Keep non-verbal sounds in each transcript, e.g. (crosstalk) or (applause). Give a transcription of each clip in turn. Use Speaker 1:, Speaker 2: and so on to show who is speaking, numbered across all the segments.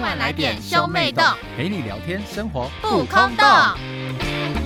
Speaker 1: 快来点兄妹洞，
Speaker 2: 陪你聊天，生活
Speaker 1: 不空洞。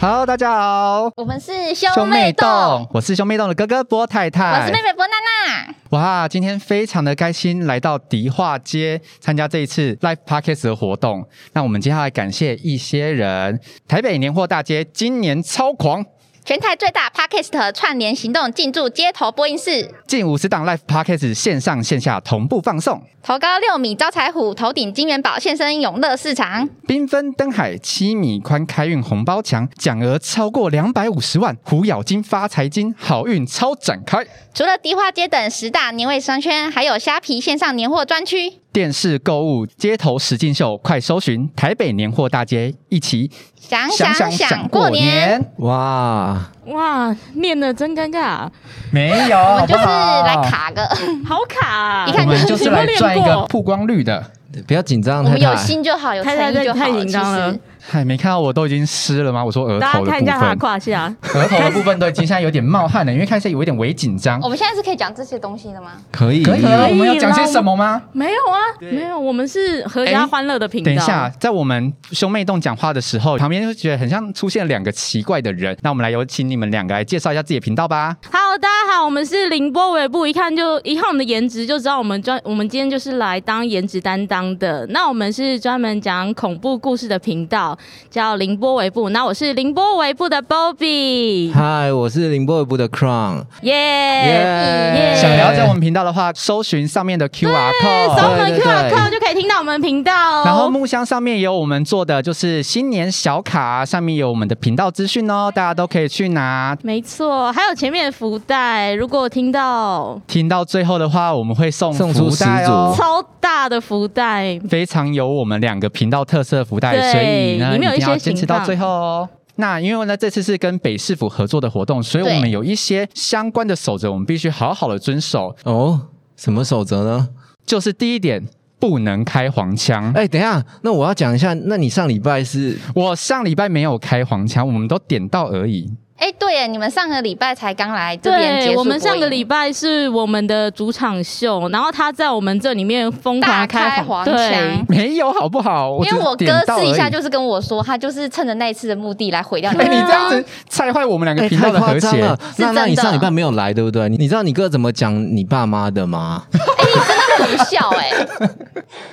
Speaker 2: Hello，大家好，
Speaker 1: 我们是兄妹洞，
Speaker 2: 我是兄妹洞的哥哥波太
Speaker 1: 我
Speaker 2: 太，
Speaker 1: 是妹妹伯娜娜。
Speaker 2: 哇，今天非常的开心来到迪化街参加这一次 Live Podcast 的活动。那我们接下来感谢一些人，台北年货大街今年超狂，
Speaker 1: 全台最大 Podcast 串联行动进驻街头播音室，
Speaker 2: 近五十档 Live Podcast 线上线下同步放送，
Speaker 1: 头高六米招财虎，头顶金元宝，现身永乐市场。
Speaker 2: 缤纷灯海七米宽开运红包墙，奖额超过两百五十万，虎咬金发财金，好运超展开。
Speaker 1: 除了迪化街等十大年味商圈，还有虾皮线上年货专区。
Speaker 2: 电视购物、街头实境秀，快搜寻台北年货大街，一起
Speaker 1: 想想想过年，。
Speaker 3: 哇，
Speaker 4: 哇，念的真尴尬，啊
Speaker 2: 没有，
Speaker 1: 我们就是
Speaker 2: 好不好
Speaker 1: 来卡个，
Speaker 4: 好卡、啊！
Speaker 1: 你
Speaker 2: 我
Speaker 1: 看
Speaker 2: 们就是来赚一
Speaker 4: 有
Speaker 2: 个
Speaker 4: 没有练过
Speaker 2: 曝光率的。
Speaker 3: 不要紧张，
Speaker 1: 我 (laughs) 们
Speaker 3: 太
Speaker 1: 有
Speaker 3: 太
Speaker 1: 心就好，有
Speaker 4: 太太
Speaker 1: 诚意就好
Speaker 4: 太
Speaker 1: 了。
Speaker 4: 紧
Speaker 1: 其
Speaker 4: 张了
Speaker 1: 实
Speaker 2: 嗨，哎没看到我都已经湿了吗？我说额
Speaker 4: 大
Speaker 2: 头
Speaker 4: 家
Speaker 2: 的部
Speaker 4: 看一下他的
Speaker 2: 分，
Speaker 4: 胯下，
Speaker 2: 额头的部分都已经现在有点冒汗了，因为开始有一点微紧张
Speaker 1: 我。们现在是可以讲这些东西的吗？
Speaker 3: 可以，
Speaker 2: 可以
Speaker 4: 啦
Speaker 2: 了，我们要讲些什么吗？
Speaker 4: 没有啊，没有，我们是合家欢乐的频道。
Speaker 2: 哎等一下，，在我们兄妹洞讲话的时候，旁边就觉得很像出现两个奇怪的人。那我们来有请你们两个来介绍一下自己的频道吧。
Speaker 4: Hello，大家好，我们是凌波微步，一看就一看我们的颜值就知道我们专，我们今天就是来当颜值担当的。那我们是专门讲恐怖故事的频道，叫凌波微步。那我是凌波微步的
Speaker 2: (laughs)
Speaker 4: Bobby，
Speaker 3: 嗨，我是凌波微步的 Crown，
Speaker 4: 耶！耶
Speaker 2: 想了解我们频道的话，搜寻上面的 QR
Speaker 4: 扫我
Speaker 2: code。
Speaker 4: 们
Speaker 3: 对对对
Speaker 4: QR code 就可以听到我们频道哦。
Speaker 2: 然后木箱上面也有我们做的，就是新年小卡，上面有我们的频道资讯哦，大家都可以去拿。
Speaker 4: 没错，还有前面的福袋，如果听到
Speaker 2: 听到最后的话，我们会送
Speaker 3: 送出
Speaker 2: 福袋哦
Speaker 3: 十组，
Speaker 4: 超大的福袋，
Speaker 2: 非常有我们两个频道特色的福袋，
Speaker 4: 对
Speaker 2: 所以呢，
Speaker 4: 里面有
Speaker 2: 一
Speaker 4: 一
Speaker 2: 定
Speaker 4: 些
Speaker 2: 要坚持到最后哦。那因为呢，这次是跟北市府合作的活动，所以
Speaker 1: 对
Speaker 2: 我们有一些相关的守则，我们必须好好的遵守。
Speaker 3: 哦，什么守则呢？
Speaker 2: 就是第一点，不能开黄腔。
Speaker 3: 哎，等一下，那我要讲一下，那你上礼拜是
Speaker 2: 我上礼拜没有开黄腔，我们都点到而已。
Speaker 1: 哎，对耶，你们上个礼拜才刚来这边结束
Speaker 4: 对
Speaker 1: 播音，
Speaker 4: 我们上个礼拜是我们的主场秀，然后他在我们这里面疯狂
Speaker 1: 大开黄
Speaker 4: 黄
Speaker 1: 腔
Speaker 4: 对
Speaker 2: 没有好不好？我
Speaker 1: 因为
Speaker 2: 只是
Speaker 1: 我
Speaker 2: 点
Speaker 1: 哥
Speaker 2: 到
Speaker 1: 私底
Speaker 2: 而已
Speaker 1: 下就是跟我说，他就是趁着那一次的目的来毁掉你
Speaker 2: 哎、
Speaker 1: 们。
Speaker 2: 你这样子踩坏我们两个
Speaker 3: 哎
Speaker 2: 频道
Speaker 3: 太
Speaker 2: 的
Speaker 3: 夸
Speaker 2: 和
Speaker 3: 张
Speaker 2: 谐。
Speaker 3: 了，
Speaker 1: 是
Speaker 3: 那那你
Speaker 1: 真的
Speaker 3: 上礼拜没有来，对不对？你你知道你哥怎么讲你爸妈的吗？
Speaker 1: 很笑
Speaker 2: (laughs)
Speaker 1: 哎、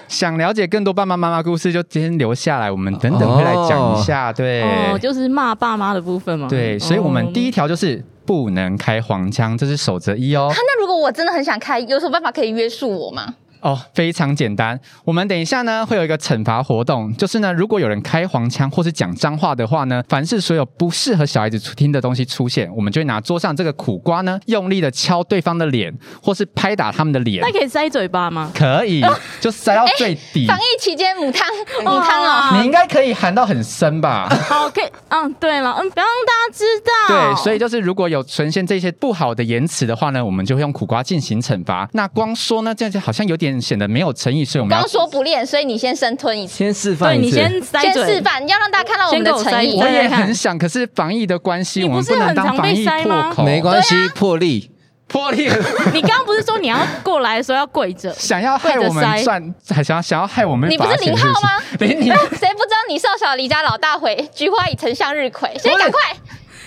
Speaker 2: 想了解更多爸爸妈妈故事，就先留下来，我们等等会来讲一下。对、
Speaker 4: 哦，就是骂爸妈的部分
Speaker 1: 嗯
Speaker 4: 嘛。哦
Speaker 2: 对，所以我们第一
Speaker 4: 一
Speaker 2: 条就是不能开黄腔，这是守则一哦
Speaker 1: 他。那如果我真的很想开，有什么办法可以约束我吗？
Speaker 2: 哦，非常简单。我们等一下呢会有一个惩罚活动，就是呢，如果有人开黄腔或是讲脏话的话呢，凡是所有不适合小孩子听的东西出现，我们就会拿桌上这个苦瓜呢，用力的敲对方的脸，或是拍打他们的脸
Speaker 4: 那。可以塞嘴巴吗？
Speaker 2: 可以，
Speaker 1: 哦
Speaker 2: 就塞到最底。
Speaker 1: 防疫期间母汤母汤哦，
Speaker 4: 哇
Speaker 2: 你应该可以喊到很深吧？
Speaker 4: 好，可以，嗯，对了，嗯，不要让大家知道。
Speaker 2: (laughs) 对，所以就是如果有呈现这些不好的言辞的话呢，我们就会用苦瓜进行惩罚。那光说呢，这样就好像有点显得没有诚意，所以我们要
Speaker 1: 光说不练，所以你先深吞一次，
Speaker 3: 先示
Speaker 4: 对
Speaker 3: 范一
Speaker 4: 你
Speaker 3: 次，
Speaker 4: 先塞
Speaker 1: 先
Speaker 4: 嘴，
Speaker 1: 示范，要让大家看到我们的诚意
Speaker 4: 先给
Speaker 2: 我
Speaker 4: 塞。
Speaker 2: 也很想，可是防疫的关系，
Speaker 4: 你
Speaker 2: 我
Speaker 4: 不
Speaker 2: 们
Speaker 4: 是
Speaker 2: 能当
Speaker 4: 很常
Speaker 2: 防
Speaker 4: 被
Speaker 2: 疫
Speaker 4: 塞吗
Speaker 2: 破口。
Speaker 3: 没关系，破例。
Speaker 2: 破裂，
Speaker 4: (laughs) 你刚刚不是说你要过来的时候要跪着？
Speaker 2: 想要害
Speaker 4: 跪着
Speaker 2: 我们
Speaker 4: 塞
Speaker 2: 赚，还想要想要害我们
Speaker 1: 你不
Speaker 2: 罚
Speaker 1: 是
Speaker 2: 钱
Speaker 1: 零
Speaker 2: 是
Speaker 1: 号
Speaker 2: 不
Speaker 1: 吗？
Speaker 2: 是？ (laughs) 零你
Speaker 1: 哎 (laughs) 谁不知道你瘦小离家老大回，菊花已成向日葵。所以赶快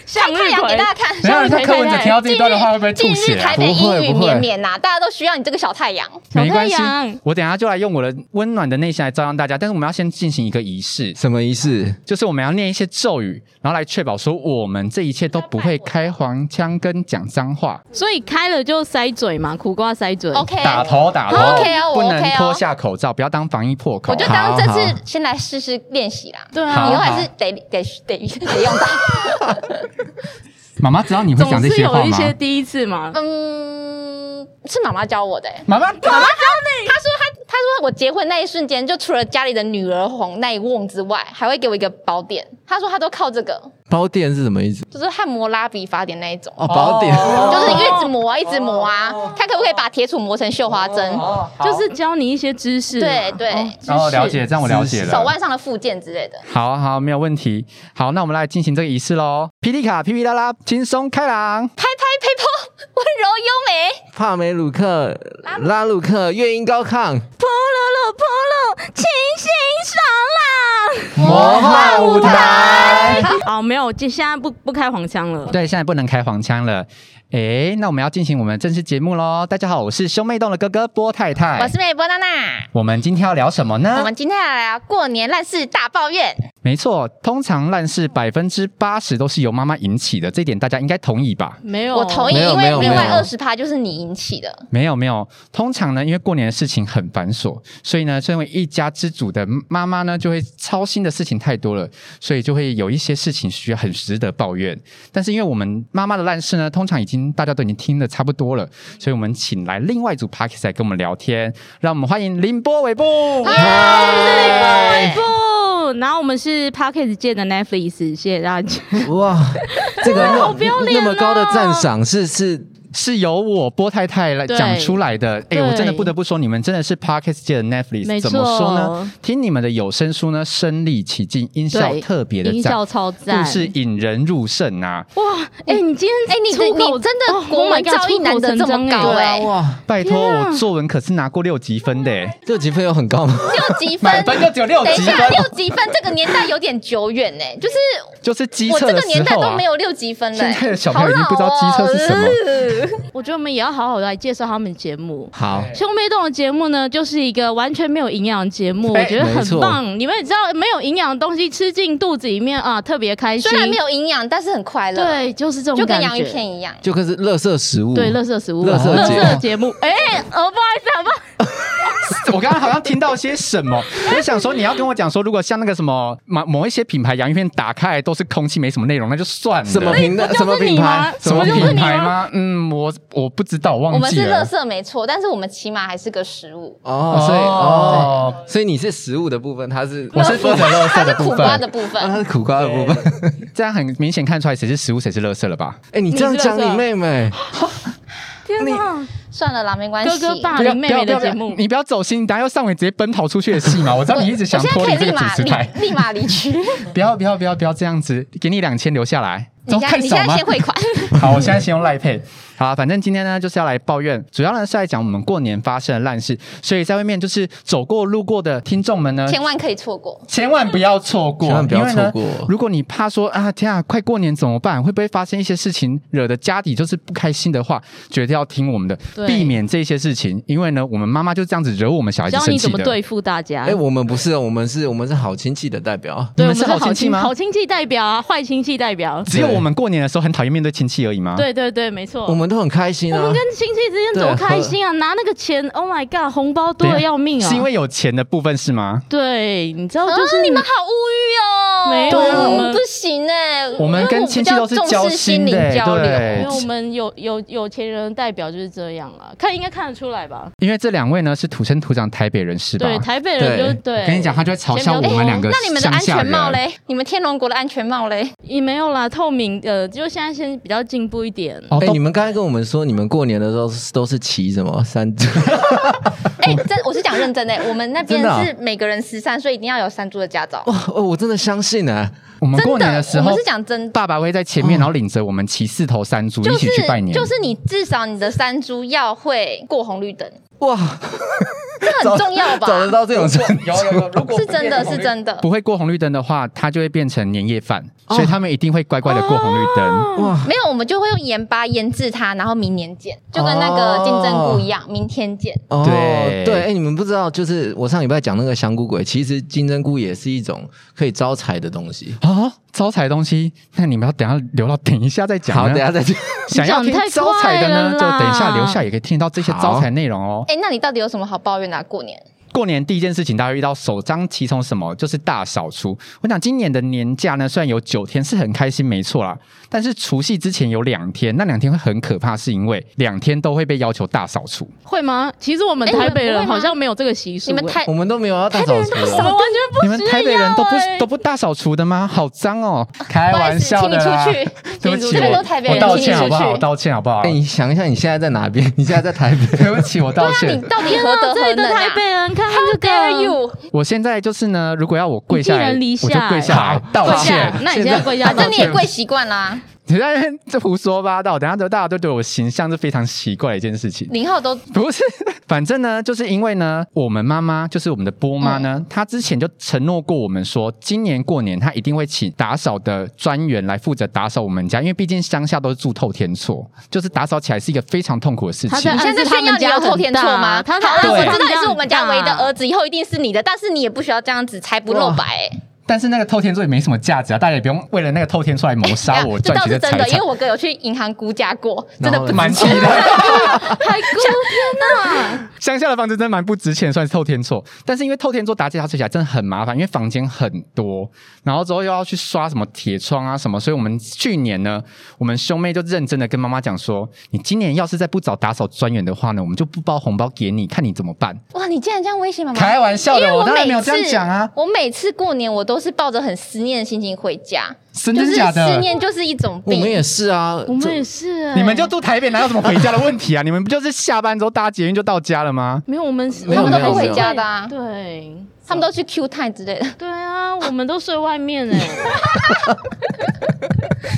Speaker 4: 向
Speaker 1: 太
Speaker 4: 日
Speaker 1: 阳给
Speaker 4: 葵，
Speaker 1: 大家看。
Speaker 2: 然后
Speaker 4: 可
Speaker 2: 他
Speaker 4: 以
Speaker 2: 柯文哲
Speaker 4: 可以
Speaker 2: 听到这一段的话会不会
Speaker 1: 近
Speaker 2: 吐
Speaker 1: 日
Speaker 2: 血啊？
Speaker 1: 台北
Speaker 3: 不会
Speaker 1: 阴雨
Speaker 3: 不会
Speaker 1: 绵绵呐、啊大家都需要你这个小太阳。
Speaker 2: 没关系
Speaker 4: 小太阳，
Speaker 2: 我等一下就来用我的温暖的内心来照亮大家。但是我们要先进行一个仪式，
Speaker 3: 什么仪式？
Speaker 2: 就是我们要念一些咒语，然后来确保说我们这一切都不会开黄腔跟讲脏话，
Speaker 4: 所以开了就塞嘴嘛，苦瓜塞嘴。
Speaker 1: OK，
Speaker 2: 打头打头
Speaker 1: OK 哦我
Speaker 2: 不
Speaker 1: OK 哦
Speaker 2: 能脱下口罩，不要当防疫破口
Speaker 1: 啊我。就当这
Speaker 3: 好
Speaker 1: 次
Speaker 3: 好
Speaker 1: 先来试试练习啦。
Speaker 4: 对
Speaker 2: 好
Speaker 4: 啊，
Speaker 1: 以后还是得得得得用到。
Speaker 2: 妈妈知道你会讲
Speaker 4: 总
Speaker 2: 这
Speaker 4: 是
Speaker 2: 些
Speaker 4: 有
Speaker 2: 话
Speaker 4: 一
Speaker 2: 吗？
Speaker 4: 些第一次嘛。
Speaker 1: (laughs) 嗯，是妈妈教我的、欸。
Speaker 2: 妈妈，
Speaker 1: 妈妈教你，她说她她说我结婚那一瞬间，就除了家里的女儿红那一瓮之外，还会给我一个宝典。她说她都靠这个。
Speaker 3: 包电是什么意思？
Speaker 1: 就是汉摩拉比法典那一种，
Speaker 3: 哦，宝典。
Speaker 1: 就是你一直磨啊，一直磨啊，看可不可以把铁杵磨成绣花针。
Speaker 2: 哦，好
Speaker 4: 就是教你一些知识嘛。
Speaker 1: 对对
Speaker 4: 哦
Speaker 2: 然后了解，。这样我了解了。
Speaker 1: 手腕上的附件之类的，
Speaker 2: 好好，没有问题。好，那我们来进行这个仪式喽。霹雳卡，噼噼啦啦，轻松开朗。
Speaker 1: 拍拍陪跑，温柔优美，
Speaker 3: 帕梅鲁克、拉鲁克、乐音高亢、
Speaker 4: Polo Polo，清新爽
Speaker 3: 魔幻舞台。
Speaker 1: (laughs)
Speaker 4: 朗。好，没有，接现在不不开黄腔了。
Speaker 2: 对，现在不能开黄腔了。诶，那我们要进行我们正式节目喽。大家好，我是兄妹洞的哥哥波太太。
Speaker 1: 我是妹波娜娜。
Speaker 2: 我们今天要聊什么呢？
Speaker 1: 我们今天来聊过年烂事大抱怨，
Speaker 2: 没错，通常烂事百分之八十都是由妈妈引起的，这点大家应该同意吧？
Speaker 4: 没有，
Speaker 1: 我同意，
Speaker 3: 没有
Speaker 1: 因
Speaker 3: 没
Speaker 1: 为
Speaker 3: 有
Speaker 1: 另
Speaker 3: 没
Speaker 1: 外
Speaker 3: 有
Speaker 1: 二十趴就是你引起的，
Speaker 2: 没有没有，通常呢，因为过年的事情很繁琐，所以呢，身为一家之主的妈妈呢，就会操心的事情太多了，所以就会有一些事情需要很值得抱怨。但是因为我们妈妈的烂事呢，通常已经大家都已经听的差不多了，所以我们请来另外一组 p a r k e s 来跟我们聊天，让我们欢迎林波伟布。
Speaker 1: 嗨，
Speaker 4: 不，然后我们是 Pocket 界的 Netflix，谢谢大家。
Speaker 3: 哇，这个那
Speaker 4: 不要
Speaker 3: 那
Speaker 4: 脸哦
Speaker 3: 么高的赞赏是是，
Speaker 2: 是由我波太太来
Speaker 4: 对
Speaker 2: 讲出来的。哎、
Speaker 4: 对
Speaker 2: 我真的不得不说，你们真的是 Parkes 界的
Speaker 4: 没
Speaker 2: Netflix。
Speaker 4: 错
Speaker 2: 怎么说呢？听你们的有声书呢，身临其境，音效
Speaker 4: 对
Speaker 2: 特别的
Speaker 4: 音
Speaker 2: 赞
Speaker 4: 效，超
Speaker 2: 故
Speaker 4: 赞。
Speaker 2: 事引人入胜啊！
Speaker 4: 哇，哎、你今天
Speaker 1: 哎你的
Speaker 4: 出口
Speaker 1: 你真的
Speaker 4: Oh
Speaker 1: 国文
Speaker 4: my God，
Speaker 1: 造诣难得这么
Speaker 4: 出口成章
Speaker 1: 高
Speaker 4: 哎
Speaker 1: 对啊
Speaker 3: 哇，
Speaker 2: 拜托，
Speaker 4: 天啊
Speaker 2: 我作文可是拿过六级分的、欸，
Speaker 3: 六级分有很高吗？
Speaker 1: 六级分，
Speaker 2: 满分就只有六
Speaker 1: 等一
Speaker 2: 级
Speaker 1: 下，
Speaker 2: 分，
Speaker 1: 六级分这个年代有点久远呢、就是
Speaker 2: 就是机
Speaker 1: 我
Speaker 2: 测
Speaker 1: 这
Speaker 2: 的
Speaker 1: 个
Speaker 2: 时
Speaker 1: 年代
Speaker 2: 候
Speaker 1: 都
Speaker 2: 啊
Speaker 1: 没。有六级分了、欸。
Speaker 2: 现在的小朋友已经不知道机车是什
Speaker 1: 好
Speaker 2: 么
Speaker 1: 老哦
Speaker 4: 我觉得我们也要好好来介绍他们节目。
Speaker 3: 好，
Speaker 4: 兄妹洞的节目呢，就是一个完全没有营养的节目，我觉得
Speaker 3: 没
Speaker 4: 很
Speaker 3: 错
Speaker 4: 棒。你们也知道，没有营养的东西吃进肚子里面啊，特别开心。
Speaker 1: 虽然没有营养，但是很快乐，，
Speaker 4: 对，就是这
Speaker 1: 就
Speaker 4: 种
Speaker 1: 跟
Speaker 4: 感觉。
Speaker 1: 洋芋片一样。
Speaker 3: 就跟是垃圾食物，
Speaker 4: 对，垃圾食物，
Speaker 3: 垃
Speaker 4: 啊
Speaker 3: 圾
Speaker 4: 垃
Speaker 3: 节目
Speaker 4: 圾节目。哎、哦，不好意思，好不好？
Speaker 2: 我刚刚好像听到些什么，我就想说你要跟我讲说，如果像那个什么某某一些品牌洋芋片打开来都是空气没什么内容，那就算了。
Speaker 3: 什么平台？什么品牌？
Speaker 2: 什么
Speaker 4: 不就是
Speaker 2: 品
Speaker 4: 你
Speaker 2: 牌
Speaker 4: 吗
Speaker 2: 吗？嗯，我我不知道，
Speaker 1: 啊我
Speaker 2: 忘
Speaker 1: 们
Speaker 2: 记
Speaker 1: 是
Speaker 2: 了
Speaker 1: 垃。圾没错，但是我们起码还是个食物。
Speaker 3: 哦，所以哦，，所以你是食物的部分，它是
Speaker 2: 我是负责垃圾
Speaker 1: 它
Speaker 2: 的
Speaker 1: 是
Speaker 2: 部
Speaker 1: 苦瓜的
Speaker 2: 分，
Speaker 1: 部
Speaker 3: 啊，它
Speaker 1: 分，
Speaker 3: 是苦瓜的部分。
Speaker 2: 这样很明显看出来谁是食物，谁是垃圾了吧？
Speaker 3: (laughs) 哎，你这样讲你妹妹，
Speaker 4: 天哪，
Speaker 1: (laughs) 算了啦，没关
Speaker 4: 哥
Speaker 1: 系。
Speaker 4: 哥霸
Speaker 2: 不要不
Speaker 4: 凌妹
Speaker 2: 要
Speaker 4: 妹
Speaker 2: 不
Speaker 4: 的
Speaker 2: 要
Speaker 4: 节目，
Speaker 2: 你不要走心，等下又上尾直接奔跑出去的戏嘛。我知道你一直想
Speaker 1: 我现
Speaker 2: 脱
Speaker 1: 在
Speaker 2: 离
Speaker 1: 可以
Speaker 2: 这个
Speaker 1: 立
Speaker 2: 主
Speaker 1: 马
Speaker 2: 持台，
Speaker 1: 立立马离去。
Speaker 2: 不要不要不要不要这样子，给你两千留下来，
Speaker 1: 你
Speaker 2: 这
Speaker 1: 现在
Speaker 2: 太
Speaker 1: 你
Speaker 2: 少
Speaker 1: 现在
Speaker 2: 吗
Speaker 1: 先？汇款，
Speaker 2: (laughs) 好，我现在先用赖配。好啊，反正今天呢就是要来抱怨，主要呢是来讲我们过年发生的烂事，所以在外面就是走过路过的听众们
Speaker 1: (laughs)
Speaker 2: 呢，
Speaker 1: 千万可以错过。
Speaker 2: 千万不要错过，
Speaker 3: 千万不要错过
Speaker 2: 因为呢如果你怕说啊，天啊，快过年怎么办？会不会发生一些事情，惹得家底就是不开心的话，绝对要听我们的，
Speaker 4: 对
Speaker 2: 避免这些事情。因为呢，我们妈妈就这样子惹我们小孩子
Speaker 4: 教
Speaker 2: 生
Speaker 4: 你
Speaker 2: 气
Speaker 4: 怎么
Speaker 2: 的。
Speaker 4: 对付大家。
Speaker 3: 哎，我们不是哦，我们是我们是好亲戚的代表。啊
Speaker 4: 对，
Speaker 2: 你们
Speaker 4: 我们
Speaker 2: 是
Speaker 4: 是
Speaker 2: 好
Speaker 4: 好
Speaker 2: 亲戚
Speaker 4: 亲
Speaker 2: 吗
Speaker 4: 好亲戚代表啊，坏亲戚代表。
Speaker 2: 只有我们过年的时候很讨厌面对亲戚而已吗？，
Speaker 4: 对对对，没错。
Speaker 3: 我们都很开心
Speaker 4: 我
Speaker 3: 啊
Speaker 4: 们。跟亲戚之间多开心啊！拿那个钱，Oh my god，红包多的要命啊！
Speaker 2: 是因为有钱的部分是吗？
Speaker 4: 对，你知道
Speaker 1: 啊
Speaker 4: 就是、
Speaker 1: 你们好物欲哦，
Speaker 4: 没有啊
Speaker 1: 我
Speaker 4: 我们
Speaker 1: 不行哎，
Speaker 2: 我们
Speaker 1: 因为
Speaker 2: 跟
Speaker 1: 比
Speaker 2: 亲戚
Speaker 1: 较
Speaker 2: 都是
Speaker 1: 重视
Speaker 2: 交心
Speaker 1: 心灵
Speaker 2: 的欸
Speaker 1: 交流，
Speaker 2: 对
Speaker 4: 因为我们有有有钱人的代表就是这样了，看应该看得出来吧？
Speaker 2: 因为这两位呢是土生土长台北人是吧？
Speaker 4: 对，台北人就对，
Speaker 2: 我跟你讲，他就会嘲笑我
Speaker 4: 钱比较
Speaker 2: 们
Speaker 4: 多
Speaker 2: 两个
Speaker 1: 那你们的
Speaker 2: 乡
Speaker 1: 安
Speaker 2: 下
Speaker 1: 全帽
Speaker 2: 人
Speaker 1: 嘞？你们天龙国的安全帽
Speaker 2: (laughs)
Speaker 1: 嘞？
Speaker 4: 也没有啦，透明呃，就现在先比较进步一点。
Speaker 2: 哦，
Speaker 3: 哎，
Speaker 2: 都
Speaker 3: 你们刚才跟我们说，你们过年的时候是都是骑什么山猪？
Speaker 1: 哎，这我是讲认真的，欸我们那边
Speaker 3: 真的啊
Speaker 1: 是每个人十三岁一定要有三株的驾照，
Speaker 3: 哇，哦我真的相信啊。
Speaker 2: 我们过
Speaker 1: 真
Speaker 2: 年的时
Speaker 1: 我
Speaker 2: 候
Speaker 1: 们是，讲真的。
Speaker 2: 爸爸会在前面，然后领着我们骑四头山猪
Speaker 1: 就
Speaker 2: 一
Speaker 1: 是
Speaker 2: 起去拜年。
Speaker 1: 就是你至少你的三株要会过红绿灯，
Speaker 3: 哇，
Speaker 1: 这很重要吧？
Speaker 3: 找得到这种程度
Speaker 2: 有有有，如果
Speaker 1: 是真的是真的，
Speaker 2: 不会过红绿灯的话，他就会变成年夜饭，
Speaker 3: 哦
Speaker 2: 所以他们一定会乖乖的过红绿灯。
Speaker 3: 哇，
Speaker 1: 没有，我们就会用盐巴腌制它，然后明年见，就跟那
Speaker 2: 哦
Speaker 1: 个金针菇一样，明天见。
Speaker 3: 哦
Speaker 2: 对
Speaker 3: 对，哎，你们不知道，就是我上礼拜讲那个香菇鬼，其实金针菇也是一种可以招财的东西。
Speaker 2: 啊，招财的东西，那你们要等一下留到等一下再讲。
Speaker 1: 啊
Speaker 3: 好，等一。下再讲。
Speaker 2: 想要听招财的呢，
Speaker 4: 你
Speaker 2: 就
Speaker 4: 讲太快了啦
Speaker 2: 等一下留下也可以听到这些招财内容哦。
Speaker 1: 哎、那你到底有什么好抱怨的、啊？过年
Speaker 2: 过年第一件事情，大家会遇到首当其冲什么，就是大扫除。我想今年的年假呢，虽然有九天是很开心，没错啦，但是除夕之前有两天，那两天会很可怕，是因为两天都会被要求大扫除。
Speaker 4: 会吗？其实我们
Speaker 1: 哎你们
Speaker 4: 台北
Speaker 1: 不
Speaker 4: 人
Speaker 1: 会吗
Speaker 4: 好像没有这个习俗、
Speaker 1: 你们
Speaker 4: 哎
Speaker 1: 太
Speaker 3: 我们都没有要大扫除
Speaker 1: 台北人大扫
Speaker 4: 我
Speaker 3: 啊
Speaker 4: 们。完全不需
Speaker 2: 你
Speaker 4: 要、
Speaker 2: 们台北人都不
Speaker 1: 欸
Speaker 4: 哎
Speaker 2: 都不大扫除的吗？好脏哦！ (laughs) 开
Speaker 1: 不好意
Speaker 2: 玩
Speaker 1: 思，
Speaker 2: 笑
Speaker 1: 请你
Speaker 2: 的
Speaker 1: 出
Speaker 2: 啦，
Speaker 1: 去。
Speaker 2: 对不起，
Speaker 1: 请你出去
Speaker 2: 我
Speaker 1: 都台北
Speaker 2: 我
Speaker 1: 人
Speaker 2: 道
Speaker 1: 请
Speaker 2: 歉
Speaker 1: 你
Speaker 2: 好
Speaker 1: 出
Speaker 2: 不好？
Speaker 1: 去
Speaker 2: 我道歉好不好
Speaker 3: 哎、？你想一下，你现在在哪边？你现在在
Speaker 1: (laughs)
Speaker 3: 台北。
Speaker 2: 对不起，我 (laughs) 道
Speaker 1: 啊那你
Speaker 2: 歉。
Speaker 1: 到底
Speaker 4: 天
Speaker 1: 何
Speaker 4: 哪，
Speaker 1: 德
Speaker 4: 这
Speaker 1: 何
Speaker 4: 里的
Speaker 1: 能
Speaker 4: 台
Speaker 1: 啊
Speaker 4: 北人看这个
Speaker 1: ？Dare you！
Speaker 2: 我现在就是呢，如果要我跪下来，
Speaker 4: 你寄人篱下
Speaker 2: 我就跪下来道
Speaker 4: 跪
Speaker 2: 歉
Speaker 4: 下。，那你现在跪下
Speaker 1: 反
Speaker 4: 道
Speaker 1: 正啊你
Speaker 4: 歉
Speaker 1: 也。跪习惯啦，
Speaker 2: (laughs) 你在那边这胡说八道，等下就大家都对我形象是非常奇怪的一件事情。
Speaker 1: 零号都
Speaker 2: 不是， (laughs) 反正呢，就是因为呢，我们妈妈就是我们的波妈呢，
Speaker 1: 嗯
Speaker 2: 她之前就承诺过我们说，今年过年她一定会请打扫的专员来负责打扫我们家，因为毕竟乡下都是住透天厝，就是打扫起来是一个非常痛苦的事
Speaker 4: 他
Speaker 2: 情
Speaker 4: 在。
Speaker 1: 你现在
Speaker 4: 暗示啊他
Speaker 1: 炫耀
Speaker 4: 们
Speaker 1: 你
Speaker 4: 家
Speaker 1: 有偷
Speaker 4: 很
Speaker 1: 天
Speaker 4: 大
Speaker 1: 错吗？
Speaker 4: 他
Speaker 1: 好
Speaker 4: 他
Speaker 1: 啦，
Speaker 2: 对啊
Speaker 1: 我知
Speaker 4: 他
Speaker 1: 道你是我们家唯一的
Speaker 4: 大
Speaker 1: 儿子，以后一定是你的，但是你也不需要这样子拆不露白。
Speaker 2: 但是那个透天厝也没什么价值啊，大家也不用为了那个透天厝来谋
Speaker 1: 哎
Speaker 2: 杀
Speaker 1: 呀 (laughs)
Speaker 2: 我
Speaker 1: 这
Speaker 2: 赚
Speaker 1: 倒
Speaker 2: 取
Speaker 1: 是真
Speaker 2: 的财
Speaker 1: 的，因
Speaker 2: 产
Speaker 1: 为，我哥有去银行估价过，真的
Speaker 3: 然后
Speaker 1: 不
Speaker 3: 呢
Speaker 2: 蛮气的。
Speaker 4: 太贵了，
Speaker 2: 乡下的房子真的蛮不值钱，算是透天厝。但是因为透天厝搭建它起来真的很麻烦，因为房间很多，然后之后又要去刷什么铁窗啊什么，所以我们去年呢，我们兄妹就认真的跟妈妈讲说，你今年要是再不找打扫专员的话呢，我们就不包红包给你，看你怎么办。
Speaker 1: (laughs) 哇，你竟然这样威胁妈妈？
Speaker 2: 开玩笑
Speaker 1: 因为
Speaker 2: 的，我当
Speaker 1: 每
Speaker 2: 然
Speaker 1: 次
Speaker 2: 没有这样讲啊，
Speaker 1: 我每次过年我都是抱着很思念的心情回家，
Speaker 2: 真
Speaker 1: 就
Speaker 2: 的
Speaker 1: 是
Speaker 2: 假的
Speaker 1: 思？念就是一种
Speaker 3: 我们
Speaker 1: 病。
Speaker 3: 也是啊，
Speaker 4: 我们
Speaker 3: 这
Speaker 4: 也是、哎
Speaker 2: 你们就住台北，哪有什么回家的问题啊？你们不就是下班之后搭捷运就到家了吗？
Speaker 4: 没有，我们
Speaker 3: 没有
Speaker 4: 我
Speaker 3: 他们都不
Speaker 1: 回家的啊
Speaker 4: 对
Speaker 1: 他们都去
Speaker 4: 哦
Speaker 1: Q 太之类的， (laughs)
Speaker 4: 对啊，我们都睡外面哎、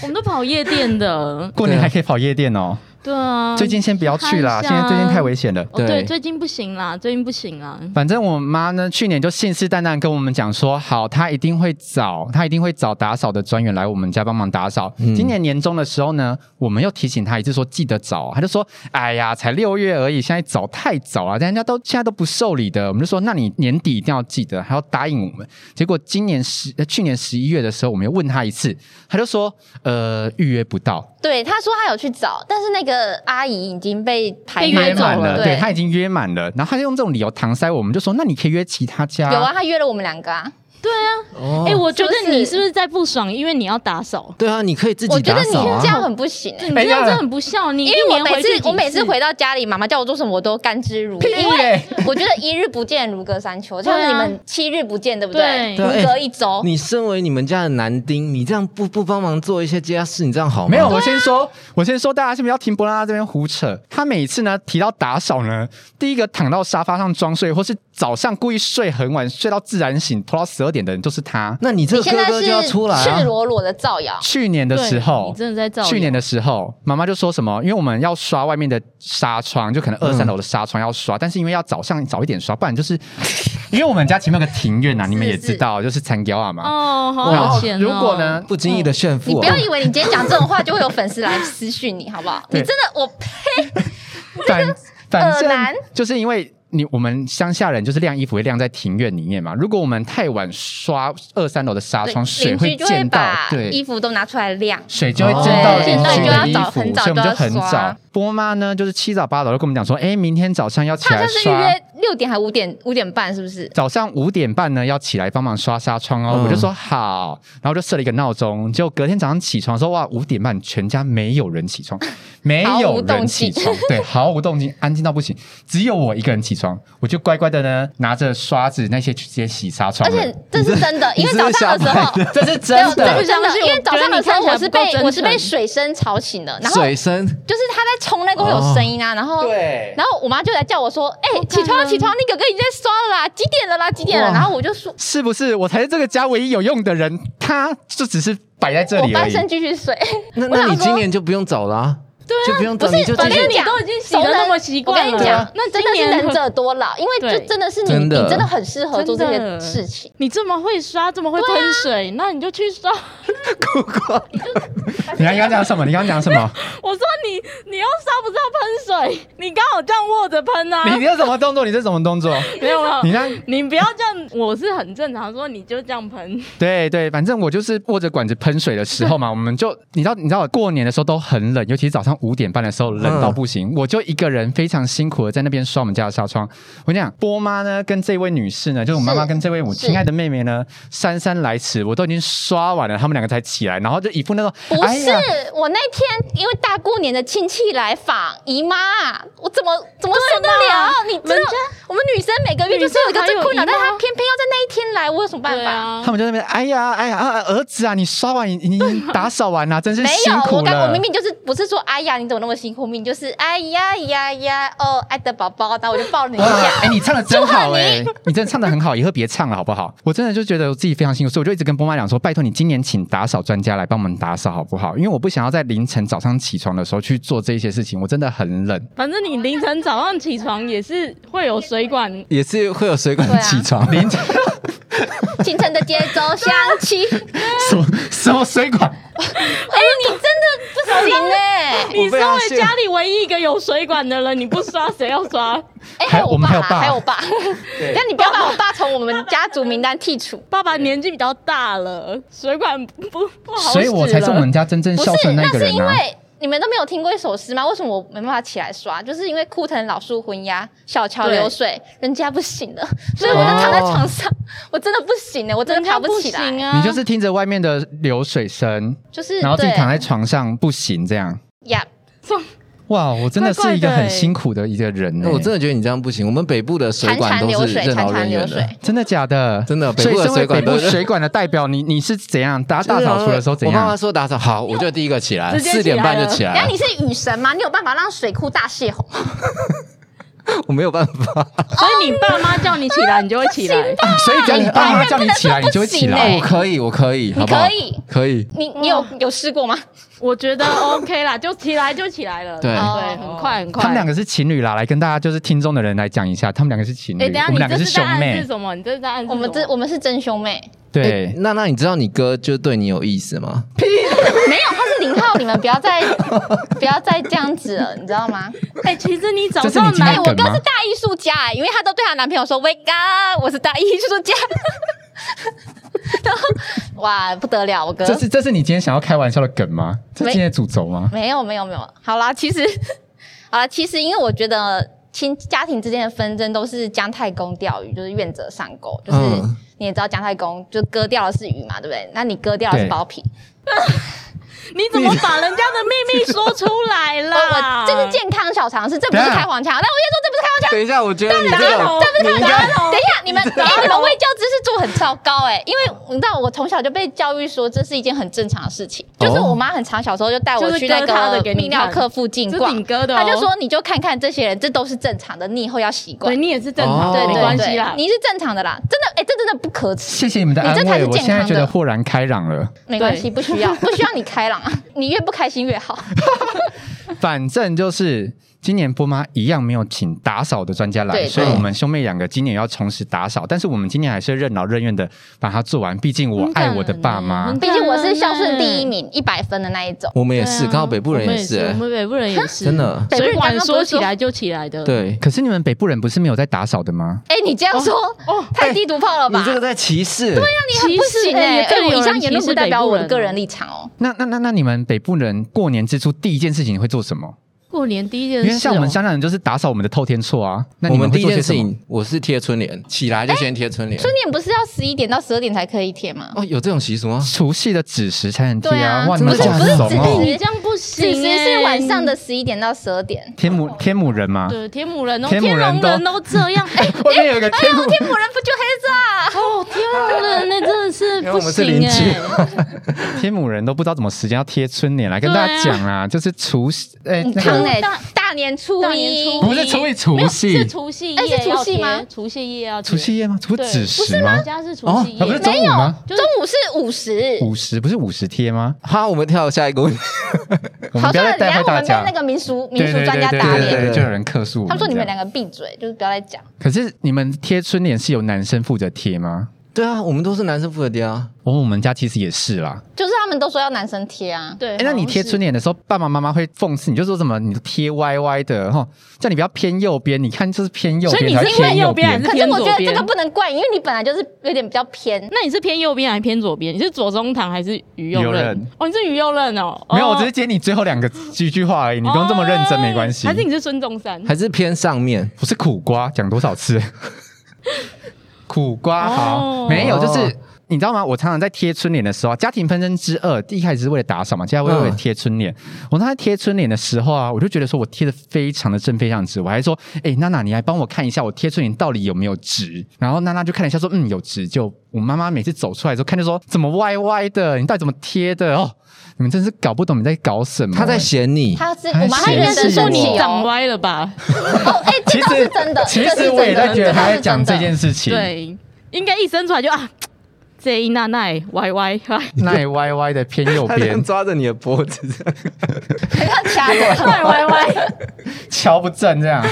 Speaker 4: 我们都跑夜店的，
Speaker 2: 过年还可以跑夜店哦，
Speaker 4: 对啊。
Speaker 2: 最近先不要去啦，
Speaker 4: 看
Speaker 2: 现
Speaker 4: 一下啊
Speaker 2: 在最近太危险了。
Speaker 4: 哦对，
Speaker 3: 对
Speaker 4: 最近不行啦，最近不行啦。
Speaker 2: 反正我妈呢，去年就信誓旦旦跟我们讲说，好，她一定会找，她一定会找打扫的专员来我们家帮忙打扫。
Speaker 3: 嗯
Speaker 2: 今年年终的时候呢，我们又提醒她一次说，记得找啊。她就说，哎呀，才六月而已，现在找太早了，人家都现在都不受理的。我们就说，那你年底一定要记得，还要答应我们。结果今年十，呃去年十一月的时候，我们又问她一次，她就说，呃，预约不到。
Speaker 1: 对，他说他有去找，但是那个阿姨已经被排
Speaker 4: 被
Speaker 1: 排
Speaker 2: 约
Speaker 1: 走
Speaker 2: 满了，对
Speaker 1: 对，
Speaker 2: 她已经约满了，然后她就用这种理由搪塞我们，就说那你可以约其他家。
Speaker 1: 有啊，他约了我们两个啊。
Speaker 4: 对啊，
Speaker 3: 哦
Speaker 4: 哎、我觉
Speaker 1: 是
Speaker 4: 得
Speaker 1: 不是
Speaker 4: 你是不是在不爽？因为你要打扫，
Speaker 3: 对啊，你可以自
Speaker 1: 我
Speaker 3: 己
Speaker 1: 觉得
Speaker 3: 打
Speaker 1: 你
Speaker 3: 扫啊。
Speaker 1: 这样很不行欸
Speaker 4: 你这
Speaker 2: 哎呀
Speaker 4: 样真的很不孝。你一
Speaker 1: 因为我
Speaker 4: 年
Speaker 1: 每
Speaker 4: 回
Speaker 1: 次
Speaker 4: 去几
Speaker 1: 我每次回到家里，妈妈叫我做什么，我都甘之如饴。
Speaker 2: 屁
Speaker 1: 因为
Speaker 2: 嘞
Speaker 1: 我觉得一日不见如隔三秋，
Speaker 4: 对啊
Speaker 1: 像是你们七日不见，对不
Speaker 4: 对
Speaker 1: 如
Speaker 3: 对
Speaker 1: 隔一周。
Speaker 3: 你身为你们家的男丁，你这样不不帮忙做一些家事，你这样好吗？
Speaker 2: 没有，我
Speaker 4: 啊
Speaker 2: 先说，我先说，大家先不要听波拉拉这边胡扯。他每次呢提到打扫呢，第一个躺到沙发上装睡，或是早上故意睡很晚，睡到自然醒，拖到十二点的人就是他。
Speaker 3: 那你这
Speaker 1: 你
Speaker 3: 个
Speaker 1: 现
Speaker 3: 哥
Speaker 1: 在
Speaker 3: 哥就是要出来啊
Speaker 1: 赤！裸裸的造
Speaker 2: (laughs)
Speaker 1: 谣，
Speaker 2: 去年的
Speaker 4: 对
Speaker 2: 时候
Speaker 4: 你，真的在造谣
Speaker 2: 去年的时候，妈妈就说什么，因为我们要刷外面的纱窗，就可能二
Speaker 3: 嗯
Speaker 2: 三楼的纱窗要刷，但是因为要早上早一点刷，不然就是因为我们家前面有个庭院啊，你们也知道，就是残雕啊嘛。
Speaker 4: 哦，好
Speaker 2: 然
Speaker 4: 好
Speaker 2: 后
Speaker 4: 险、哦。
Speaker 2: 如果呢，
Speaker 3: 不经意的炫
Speaker 1: 你
Speaker 3: 富、
Speaker 1: 不
Speaker 3: 啊
Speaker 1: 要，以为你今天讲这种话就会有粉丝来私讯你，好不好？你
Speaker 2: 对
Speaker 1: 真的我 (laughs) 呃
Speaker 2: 反反
Speaker 1: 耳男
Speaker 2: 正就是因为你我们乡下人就是晾衣服会晾在庭院里面嘛，如果我们太晚刷二三楼的纱
Speaker 1: 对
Speaker 2: 窗，水
Speaker 1: 邻居
Speaker 2: 会
Speaker 1: 就会
Speaker 2: 溅到，
Speaker 1: 把
Speaker 2: 对。
Speaker 1: 衣服都拿出来晾。
Speaker 2: 水就会溅到
Speaker 3: 哦
Speaker 2: 邻
Speaker 3: 对
Speaker 2: 居的衣
Speaker 1: 那就要早
Speaker 2: 服，
Speaker 1: 很早
Speaker 2: 所以我们就很
Speaker 1: 就要
Speaker 2: 早
Speaker 1: 刷。
Speaker 2: 波妈呢，就是七早八早就跟我们讲说，哎、明天早上要起
Speaker 1: 他好
Speaker 2: 来
Speaker 1: 像是预
Speaker 2: 刷。
Speaker 1: 约六点还五点五点半，是不是？
Speaker 2: 早上五点半呢要起来帮忙刷纱窗哦，
Speaker 3: 嗯
Speaker 2: 我就说好，然后就设了一个闹钟，结果隔天早上起床说哇五点半全家没有人起
Speaker 1: (laughs)
Speaker 2: 床，没
Speaker 1: 毫
Speaker 2: 有
Speaker 1: 无
Speaker 2: 人
Speaker 1: 动
Speaker 2: 起
Speaker 1: 静
Speaker 2: 床，对， (laughs) 毫无动静，安静到不行，只有我一个人起床，我就乖乖的呢拿着刷子那些去直接洗纱窗
Speaker 1: 而
Speaker 2: 了，
Speaker 1: 且这是真的，
Speaker 3: 你
Speaker 1: 因为
Speaker 3: 是不
Speaker 1: 早
Speaker 3: 是
Speaker 1: 上的时
Speaker 3: 瞎
Speaker 1: 候
Speaker 3: 掰，
Speaker 2: 这是
Speaker 1: 没有
Speaker 2: 真
Speaker 1: 这
Speaker 2: 的
Speaker 4: 不
Speaker 1: 是。真
Speaker 4: 相
Speaker 1: 的，
Speaker 4: 信
Speaker 1: 因为
Speaker 4: 我
Speaker 1: 早
Speaker 4: 觉得
Speaker 1: 上
Speaker 4: 你
Speaker 1: 的时候
Speaker 4: 看起来
Speaker 1: 我是
Speaker 4: 不够
Speaker 1: 被
Speaker 4: 真
Speaker 1: 我是被
Speaker 4: 诚
Speaker 1: 水声吵醒的，然后
Speaker 3: 水深
Speaker 1: 就是他在冲那个会有
Speaker 2: 哦
Speaker 1: 声音啊，然后
Speaker 2: 对
Speaker 1: 然后我妈就来叫我说，哎、
Speaker 4: 感
Speaker 1: 起床
Speaker 4: 人
Speaker 1: 起床，你哥哥已经在刷了啦，几点了啦，几点了？
Speaker 3: 哇
Speaker 1: 然后我就说，
Speaker 2: 是不是我才是这个家唯一有用的人？他就只是摆在这
Speaker 1: 我
Speaker 2: 里而
Speaker 1: 翻
Speaker 2: 已。
Speaker 1: 身继续睡。
Speaker 3: 那
Speaker 1: 我想
Speaker 3: 那你
Speaker 1: 说
Speaker 3: 今年就不用找了、啊，对就不用找，
Speaker 1: 不是
Speaker 3: 你就继
Speaker 1: 反
Speaker 4: 因
Speaker 1: 正
Speaker 4: 为
Speaker 3: 续
Speaker 4: 你都已经 (laughs) 洗
Speaker 1: 熟
Speaker 4: 的
Speaker 1: 人
Speaker 4: 那么习
Speaker 1: 我
Speaker 4: 惯
Speaker 1: 跟
Speaker 4: 了，
Speaker 1: 你
Speaker 2: 啊
Speaker 1: 讲，
Speaker 4: 那今
Speaker 1: 真的是
Speaker 4: 年
Speaker 1: 能
Speaker 4: 会
Speaker 1: 者多劳，因为
Speaker 4: 对
Speaker 1: 就真的是你，
Speaker 3: 真的
Speaker 1: 你真的很适合做这
Speaker 4: 真
Speaker 1: 些
Speaker 4: 的
Speaker 1: 事情。
Speaker 4: 你这么会刷，这么会
Speaker 1: 啊
Speaker 4: 喷水，那你就去刷。 (laughs)
Speaker 2: 你刚刚讲什么？你刚刚讲什
Speaker 1: (laughs)
Speaker 2: 么？
Speaker 4: 我说你，你要刷不是要喷水，你刚好这样握着喷啊。
Speaker 2: 你这是什么动作？你这是什么动作？
Speaker 1: 哦
Speaker 4: 没有了
Speaker 2: 你，看
Speaker 4: 你不要这样，我是很正常说，你就这样喷。
Speaker 2: 对
Speaker 1: 嗯
Speaker 2: 对，反正我就是握着管子喷水的时候嘛，我们就你知道，你知道过年的时候都很冷，尤其是早上上五点半的时候冷到不行，我就一个人非常辛苦的在那边刷我们家的纱窗。我跟你讲，波妈呢跟这位女士呢，就是我妈妈
Speaker 1: 是
Speaker 2: 跟这位我
Speaker 1: 是
Speaker 2: 亲爱的妹妹呢，姗姗来迟，我都已经刷完了，他们两个才起来，然后就一副那种
Speaker 1: 不
Speaker 2: 哎
Speaker 1: 是
Speaker 2: 呀，
Speaker 1: 我那天因为大过年的亲戚来访姨妈，我怎么怎么受得了？你知道我们女生每个月就是有一个这困扰，
Speaker 4: 女生还有姨妈
Speaker 1: 但她偏偏要在那一天来，我有什么办
Speaker 4: 对
Speaker 1: 法？
Speaker 4: 啊
Speaker 2: 他，们就在那边哎呀哎呀啊儿子啊，你刷完你你你打扫完啊了、真是
Speaker 1: 没
Speaker 2: 辛
Speaker 1: 有，
Speaker 2: 苦
Speaker 1: 我刚
Speaker 2: 了。
Speaker 1: 我明明就是不是说哎呀你怎么那么辛苦，明明就是哎呀呀呀哦爱的宝宝，然后我就抱了 (laughs) 你一
Speaker 2: 哇！
Speaker 1: 下。
Speaker 2: (laughs) 哎、你唱的真好哎、你真的唱的很好，以后别唱了好不好？我真的就觉得我自己非常辛苦，所以我就一直跟波妈讲说，拜托你今年请打扫专家来帮我们打扫好不好？因为我不想要在凌晨早上起床的时候去做这些事情，我真的很冷。
Speaker 4: 反正你凌晨早上起床也是会有水管，
Speaker 3: 也是会有水管
Speaker 1: 对啊
Speaker 3: 起
Speaker 2: (laughs)
Speaker 3: 床，
Speaker 2: 凌晨
Speaker 1: 清晨的街州响起， (laughs) 哎、
Speaker 2: 什么什么水管？
Speaker 1: 你真的不行哎、
Speaker 4: 你身
Speaker 3: 被他
Speaker 4: 为
Speaker 3: 吓
Speaker 4: 家里唯一一个有水管的人，你不刷谁要
Speaker 2: (laughs)
Speaker 4: 刷？
Speaker 1: 哎、
Speaker 2: 还
Speaker 1: 还
Speaker 2: 有
Speaker 1: 有
Speaker 2: 我
Speaker 1: 我
Speaker 2: 们
Speaker 1: 爸，
Speaker 2: 还有爸
Speaker 1: 还有我 (laughs) 爸，但你不要把我爸从我们家族名单剔除。
Speaker 4: 爸爸年纪比较大了，水管不不好使了。
Speaker 2: 所以我才是我们家真正
Speaker 1: 不
Speaker 2: 孝
Speaker 1: 是，
Speaker 2: 顺
Speaker 1: 那
Speaker 2: 个
Speaker 1: 是
Speaker 2: 人
Speaker 1: 因
Speaker 2: 啊！
Speaker 1: 为你们都没有听过一首诗吗？为什么我没办法起来刷？就是因为枯藤老树昏鸦，小桥流水，人家不行了，所以我就躺在床上，我真的不行了，欸我真的爬
Speaker 4: 人家
Speaker 1: 不
Speaker 4: 不
Speaker 1: 起来，
Speaker 4: 行啊！
Speaker 2: 你就是听着外面的流水声，
Speaker 1: 就是
Speaker 2: 然后自己
Speaker 1: 对
Speaker 2: 躺在床上不行这样。
Speaker 1: 呀。
Speaker 2: 哇，我真的
Speaker 4: 怪
Speaker 2: 是
Speaker 4: 怪
Speaker 2: 一个
Speaker 4: 的
Speaker 2: 很
Speaker 4: 欸
Speaker 2: 辛苦的一个人、欸。
Speaker 3: 那我真的觉得你这样不行。我们北部的水
Speaker 1: 潺
Speaker 3: 管
Speaker 1: 潺
Speaker 3: 都
Speaker 1: 流
Speaker 3: 是
Speaker 1: 水，
Speaker 3: 任
Speaker 1: 潺
Speaker 3: 劳
Speaker 1: 潺
Speaker 3: 任
Speaker 1: 流
Speaker 3: 怨的
Speaker 1: 水。。
Speaker 2: 真的假的？
Speaker 3: 真的
Speaker 2: 所以
Speaker 3: 北部的
Speaker 2: 身为
Speaker 3: 水管
Speaker 2: 北部
Speaker 3: 都是
Speaker 2: 水管的代表，你你是怎样打
Speaker 3: 就是
Speaker 2: 大扫除的时候怎
Speaker 3: 我妈妈
Speaker 2: 样？
Speaker 3: 说打扫好，我就第一个起来，
Speaker 4: 直接起
Speaker 3: 四
Speaker 4: 来
Speaker 3: 点半就起
Speaker 1: 然
Speaker 3: 来
Speaker 1: 后 (laughs)
Speaker 3: 了
Speaker 1: 你。是雨神吗？你有办法让水库大泄洪？
Speaker 3: 我没有办法，
Speaker 4: 所以你爸妈叫你起
Speaker 1: 哦
Speaker 4: 来，你就会起来。
Speaker 2: 啊所以
Speaker 3: 哎
Speaker 2: 只要你爸妈叫你起来，你就会起来。
Speaker 1: 对
Speaker 3: (laughs) 我可以，我可以，好不好
Speaker 1: 可以？
Speaker 3: 可以，
Speaker 1: 你你有有试过吗？
Speaker 4: 我觉得 OK 啦，就起来就起来了。
Speaker 3: 对
Speaker 1: 哦
Speaker 4: 对，很快很快。
Speaker 2: 他们两个是情侣啦，来跟大家就是听众的人来讲一下，他们两个是情侣，
Speaker 4: 哎，等一下
Speaker 2: 我
Speaker 4: 你
Speaker 2: 们两个
Speaker 4: 这
Speaker 2: 是
Speaker 4: 是在
Speaker 2: 兄
Speaker 4: 暗示
Speaker 2: 妹，
Speaker 4: 什么？你这是在暗示
Speaker 1: 我们这
Speaker 4: 什么
Speaker 1: 我们是真兄妹，
Speaker 3: 哎
Speaker 2: 对。
Speaker 3: 娜娜，你知道你哥就对你有意思吗？
Speaker 1: 没有，他是零号，你们不要再不要再这样子了，你知道吗？
Speaker 4: 哎，其实你早
Speaker 2: 这是
Speaker 4: 上
Speaker 2: 你今
Speaker 4: 来
Speaker 2: 天
Speaker 1: 哎，我
Speaker 2: 梗
Speaker 1: 哥
Speaker 2: 吗
Speaker 1: 是大艺术家、哎因为她都对她男朋友说 “Wake up”，我是大艺术家。 (laughs) 然后哇，不得了，我哥
Speaker 2: 这是这是你今天想要开玩笑的梗吗？这是
Speaker 1: 没
Speaker 2: 今天的主轴吗？
Speaker 1: 没有没有没有，好啦，其实 (laughs) 好啦，其实因为我觉得亲家庭之间的纷争都是姜太公钓鱼，就是愿者上钩，就是、
Speaker 3: 嗯
Speaker 1: 你也知道姜太公就割掉的是鱼嘛，对不对？那你割掉的是
Speaker 2: 对
Speaker 1: 包皮，
Speaker 4: 你怎么把人家的秘密说出来
Speaker 1: 我 (laughs) 哦我
Speaker 4: 啦？
Speaker 1: 这是健康小常识，这不是
Speaker 2: 等一下
Speaker 1: 开黄腔，但我先说这不是开黄腔。
Speaker 3: 等一下，我觉得你这个
Speaker 4: 打扰，
Speaker 3: 你应该
Speaker 1: 啊等一下，你们
Speaker 4: 道
Speaker 1: 哎、你们卫教知识度很糟糕哎、因为你知道我从小就被教育说这是一件很正常的事情，
Speaker 3: 哦
Speaker 1: 就是我妈很常小时候就带我去那
Speaker 4: 就是割她的
Speaker 1: 个
Speaker 4: 给你
Speaker 1: 泌尿
Speaker 4: 看
Speaker 1: 科附近
Speaker 4: 这
Speaker 1: 逛
Speaker 4: 顶，哥的哦，
Speaker 1: 她就说你就看看这些人，这都是正常的，你以后要习惯
Speaker 4: 对。你也是正常，
Speaker 3: 哦
Speaker 1: 对
Speaker 4: 没
Speaker 1: 对
Speaker 4: 关系啦
Speaker 1: 对，。你是正常的啦，真的哎、这真的不可耻，
Speaker 2: 谢谢你们的安
Speaker 1: 你这才
Speaker 2: 慰，
Speaker 1: 是
Speaker 2: 我
Speaker 1: 健
Speaker 2: 现在
Speaker 1: 康
Speaker 2: 觉
Speaker 1: 的
Speaker 2: 得豁然开朗了。
Speaker 1: 没关系，不需要不需要你开朗啊，你越不开心越
Speaker 4: (laughs)
Speaker 1: 好。
Speaker 2: 反正就是今年波妈一样没有请打扫的专家来，
Speaker 1: 对对
Speaker 2: 所以我们兄妹两个今年要重拾打扫，但是我们今年还是任劳任怨的把它做完，毕竟我爱我的爸妈
Speaker 4: 很。
Speaker 1: 毕
Speaker 4: 感人
Speaker 1: 竟
Speaker 4: 欸
Speaker 1: 我是孝顺第一，名，一百分的那一种。
Speaker 3: 我们也是，
Speaker 4: 对啊
Speaker 3: 刚好北部人
Speaker 4: 我们
Speaker 3: 也
Speaker 4: 也
Speaker 3: 是，
Speaker 4: 我
Speaker 3: 哎
Speaker 4: 们北部人也是，
Speaker 3: 真的
Speaker 1: 北部
Speaker 4: 水
Speaker 1: 人刚
Speaker 4: 管
Speaker 1: 刚不是
Speaker 4: 说起
Speaker 1: 说
Speaker 4: 来就起来的，，
Speaker 3: 对。
Speaker 2: 可是你们北部人不是没有在打扫的吗？
Speaker 1: 哎、你这样说、
Speaker 4: 哦
Speaker 1: 太低毒炮了吧？
Speaker 3: 你这个在歧视，对呀，
Speaker 1: 你很不行哎、
Speaker 4: 哎
Speaker 1: 哎、
Speaker 4: 对
Speaker 1: 我以
Speaker 4: 有人
Speaker 1: 上言论
Speaker 4: 歧
Speaker 1: 不
Speaker 4: 视
Speaker 1: 代
Speaker 4: 北
Speaker 1: 表
Speaker 4: 部
Speaker 1: 我的
Speaker 4: 人
Speaker 1: 个
Speaker 4: 哦
Speaker 1: 人立场哦。
Speaker 2: 那那那那你们北部人过年之初第一件事情会做什么？
Speaker 4: 过年第一件
Speaker 2: 因
Speaker 4: 事哦，
Speaker 2: 为像我们香港人就是打扫我们的透天厝啊。那
Speaker 3: 我
Speaker 2: 你
Speaker 3: 们
Speaker 2: 会
Speaker 3: 第一
Speaker 2: 做
Speaker 3: 件
Speaker 2: 些
Speaker 3: 事
Speaker 2: 什么？
Speaker 3: 情，我是贴春联，起来就先贴春联。
Speaker 1: 春联不是要十一点到十二点才可以贴吗？
Speaker 3: 哦，有这种习俗吗？
Speaker 2: 除夕的子时才能贴
Speaker 1: 对
Speaker 2: 啊，
Speaker 1: 啊
Speaker 2: 哇，你
Speaker 3: 真的
Speaker 2: 们好
Speaker 3: 假的
Speaker 2: 怂
Speaker 1: 不是
Speaker 2: 哦
Speaker 1: 不！
Speaker 4: 你这样不
Speaker 1: 子
Speaker 4: 行
Speaker 1: 时
Speaker 4: 欸，
Speaker 1: 是晚上的十一点到十二点。
Speaker 2: 天母天母人嘛，
Speaker 4: 对，天母人哦，
Speaker 2: 啊天母
Speaker 4: 天
Speaker 2: 人
Speaker 4: 龙
Speaker 2: 都
Speaker 4: 人都这
Speaker 2: (laughs)
Speaker 4: 样，哎
Speaker 2: 外面有一个天母，
Speaker 1: 天母人不就黑子啊？
Speaker 4: 哦，天龙人那真的是
Speaker 3: 为
Speaker 4: 不
Speaker 3: 我们是
Speaker 4: 行
Speaker 3: 邻居
Speaker 4: 哎，
Speaker 2: 天母人都不知道怎么时间要贴春联，来跟
Speaker 4: 对啊
Speaker 2: 大家讲啊，就是除夕，哎，
Speaker 1: 你
Speaker 2: 那
Speaker 1: 看
Speaker 2: 个
Speaker 1: 哎
Speaker 4: 大，
Speaker 1: 大年初
Speaker 4: 大年初
Speaker 1: 一
Speaker 4: 一
Speaker 2: 不是除以除
Speaker 4: 没有
Speaker 2: 夕
Speaker 4: 是，除夕
Speaker 1: 哎
Speaker 4: 夜，
Speaker 1: 是除夕吗？
Speaker 4: 除夕夜要贴
Speaker 2: 除夕夜吗？除
Speaker 4: 对
Speaker 2: 子时
Speaker 4: 我
Speaker 2: 吗
Speaker 4: 们？家是除
Speaker 3: 哦
Speaker 4: 夕夜，
Speaker 2: 啊，不是中午吗？
Speaker 4: 就是
Speaker 1: 中午是五十。
Speaker 2: 午时不是午时贴吗？
Speaker 3: 好，我们跳下一个问 (laughs) 题。
Speaker 2: 我们
Speaker 1: 好
Speaker 2: 不要
Speaker 1: 像
Speaker 2: 再带
Speaker 1: 等下我
Speaker 2: 坏大
Speaker 1: 们跟
Speaker 2: 家
Speaker 1: 那。个民俗民
Speaker 2: 对
Speaker 1: 俗
Speaker 2: 对
Speaker 1: 专
Speaker 2: 对
Speaker 1: 家
Speaker 2: 对
Speaker 1: 打
Speaker 2: 对对
Speaker 1: 脸，
Speaker 2: 对，就有人客诉我
Speaker 1: 他们说你们
Speaker 2: 这
Speaker 1: 两
Speaker 2: 样。
Speaker 1: 个闭嘴，就是不要再讲。
Speaker 2: 可是你们贴春联是有男生负责贴吗？
Speaker 3: 对啊，我们都是男生负责贴啊。
Speaker 2: 哦，我们家其实也是啦，
Speaker 1: 就是他们们都说要男生贴啊，
Speaker 4: 对
Speaker 2: 哎、那你贴春联的时候，爸爸妈妈会讽刺你，就说什么你贴歪歪的哈，吼叫你不要偏右边。你看，就是偏右
Speaker 4: 所以
Speaker 2: 边，
Speaker 4: 你
Speaker 2: 才会
Speaker 4: 是因为
Speaker 2: 偏
Speaker 4: 右边还是
Speaker 1: 可是我觉得
Speaker 4: 偏左边
Speaker 1: 这个不能怪你，因为你本来就是有点比较偏。
Speaker 4: 那你是偏右边还是偏左边？你是左中堂还是鱼右
Speaker 2: 鱼右
Speaker 4: 任
Speaker 2: 任？
Speaker 4: 哦，你是鱼右任哦。
Speaker 2: 没有，
Speaker 4: 哦
Speaker 2: 我只是接你最后两个几句话而已，你不用这么认真，
Speaker 4: 哦
Speaker 2: 没关系
Speaker 4: 还。是你是孙中山？
Speaker 3: 还是偏上面
Speaker 2: 我是苦瓜，讲多少次？ (laughs) 苦瓜
Speaker 4: 哦
Speaker 2: 好，没有，就是
Speaker 3: 哦
Speaker 2: 你知道吗？我常常在贴春联的时候啊，家庭纷争之二，第一开始是为了打扫嘛，接下来为了
Speaker 3: 嗯
Speaker 2: 贴春联。我当时贴春联的时候啊，我就觉得说我贴的非常的正，非常直。我还说，哎、娜娜，你来帮我看一下我贴春联到底有没有直。然后娜娜就看了一下，说，嗯，有直。就我妈妈每次走出来的时候，看就说，怎么歪歪的？你到底怎么贴的？哦，你们真是搞不懂你在搞什么、
Speaker 3: 他在嫌你，
Speaker 1: 他是我
Speaker 2: 还
Speaker 1: 妈她
Speaker 2: 嫌
Speaker 1: 认真
Speaker 2: 弃
Speaker 1: 生
Speaker 2: 我
Speaker 1: 气
Speaker 4: 你长
Speaker 1: 哦，
Speaker 4: 歪了吧？
Speaker 1: 哦，哎，这
Speaker 2: 其
Speaker 1: 倒是
Speaker 2: 实
Speaker 1: 真的，
Speaker 2: 其
Speaker 1: 这是
Speaker 2: 实
Speaker 1: 真
Speaker 2: 我也在
Speaker 1: 的
Speaker 2: 觉得
Speaker 1: 这倒
Speaker 2: 他
Speaker 1: 是
Speaker 2: 在讲
Speaker 1: 真
Speaker 2: 这
Speaker 1: 的
Speaker 2: 件事
Speaker 1: (laughs)
Speaker 2: 情。
Speaker 4: 对，应该一生出来就啊，这一娜奈歪歪 (laughs) 歪
Speaker 2: 奈歪歪的偏右
Speaker 3: 他这样
Speaker 2: (laughs) 边，
Speaker 3: 抓着你的脖子这样，
Speaker 1: 很像掐 (laughs) 着。
Speaker 4: 歪歪歪，
Speaker 2: 瞧不正这样。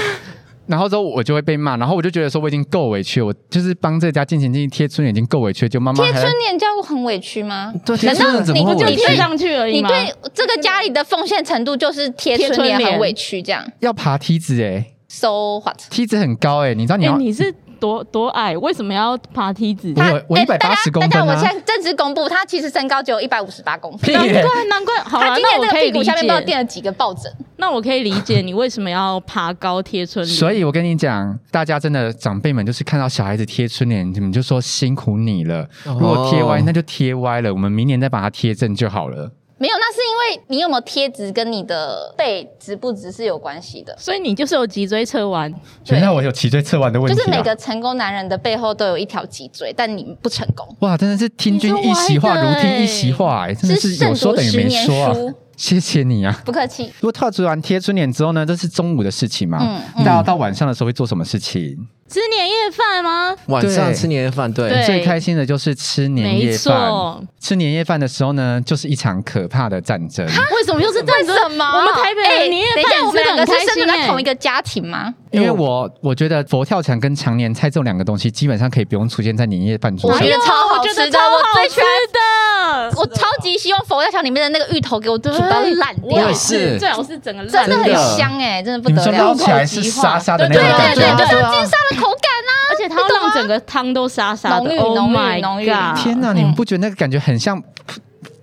Speaker 2: 然后之后我就会被骂，然后我就觉得说我已经够委屈了，我就是帮这家进行进行贴春联已经够委屈了，就妈妈
Speaker 1: 贴
Speaker 2: 还
Speaker 1: 春联叫很委屈吗？
Speaker 3: 对贴
Speaker 1: 难
Speaker 3: 春
Speaker 1: 道
Speaker 3: 联怎
Speaker 1: 你
Speaker 3: 么会
Speaker 1: 就
Speaker 3: 委
Speaker 1: 你
Speaker 4: 你
Speaker 3: 屈
Speaker 4: 对
Speaker 1: 对
Speaker 4: 上去而已
Speaker 1: 你
Speaker 4: 吗？
Speaker 1: 对这个家里的奉献程度就是贴春联很委屈这样
Speaker 2: 要爬梯子哎、
Speaker 1: ，so what？
Speaker 2: 梯子很高哎、你知道你
Speaker 4: 哎、
Speaker 2: 要、
Speaker 4: 你是多多矮？为什么要爬梯子？
Speaker 2: 我
Speaker 1: 他
Speaker 2: 有我
Speaker 1: 哎
Speaker 2: 一百
Speaker 1: 大
Speaker 2: 八
Speaker 1: 家
Speaker 2: 十公
Speaker 1: 大家
Speaker 2: 分
Speaker 1: 我现
Speaker 2: 啊，
Speaker 1: 在正式公布，他其实身高只有一百五十八公分。
Speaker 2: 屁
Speaker 4: 难
Speaker 2: 嘞！
Speaker 4: 怪难怪，好
Speaker 1: 他
Speaker 4: 了，
Speaker 1: 今
Speaker 4: 那
Speaker 1: 天
Speaker 4: 我
Speaker 1: 这个
Speaker 4: 可以
Speaker 1: 屁
Speaker 4: 理
Speaker 1: 股下面不知道
Speaker 4: 解，
Speaker 1: 垫了几个抱枕，
Speaker 4: 那我可以理解你为什么要爬高贴春联。
Speaker 2: 所以我跟你讲，大家真的长辈们就是看到小孩子贴春联，你们就说辛苦你了。如果贴歪，
Speaker 3: 哦
Speaker 2: 那就贴歪了，我们明年再把它贴正就好了。
Speaker 1: 没有，那是因为你有没有贴纸跟你的背直不直是有关系的。
Speaker 4: 所以你就是有脊椎侧弯，
Speaker 1: 对
Speaker 2: 原来我有脊椎侧弯的问
Speaker 1: 就
Speaker 2: 题、啊，
Speaker 1: 是每个成功男人的背后都有一条脊椎，但你不成功。
Speaker 2: 哇，真的是听君一席话，
Speaker 4: 你是歪的
Speaker 2: 如
Speaker 4: 欸
Speaker 2: 听一席话、哎，真的是有说等于没
Speaker 1: 是
Speaker 2: 说啊
Speaker 1: 慎读十年书！
Speaker 2: 谢谢你啊！
Speaker 1: 不客气，
Speaker 2: 如果套出完贴春联之后呢，这是中午的事情嘛？
Speaker 1: 嗯
Speaker 2: 嗯，大家到晚上的时候会做什么事情？
Speaker 4: 吃年夜饭吗？
Speaker 3: (laughs) 晚上
Speaker 2: 对
Speaker 3: 吃年夜饭，对
Speaker 4: 对，
Speaker 2: 最开心的就是吃年
Speaker 4: 没
Speaker 2: 夜饭。
Speaker 4: 错，
Speaker 2: 吃年夜饭的时候呢，就是一场可怕的战争。
Speaker 4: 为什么又是这样子？
Speaker 1: 什么？
Speaker 4: 我们台北
Speaker 1: 哎
Speaker 4: 人年夜
Speaker 1: 等一下
Speaker 4: 饭
Speaker 1: 我们两
Speaker 4: 很
Speaker 1: 个
Speaker 4: 开
Speaker 1: 是生
Speaker 4: 心
Speaker 1: 长在同一
Speaker 4: 哎。
Speaker 1: 个家庭吗？
Speaker 2: 因为我我觉得佛跳墙跟常年菜这两个东西，基本上可以不用出现在年夜饭桌
Speaker 1: 我
Speaker 2: 上
Speaker 1: 觉。得超好
Speaker 4: 哎我觉
Speaker 1: 吃
Speaker 4: 得
Speaker 1: 的，
Speaker 4: 超
Speaker 1: 我
Speaker 4: 好
Speaker 1: 最
Speaker 4: 吃
Speaker 1: 喜欢
Speaker 4: 的，
Speaker 1: 我超级希望佛跳墙里面的那个芋头给我煮到烂
Speaker 4: 我
Speaker 1: 掉
Speaker 4: 也
Speaker 3: 也，是
Speaker 4: 最好是整个烂
Speaker 1: 真的很
Speaker 4: 掉，
Speaker 3: 真的
Speaker 1: 香哎、真的不
Speaker 2: 你们
Speaker 1: 得
Speaker 2: 说
Speaker 1: 了
Speaker 2: 捞。起来是沙沙的那
Speaker 4: 对
Speaker 2: 种
Speaker 1: 对
Speaker 2: 感
Speaker 1: 对
Speaker 2: 觉
Speaker 1: 对，
Speaker 2: 吗，
Speaker 1: 就是要
Speaker 3: 对啊
Speaker 1: 金沙的口感啊！
Speaker 4: 而且它要让整个汤都沙沙的。
Speaker 1: 浓郁
Speaker 4: Oh
Speaker 1: 浓郁
Speaker 4: my
Speaker 1: 浓郁
Speaker 4: god
Speaker 2: 天
Speaker 1: 嗯
Speaker 2: 哪！你们不觉得那个感觉很像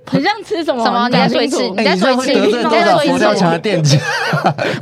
Speaker 4: 很像吃什么？
Speaker 1: 什么
Speaker 4: 你讲
Speaker 1: 你再说一
Speaker 4: 清楚
Speaker 1: 次你再
Speaker 3: 你这
Speaker 2: 哎
Speaker 3: 样
Speaker 1: 说一
Speaker 3: 会
Speaker 1: 次
Speaker 3: 得
Speaker 1: 你
Speaker 3: 罪
Speaker 1: 再
Speaker 3: 多少
Speaker 1: 说一次
Speaker 3: 佛跳墙的
Speaker 1: (laughs)
Speaker 3: 店家？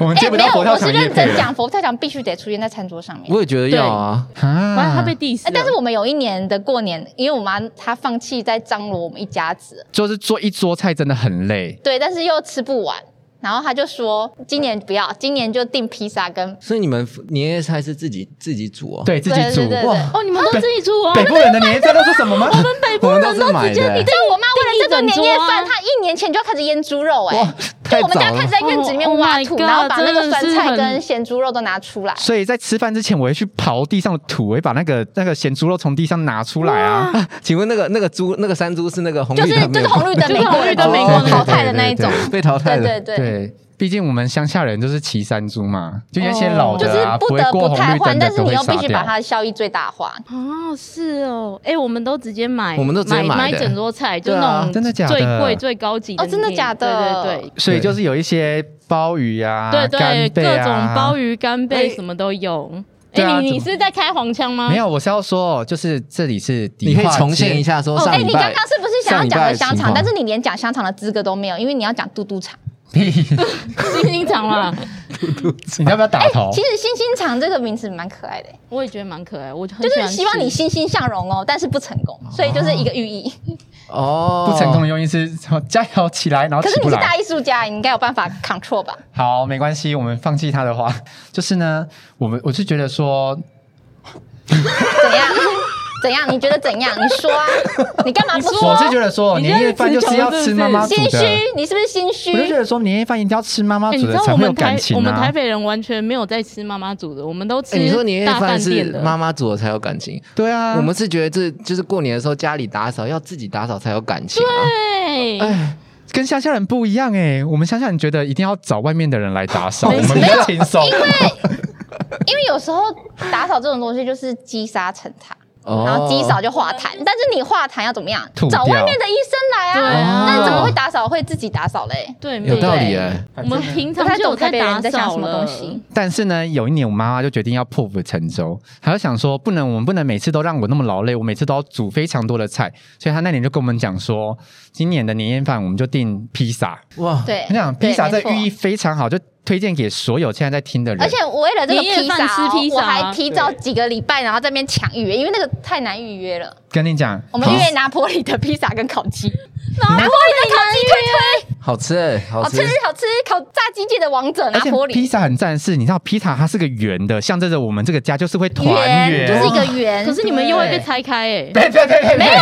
Speaker 2: 我们
Speaker 1: 哎、
Speaker 2: 接不
Speaker 1: 没
Speaker 2: 到
Speaker 1: 有，
Speaker 2: 佛跳
Speaker 1: 我是
Speaker 2: 墙夜
Speaker 1: 认
Speaker 2: 配
Speaker 1: 真
Speaker 2: 了
Speaker 1: 讲，佛跳墙必须得出现在餐桌上面。
Speaker 3: 我也觉得要啊，
Speaker 4: 哇，
Speaker 2: 啊
Speaker 4: 他被 diss 了。
Speaker 1: 哎但是我们有一年的过年，因为我妈她放弃在张罗我们一家子，
Speaker 2: 就是做一桌菜真的很累。
Speaker 1: 对，但是又吃不完，然后她就说今年不要，今年就订披萨跟
Speaker 3: 所以你们年夜菜是自己自己煮哦，，
Speaker 2: 对自己煮
Speaker 1: 对对对对
Speaker 2: 哇，
Speaker 4: 哦，你们都自己煮哦。
Speaker 2: 北部人的年夜菜都是什么吗？
Speaker 4: 北
Speaker 3: 我们都是买
Speaker 1: 你
Speaker 3: 的
Speaker 1: 知，道我妈为了这个年夜饭，
Speaker 4: 订一整桌啊
Speaker 1: 她一年前就要开始腌猪肉哎、
Speaker 3: 哇，
Speaker 1: 就
Speaker 3: 太
Speaker 1: 我们
Speaker 3: 早
Speaker 1: 家开始
Speaker 3: 了。
Speaker 1: 在院子里面挖土，
Speaker 4: Oh my God，
Speaker 1: 然后把那个酸
Speaker 4: 真的是
Speaker 1: 菜
Speaker 4: 很
Speaker 1: 跟咸猪肉都拿出来。
Speaker 2: 所以在吃饭之前，我会去刨地上的土，我会把那个那个咸猪肉从地上拿出来啊。
Speaker 3: 请问那个那个猪那个山猪是那个红
Speaker 1: 就
Speaker 3: 绿
Speaker 1: 是
Speaker 3: 灯
Speaker 1: 就
Speaker 3: 没
Speaker 1: 是
Speaker 3: 有
Speaker 1: 红绿灯美国
Speaker 4: 就是红绿
Speaker 1: 人
Speaker 4: 灯美国
Speaker 3: 哦
Speaker 4: 人
Speaker 1: 淘汰的那一种，
Speaker 3: 被淘汰
Speaker 1: 对
Speaker 3: 的？
Speaker 1: 对对。哦
Speaker 2: (laughs) 对，啊毕竟我们乡下人就是骑山猪嘛，就原先老
Speaker 1: 就
Speaker 2: 的
Speaker 1: 是
Speaker 2: 啊，
Speaker 1: 不
Speaker 2: 会
Speaker 1: 得
Speaker 2: 过
Speaker 1: 不
Speaker 2: 红
Speaker 1: 太
Speaker 2: 绿
Speaker 1: 换，
Speaker 2: 灯
Speaker 1: 但是
Speaker 2: 的都
Speaker 1: 你
Speaker 2: 会
Speaker 1: 又必
Speaker 2: 杀
Speaker 1: 须把它
Speaker 2: 掉。
Speaker 1: 的效益最大化。
Speaker 4: 哦，是哦，哎，我们都直接买，
Speaker 3: 我们都直接
Speaker 4: 买
Speaker 3: 买的
Speaker 4: 一整桌菜，就
Speaker 3: 对啊
Speaker 4: 那种
Speaker 2: 真的假的
Speaker 4: 最贵最高级的
Speaker 1: 哦真的
Speaker 4: 那一
Speaker 1: 假的
Speaker 4: 对对
Speaker 2: 所以就是有一些鲍鱼啊，
Speaker 4: 对对对，
Speaker 2: 干贝
Speaker 4: 各
Speaker 2: 啊
Speaker 4: 种鲍。鱼、干贝
Speaker 3: 哎
Speaker 4: 什么都有。
Speaker 2: 对啊
Speaker 4: 哎，你
Speaker 2: 怎
Speaker 4: 你
Speaker 2: 么
Speaker 4: 是在开黄腔
Speaker 1: 啊
Speaker 4: 吗？
Speaker 2: 没，有，我是要说，哦就是这里是
Speaker 3: 你可以重
Speaker 2: 现
Speaker 3: 现一。下说
Speaker 1: 哦，
Speaker 3: 上
Speaker 1: 你
Speaker 3: 礼
Speaker 1: 刚
Speaker 3: 拜
Speaker 1: 刚是不是想要
Speaker 3: 上礼
Speaker 1: 讲
Speaker 3: 拜
Speaker 1: 的
Speaker 3: 的
Speaker 1: 香
Speaker 3: 情
Speaker 1: 肠？
Speaker 3: 况
Speaker 1: 但是你连讲香肠的资格都没有，因为你要讲嘟嘟肠。
Speaker 4: 星星肠啦，
Speaker 2: 你要不要打
Speaker 4: 哎
Speaker 2: 头
Speaker 1: 其？实“星星肠”这个名字蛮可爱的，
Speaker 4: 我也觉得蛮可爱，我就
Speaker 1: 就是希望你欣欣向荣哦，但是不成功，所以就是一个寓意。
Speaker 3: 哦，
Speaker 2: 不成功的用意是加油起来，然后
Speaker 1: 可
Speaker 2: 起
Speaker 1: 是你
Speaker 2: 不
Speaker 1: 是
Speaker 2: 来。
Speaker 1: 大艺术家，你应该有办法 control 吧？
Speaker 2: 好，没关系，我们放弃他的话，就是呢，我们我是觉得说，
Speaker 1: 怎样？ (laughs) 怎样？你觉得怎样？你说啊！你干嘛不
Speaker 4: 哇
Speaker 2: 我
Speaker 1: 说？啊
Speaker 2: 是觉得说，
Speaker 4: 你
Speaker 2: 年夜饭就是要吃妈妈煮
Speaker 1: 心
Speaker 2: 的。
Speaker 1: 虚？你是不是心虚
Speaker 2: 我？就觉得说，年夜饭一定要吃妈妈
Speaker 4: 哎你
Speaker 2: 煮
Speaker 4: 知
Speaker 2: 的
Speaker 4: 道
Speaker 2: 才
Speaker 4: 我
Speaker 2: 会有
Speaker 4: 们
Speaker 2: 感
Speaker 4: 台
Speaker 2: 情
Speaker 4: 我们台
Speaker 2: 啊。
Speaker 4: 北人完全没有在吃妈妈煮的，我们都吃
Speaker 3: 哎，你说年夜
Speaker 4: 大
Speaker 3: 饭
Speaker 4: 饭店
Speaker 3: 是
Speaker 4: 的。
Speaker 3: 妈妈煮的才有感情，
Speaker 2: 对啊，
Speaker 3: 我们是觉得这就是过年的时候家里打扫要自己打扫才有感情啊。
Speaker 4: 对，
Speaker 3: 哎，
Speaker 2: 跟乡下人不一样哎，我们乡下人觉得一定要找外面的人来打扫，
Speaker 4: 没
Speaker 2: 我们比较轻松。
Speaker 1: 因为有时候打扫这种东西就是积沙成塔。
Speaker 3: 哦
Speaker 1: 然后机嫂就化痰。但是你化痰要怎么样
Speaker 2: 吐？掉
Speaker 1: 找外面的医生来
Speaker 4: 对
Speaker 1: 啊。
Speaker 4: 啊
Speaker 1: 那怎么会打扫会自己打扫嘞？
Speaker 4: 对，没
Speaker 3: 有道理
Speaker 1: 对
Speaker 3: 哎、
Speaker 4: 我们平
Speaker 1: 不
Speaker 4: 常
Speaker 1: 太
Speaker 4: 就有
Speaker 1: 懂
Speaker 4: 在
Speaker 1: 台北
Speaker 4: 打
Speaker 1: 人在想
Speaker 4: 扫
Speaker 1: 什么
Speaker 4: 了
Speaker 1: 东西。
Speaker 2: 但是呢，有一年我妈妈就决定要破釜沉舟，她就想说，不能我们不能每次都让我那么劳累，我每次都要煮非常多的菜，所以她那年就跟我们讲说，今年的年夜饭我们就订披萨。
Speaker 3: 哇，
Speaker 1: 对，
Speaker 2: 我想披萨这
Speaker 1: 对
Speaker 2: 寓意。非常好，就推荐给所有现在在听的人。
Speaker 1: 没错而且我为了这个
Speaker 4: 年夜
Speaker 1: 披萨
Speaker 4: 饭
Speaker 1: 哦，
Speaker 4: 吃披萨啊
Speaker 1: 我还提早几个礼拜，然后在那边抢预约，因为那个太难预约了。
Speaker 2: 跟你讲，
Speaker 1: 我们预
Speaker 2: 好
Speaker 1: 约拿坡里的披萨跟烤鸡，
Speaker 3: 好吃哎、好
Speaker 1: 好
Speaker 3: 吃
Speaker 1: 吃好吃，烤炸鸡界的王者拿
Speaker 2: 而且
Speaker 1: 坡
Speaker 2: 披
Speaker 1: 里，
Speaker 2: 萨很赞是，你知道披萨它是个圆的，象征着我们这个家就是会团
Speaker 1: 圆
Speaker 2: 圆，
Speaker 1: 就是一个圆。
Speaker 4: 可是你们又会被
Speaker 1: 对
Speaker 4: 拆开哎、
Speaker 2: 对对对对，没有，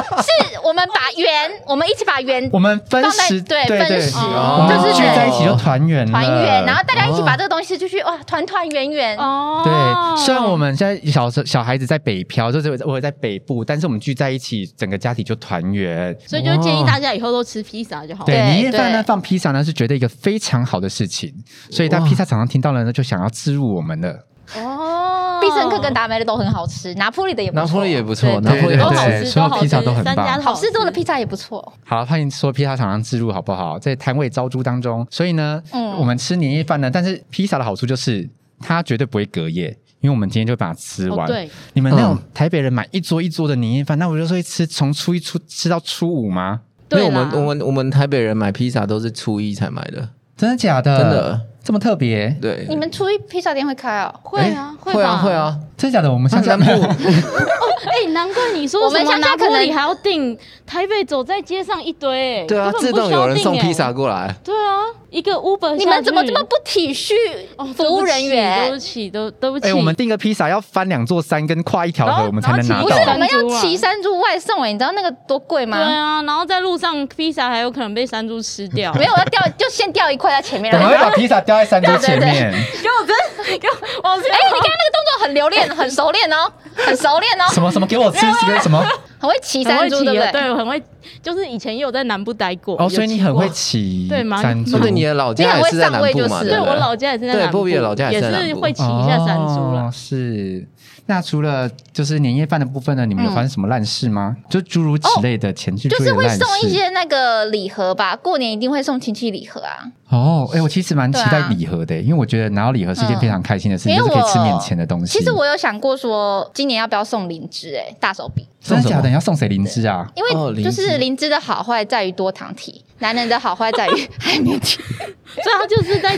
Speaker 1: 是我们把圆，我们一起把圆
Speaker 2: 我们分
Speaker 1: 放在
Speaker 2: 食，
Speaker 1: 对
Speaker 2: 对
Speaker 1: 分食，
Speaker 2: 我
Speaker 3: 哦
Speaker 2: 们
Speaker 1: 就是
Speaker 2: 聚
Speaker 1: 对
Speaker 2: 在一起就团圆了，
Speaker 1: 团圆，然后大家一起把这个东西就是哇，团团圆圆。
Speaker 4: 哦
Speaker 2: 对，虽然我们现在小时小孩子在北漂，就是我也在北部，但是我们聚在一起，整个家庭就团圆。
Speaker 4: 所以就建议
Speaker 3: 哦
Speaker 4: 大家以后都吃披萨就好了。
Speaker 2: 对，
Speaker 1: 对
Speaker 2: 年夜饭呢
Speaker 1: 对
Speaker 2: 放披萨呢是觉得一个非常好的事情，所以当
Speaker 3: 哇
Speaker 2: 披萨厂商听到了呢，就想要植入我们了。
Speaker 4: 哦
Speaker 1: 必胜客跟达美乐都很好吃，拿破里的也不错，
Speaker 3: 拿破仑也不
Speaker 1: 对
Speaker 3: 错，拿破
Speaker 2: 对
Speaker 3: 仑
Speaker 4: 都
Speaker 2: 对
Speaker 4: 好
Speaker 2: 对
Speaker 4: 吃，
Speaker 2: 所有
Speaker 4: 好
Speaker 2: 披萨
Speaker 4: 吃，
Speaker 2: 都很
Speaker 4: 三
Speaker 2: 棒
Speaker 4: 家
Speaker 1: 好吃多的披萨也不错。
Speaker 2: 好，欢迎说披萨厂商植入好不好？在摊位招租当中，所以呢，
Speaker 1: 嗯
Speaker 2: 我们吃年夜饭呢，但是披萨的好处就是它绝对不会隔夜，因为我们今天就把它吃
Speaker 4: 哦
Speaker 2: 完。
Speaker 4: 对，
Speaker 2: 你们那种
Speaker 3: 嗯
Speaker 2: 台北人买一桌一桌的年夜饭，那我就是会吃从初一初吃到初五吗？
Speaker 3: 因为
Speaker 4: 对
Speaker 3: 我们
Speaker 4: 啦
Speaker 3: 我们我们台北人买披萨都是初一才买的，
Speaker 2: 真的假的？
Speaker 3: 真的
Speaker 2: 这么特别？
Speaker 3: 对，
Speaker 1: 你们初一披萨店会开哦？
Speaker 4: 会啊
Speaker 3: 哎
Speaker 4: 吧
Speaker 3: 会啊会，
Speaker 4: (laughs)
Speaker 3: 啊，
Speaker 2: 真的假的？我们
Speaker 3: 他 (laughs)
Speaker 2: 乡下
Speaker 3: 南
Speaker 2: 没有
Speaker 3: 部
Speaker 4: 哎，难怪你说
Speaker 1: 我们
Speaker 4: 什么
Speaker 1: 乡下
Speaker 4: 拿
Speaker 1: 可
Speaker 4: 破
Speaker 1: 能
Speaker 4: 里还要订，台北走在街上一堆，哎，
Speaker 3: 对啊，
Speaker 4: 根
Speaker 3: 自
Speaker 4: 本不
Speaker 3: 动
Speaker 4: 需要
Speaker 3: 有人
Speaker 4: 订
Speaker 3: 送
Speaker 4: 哎
Speaker 3: 披萨，过来，
Speaker 4: 对啊，一个 Uber，
Speaker 1: 你
Speaker 4: 下
Speaker 1: 们
Speaker 4: 去
Speaker 1: 怎么这么不体恤
Speaker 4: 哦
Speaker 1: 服务人
Speaker 4: 对不
Speaker 1: 员？
Speaker 4: 起，都对不起，
Speaker 2: 哎、我们订个披萨要翻两座山跟跨一条
Speaker 4: 然
Speaker 1: 哦
Speaker 2: 河，
Speaker 4: 后
Speaker 2: 我们才能拿
Speaker 4: 然
Speaker 1: 不是
Speaker 4: 后请
Speaker 2: 到。
Speaker 1: 我们要
Speaker 4: 山猪啊
Speaker 1: 骑山猪外送哎，你知道那个多贵
Speaker 4: 对
Speaker 1: 吗？
Speaker 4: 啊，然后在路上披萨还有可能被山猪吃掉，
Speaker 1: 没有，要掉就先掉一块在前面，
Speaker 2: 我
Speaker 1: 然
Speaker 2: 们
Speaker 1: 后
Speaker 2: 会把披萨掉在山桌前面，
Speaker 4: (laughs) 给我真给我往前
Speaker 1: 哎，你看那个动作很留恋，很熟练哦，很熟练哦，
Speaker 2: 什么什么给我吃什么什么
Speaker 1: 很会骑
Speaker 4: 很
Speaker 1: 山
Speaker 4: 会
Speaker 1: 猪，
Speaker 4: 骑啊
Speaker 1: 对不
Speaker 4: 的，
Speaker 1: 对？
Speaker 4: 对，很会，就是以前也有在南部待过，
Speaker 2: 哦，
Speaker 4: 有
Speaker 2: 所以你
Speaker 4: 骑
Speaker 2: 很
Speaker 4: 过
Speaker 2: 会骑
Speaker 4: 对蛮
Speaker 2: 山猪
Speaker 4: 蛮
Speaker 3: 哦对，你的老家
Speaker 1: 你很
Speaker 3: 也
Speaker 1: 会
Speaker 3: 是在
Speaker 1: 上
Speaker 3: 南
Speaker 1: 位
Speaker 3: 部
Speaker 1: 就是
Speaker 3: 嘛，
Speaker 1: 了
Speaker 4: 对
Speaker 3: 不
Speaker 4: 我老家也是在
Speaker 3: 对
Speaker 4: 南部，
Speaker 3: Bobby 的老家也是
Speaker 4: 也
Speaker 3: 在
Speaker 4: 是
Speaker 3: 南部
Speaker 4: 会骑一下山猪
Speaker 2: 哦
Speaker 4: 了。
Speaker 2: 是。那除了就是年夜饭的部分呢，你们有发生什么烂事吗？就诸如此类的前置
Speaker 1: 嗯
Speaker 2: 作
Speaker 1: 哦就
Speaker 2: 业
Speaker 1: 是
Speaker 2: 的
Speaker 1: 会
Speaker 2: 烂事。
Speaker 1: 送一些那个礼盒吧，过年一定会送亲戚礼盒啊。
Speaker 2: 哦，哎、我其实蛮期
Speaker 1: 对
Speaker 2: 待
Speaker 1: 啊
Speaker 2: 礼盒的、因为我觉得拿到礼盒是一件
Speaker 1: 嗯
Speaker 2: 非常开心的事情，
Speaker 1: 因为
Speaker 2: 就是可以
Speaker 1: 我
Speaker 2: 吃面前的东西。
Speaker 1: 其实我有想过说，今年要不要送灵芝、欸？大手笔，
Speaker 2: 真的假
Speaker 3: 送什
Speaker 2: 的？
Speaker 3: 么
Speaker 2: 你要送谁灵芝啊？
Speaker 1: 因
Speaker 3: 哦
Speaker 1: 为
Speaker 3: 灵
Speaker 1: 就
Speaker 3: 芝
Speaker 1: 是灵芝的好坏在于多糖体，男人的好坏在于 (laughs) 海绵体，
Speaker 4: 所以他就是在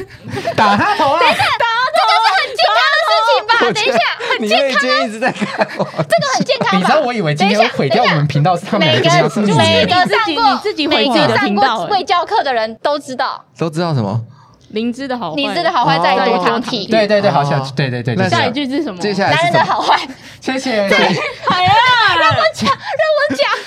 Speaker 2: 打他头啊！
Speaker 1: 这个是很健康的事情吧？啊等一下，
Speaker 3: 你最近一直在看我，
Speaker 1: 这个很健康吧？
Speaker 2: 你知道我以为今天会毁掉我们频道上面
Speaker 1: 每
Speaker 2: 的
Speaker 1: 个
Speaker 2: 这样是不是？
Speaker 1: 每个
Speaker 4: 你自己
Speaker 1: 上过
Speaker 4: 你自己回
Speaker 1: 每
Speaker 4: 顾
Speaker 1: 个
Speaker 4: 你的
Speaker 1: 上
Speaker 4: 频道
Speaker 1: 过
Speaker 4: 欸
Speaker 1: 卫教课的人都知道，
Speaker 3: 都知道什么？
Speaker 4: 灵芝
Speaker 1: (laughs)
Speaker 4: 的好坏，哦
Speaker 1: 灵芝的好坏在于多糖体，
Speaker 2: 对对对，好像
Speaker 3: 哦
Speaker 2: 对对对，
Speaker 3: 那
Speaker 2: 就是
Speaker 4: 下一句是什么？
Speaker 3: 接下来
Speaker 1: 男
Speaker 3: 是
Speaker 1: 人
Speaker 3: 什
Speaker 1: 的
Speaker 3: 么？
Speaker 1: 好坏。
Speaker 2: 谢谢。
Speaker 1: (laughs)
Speaker 4: 哎呀，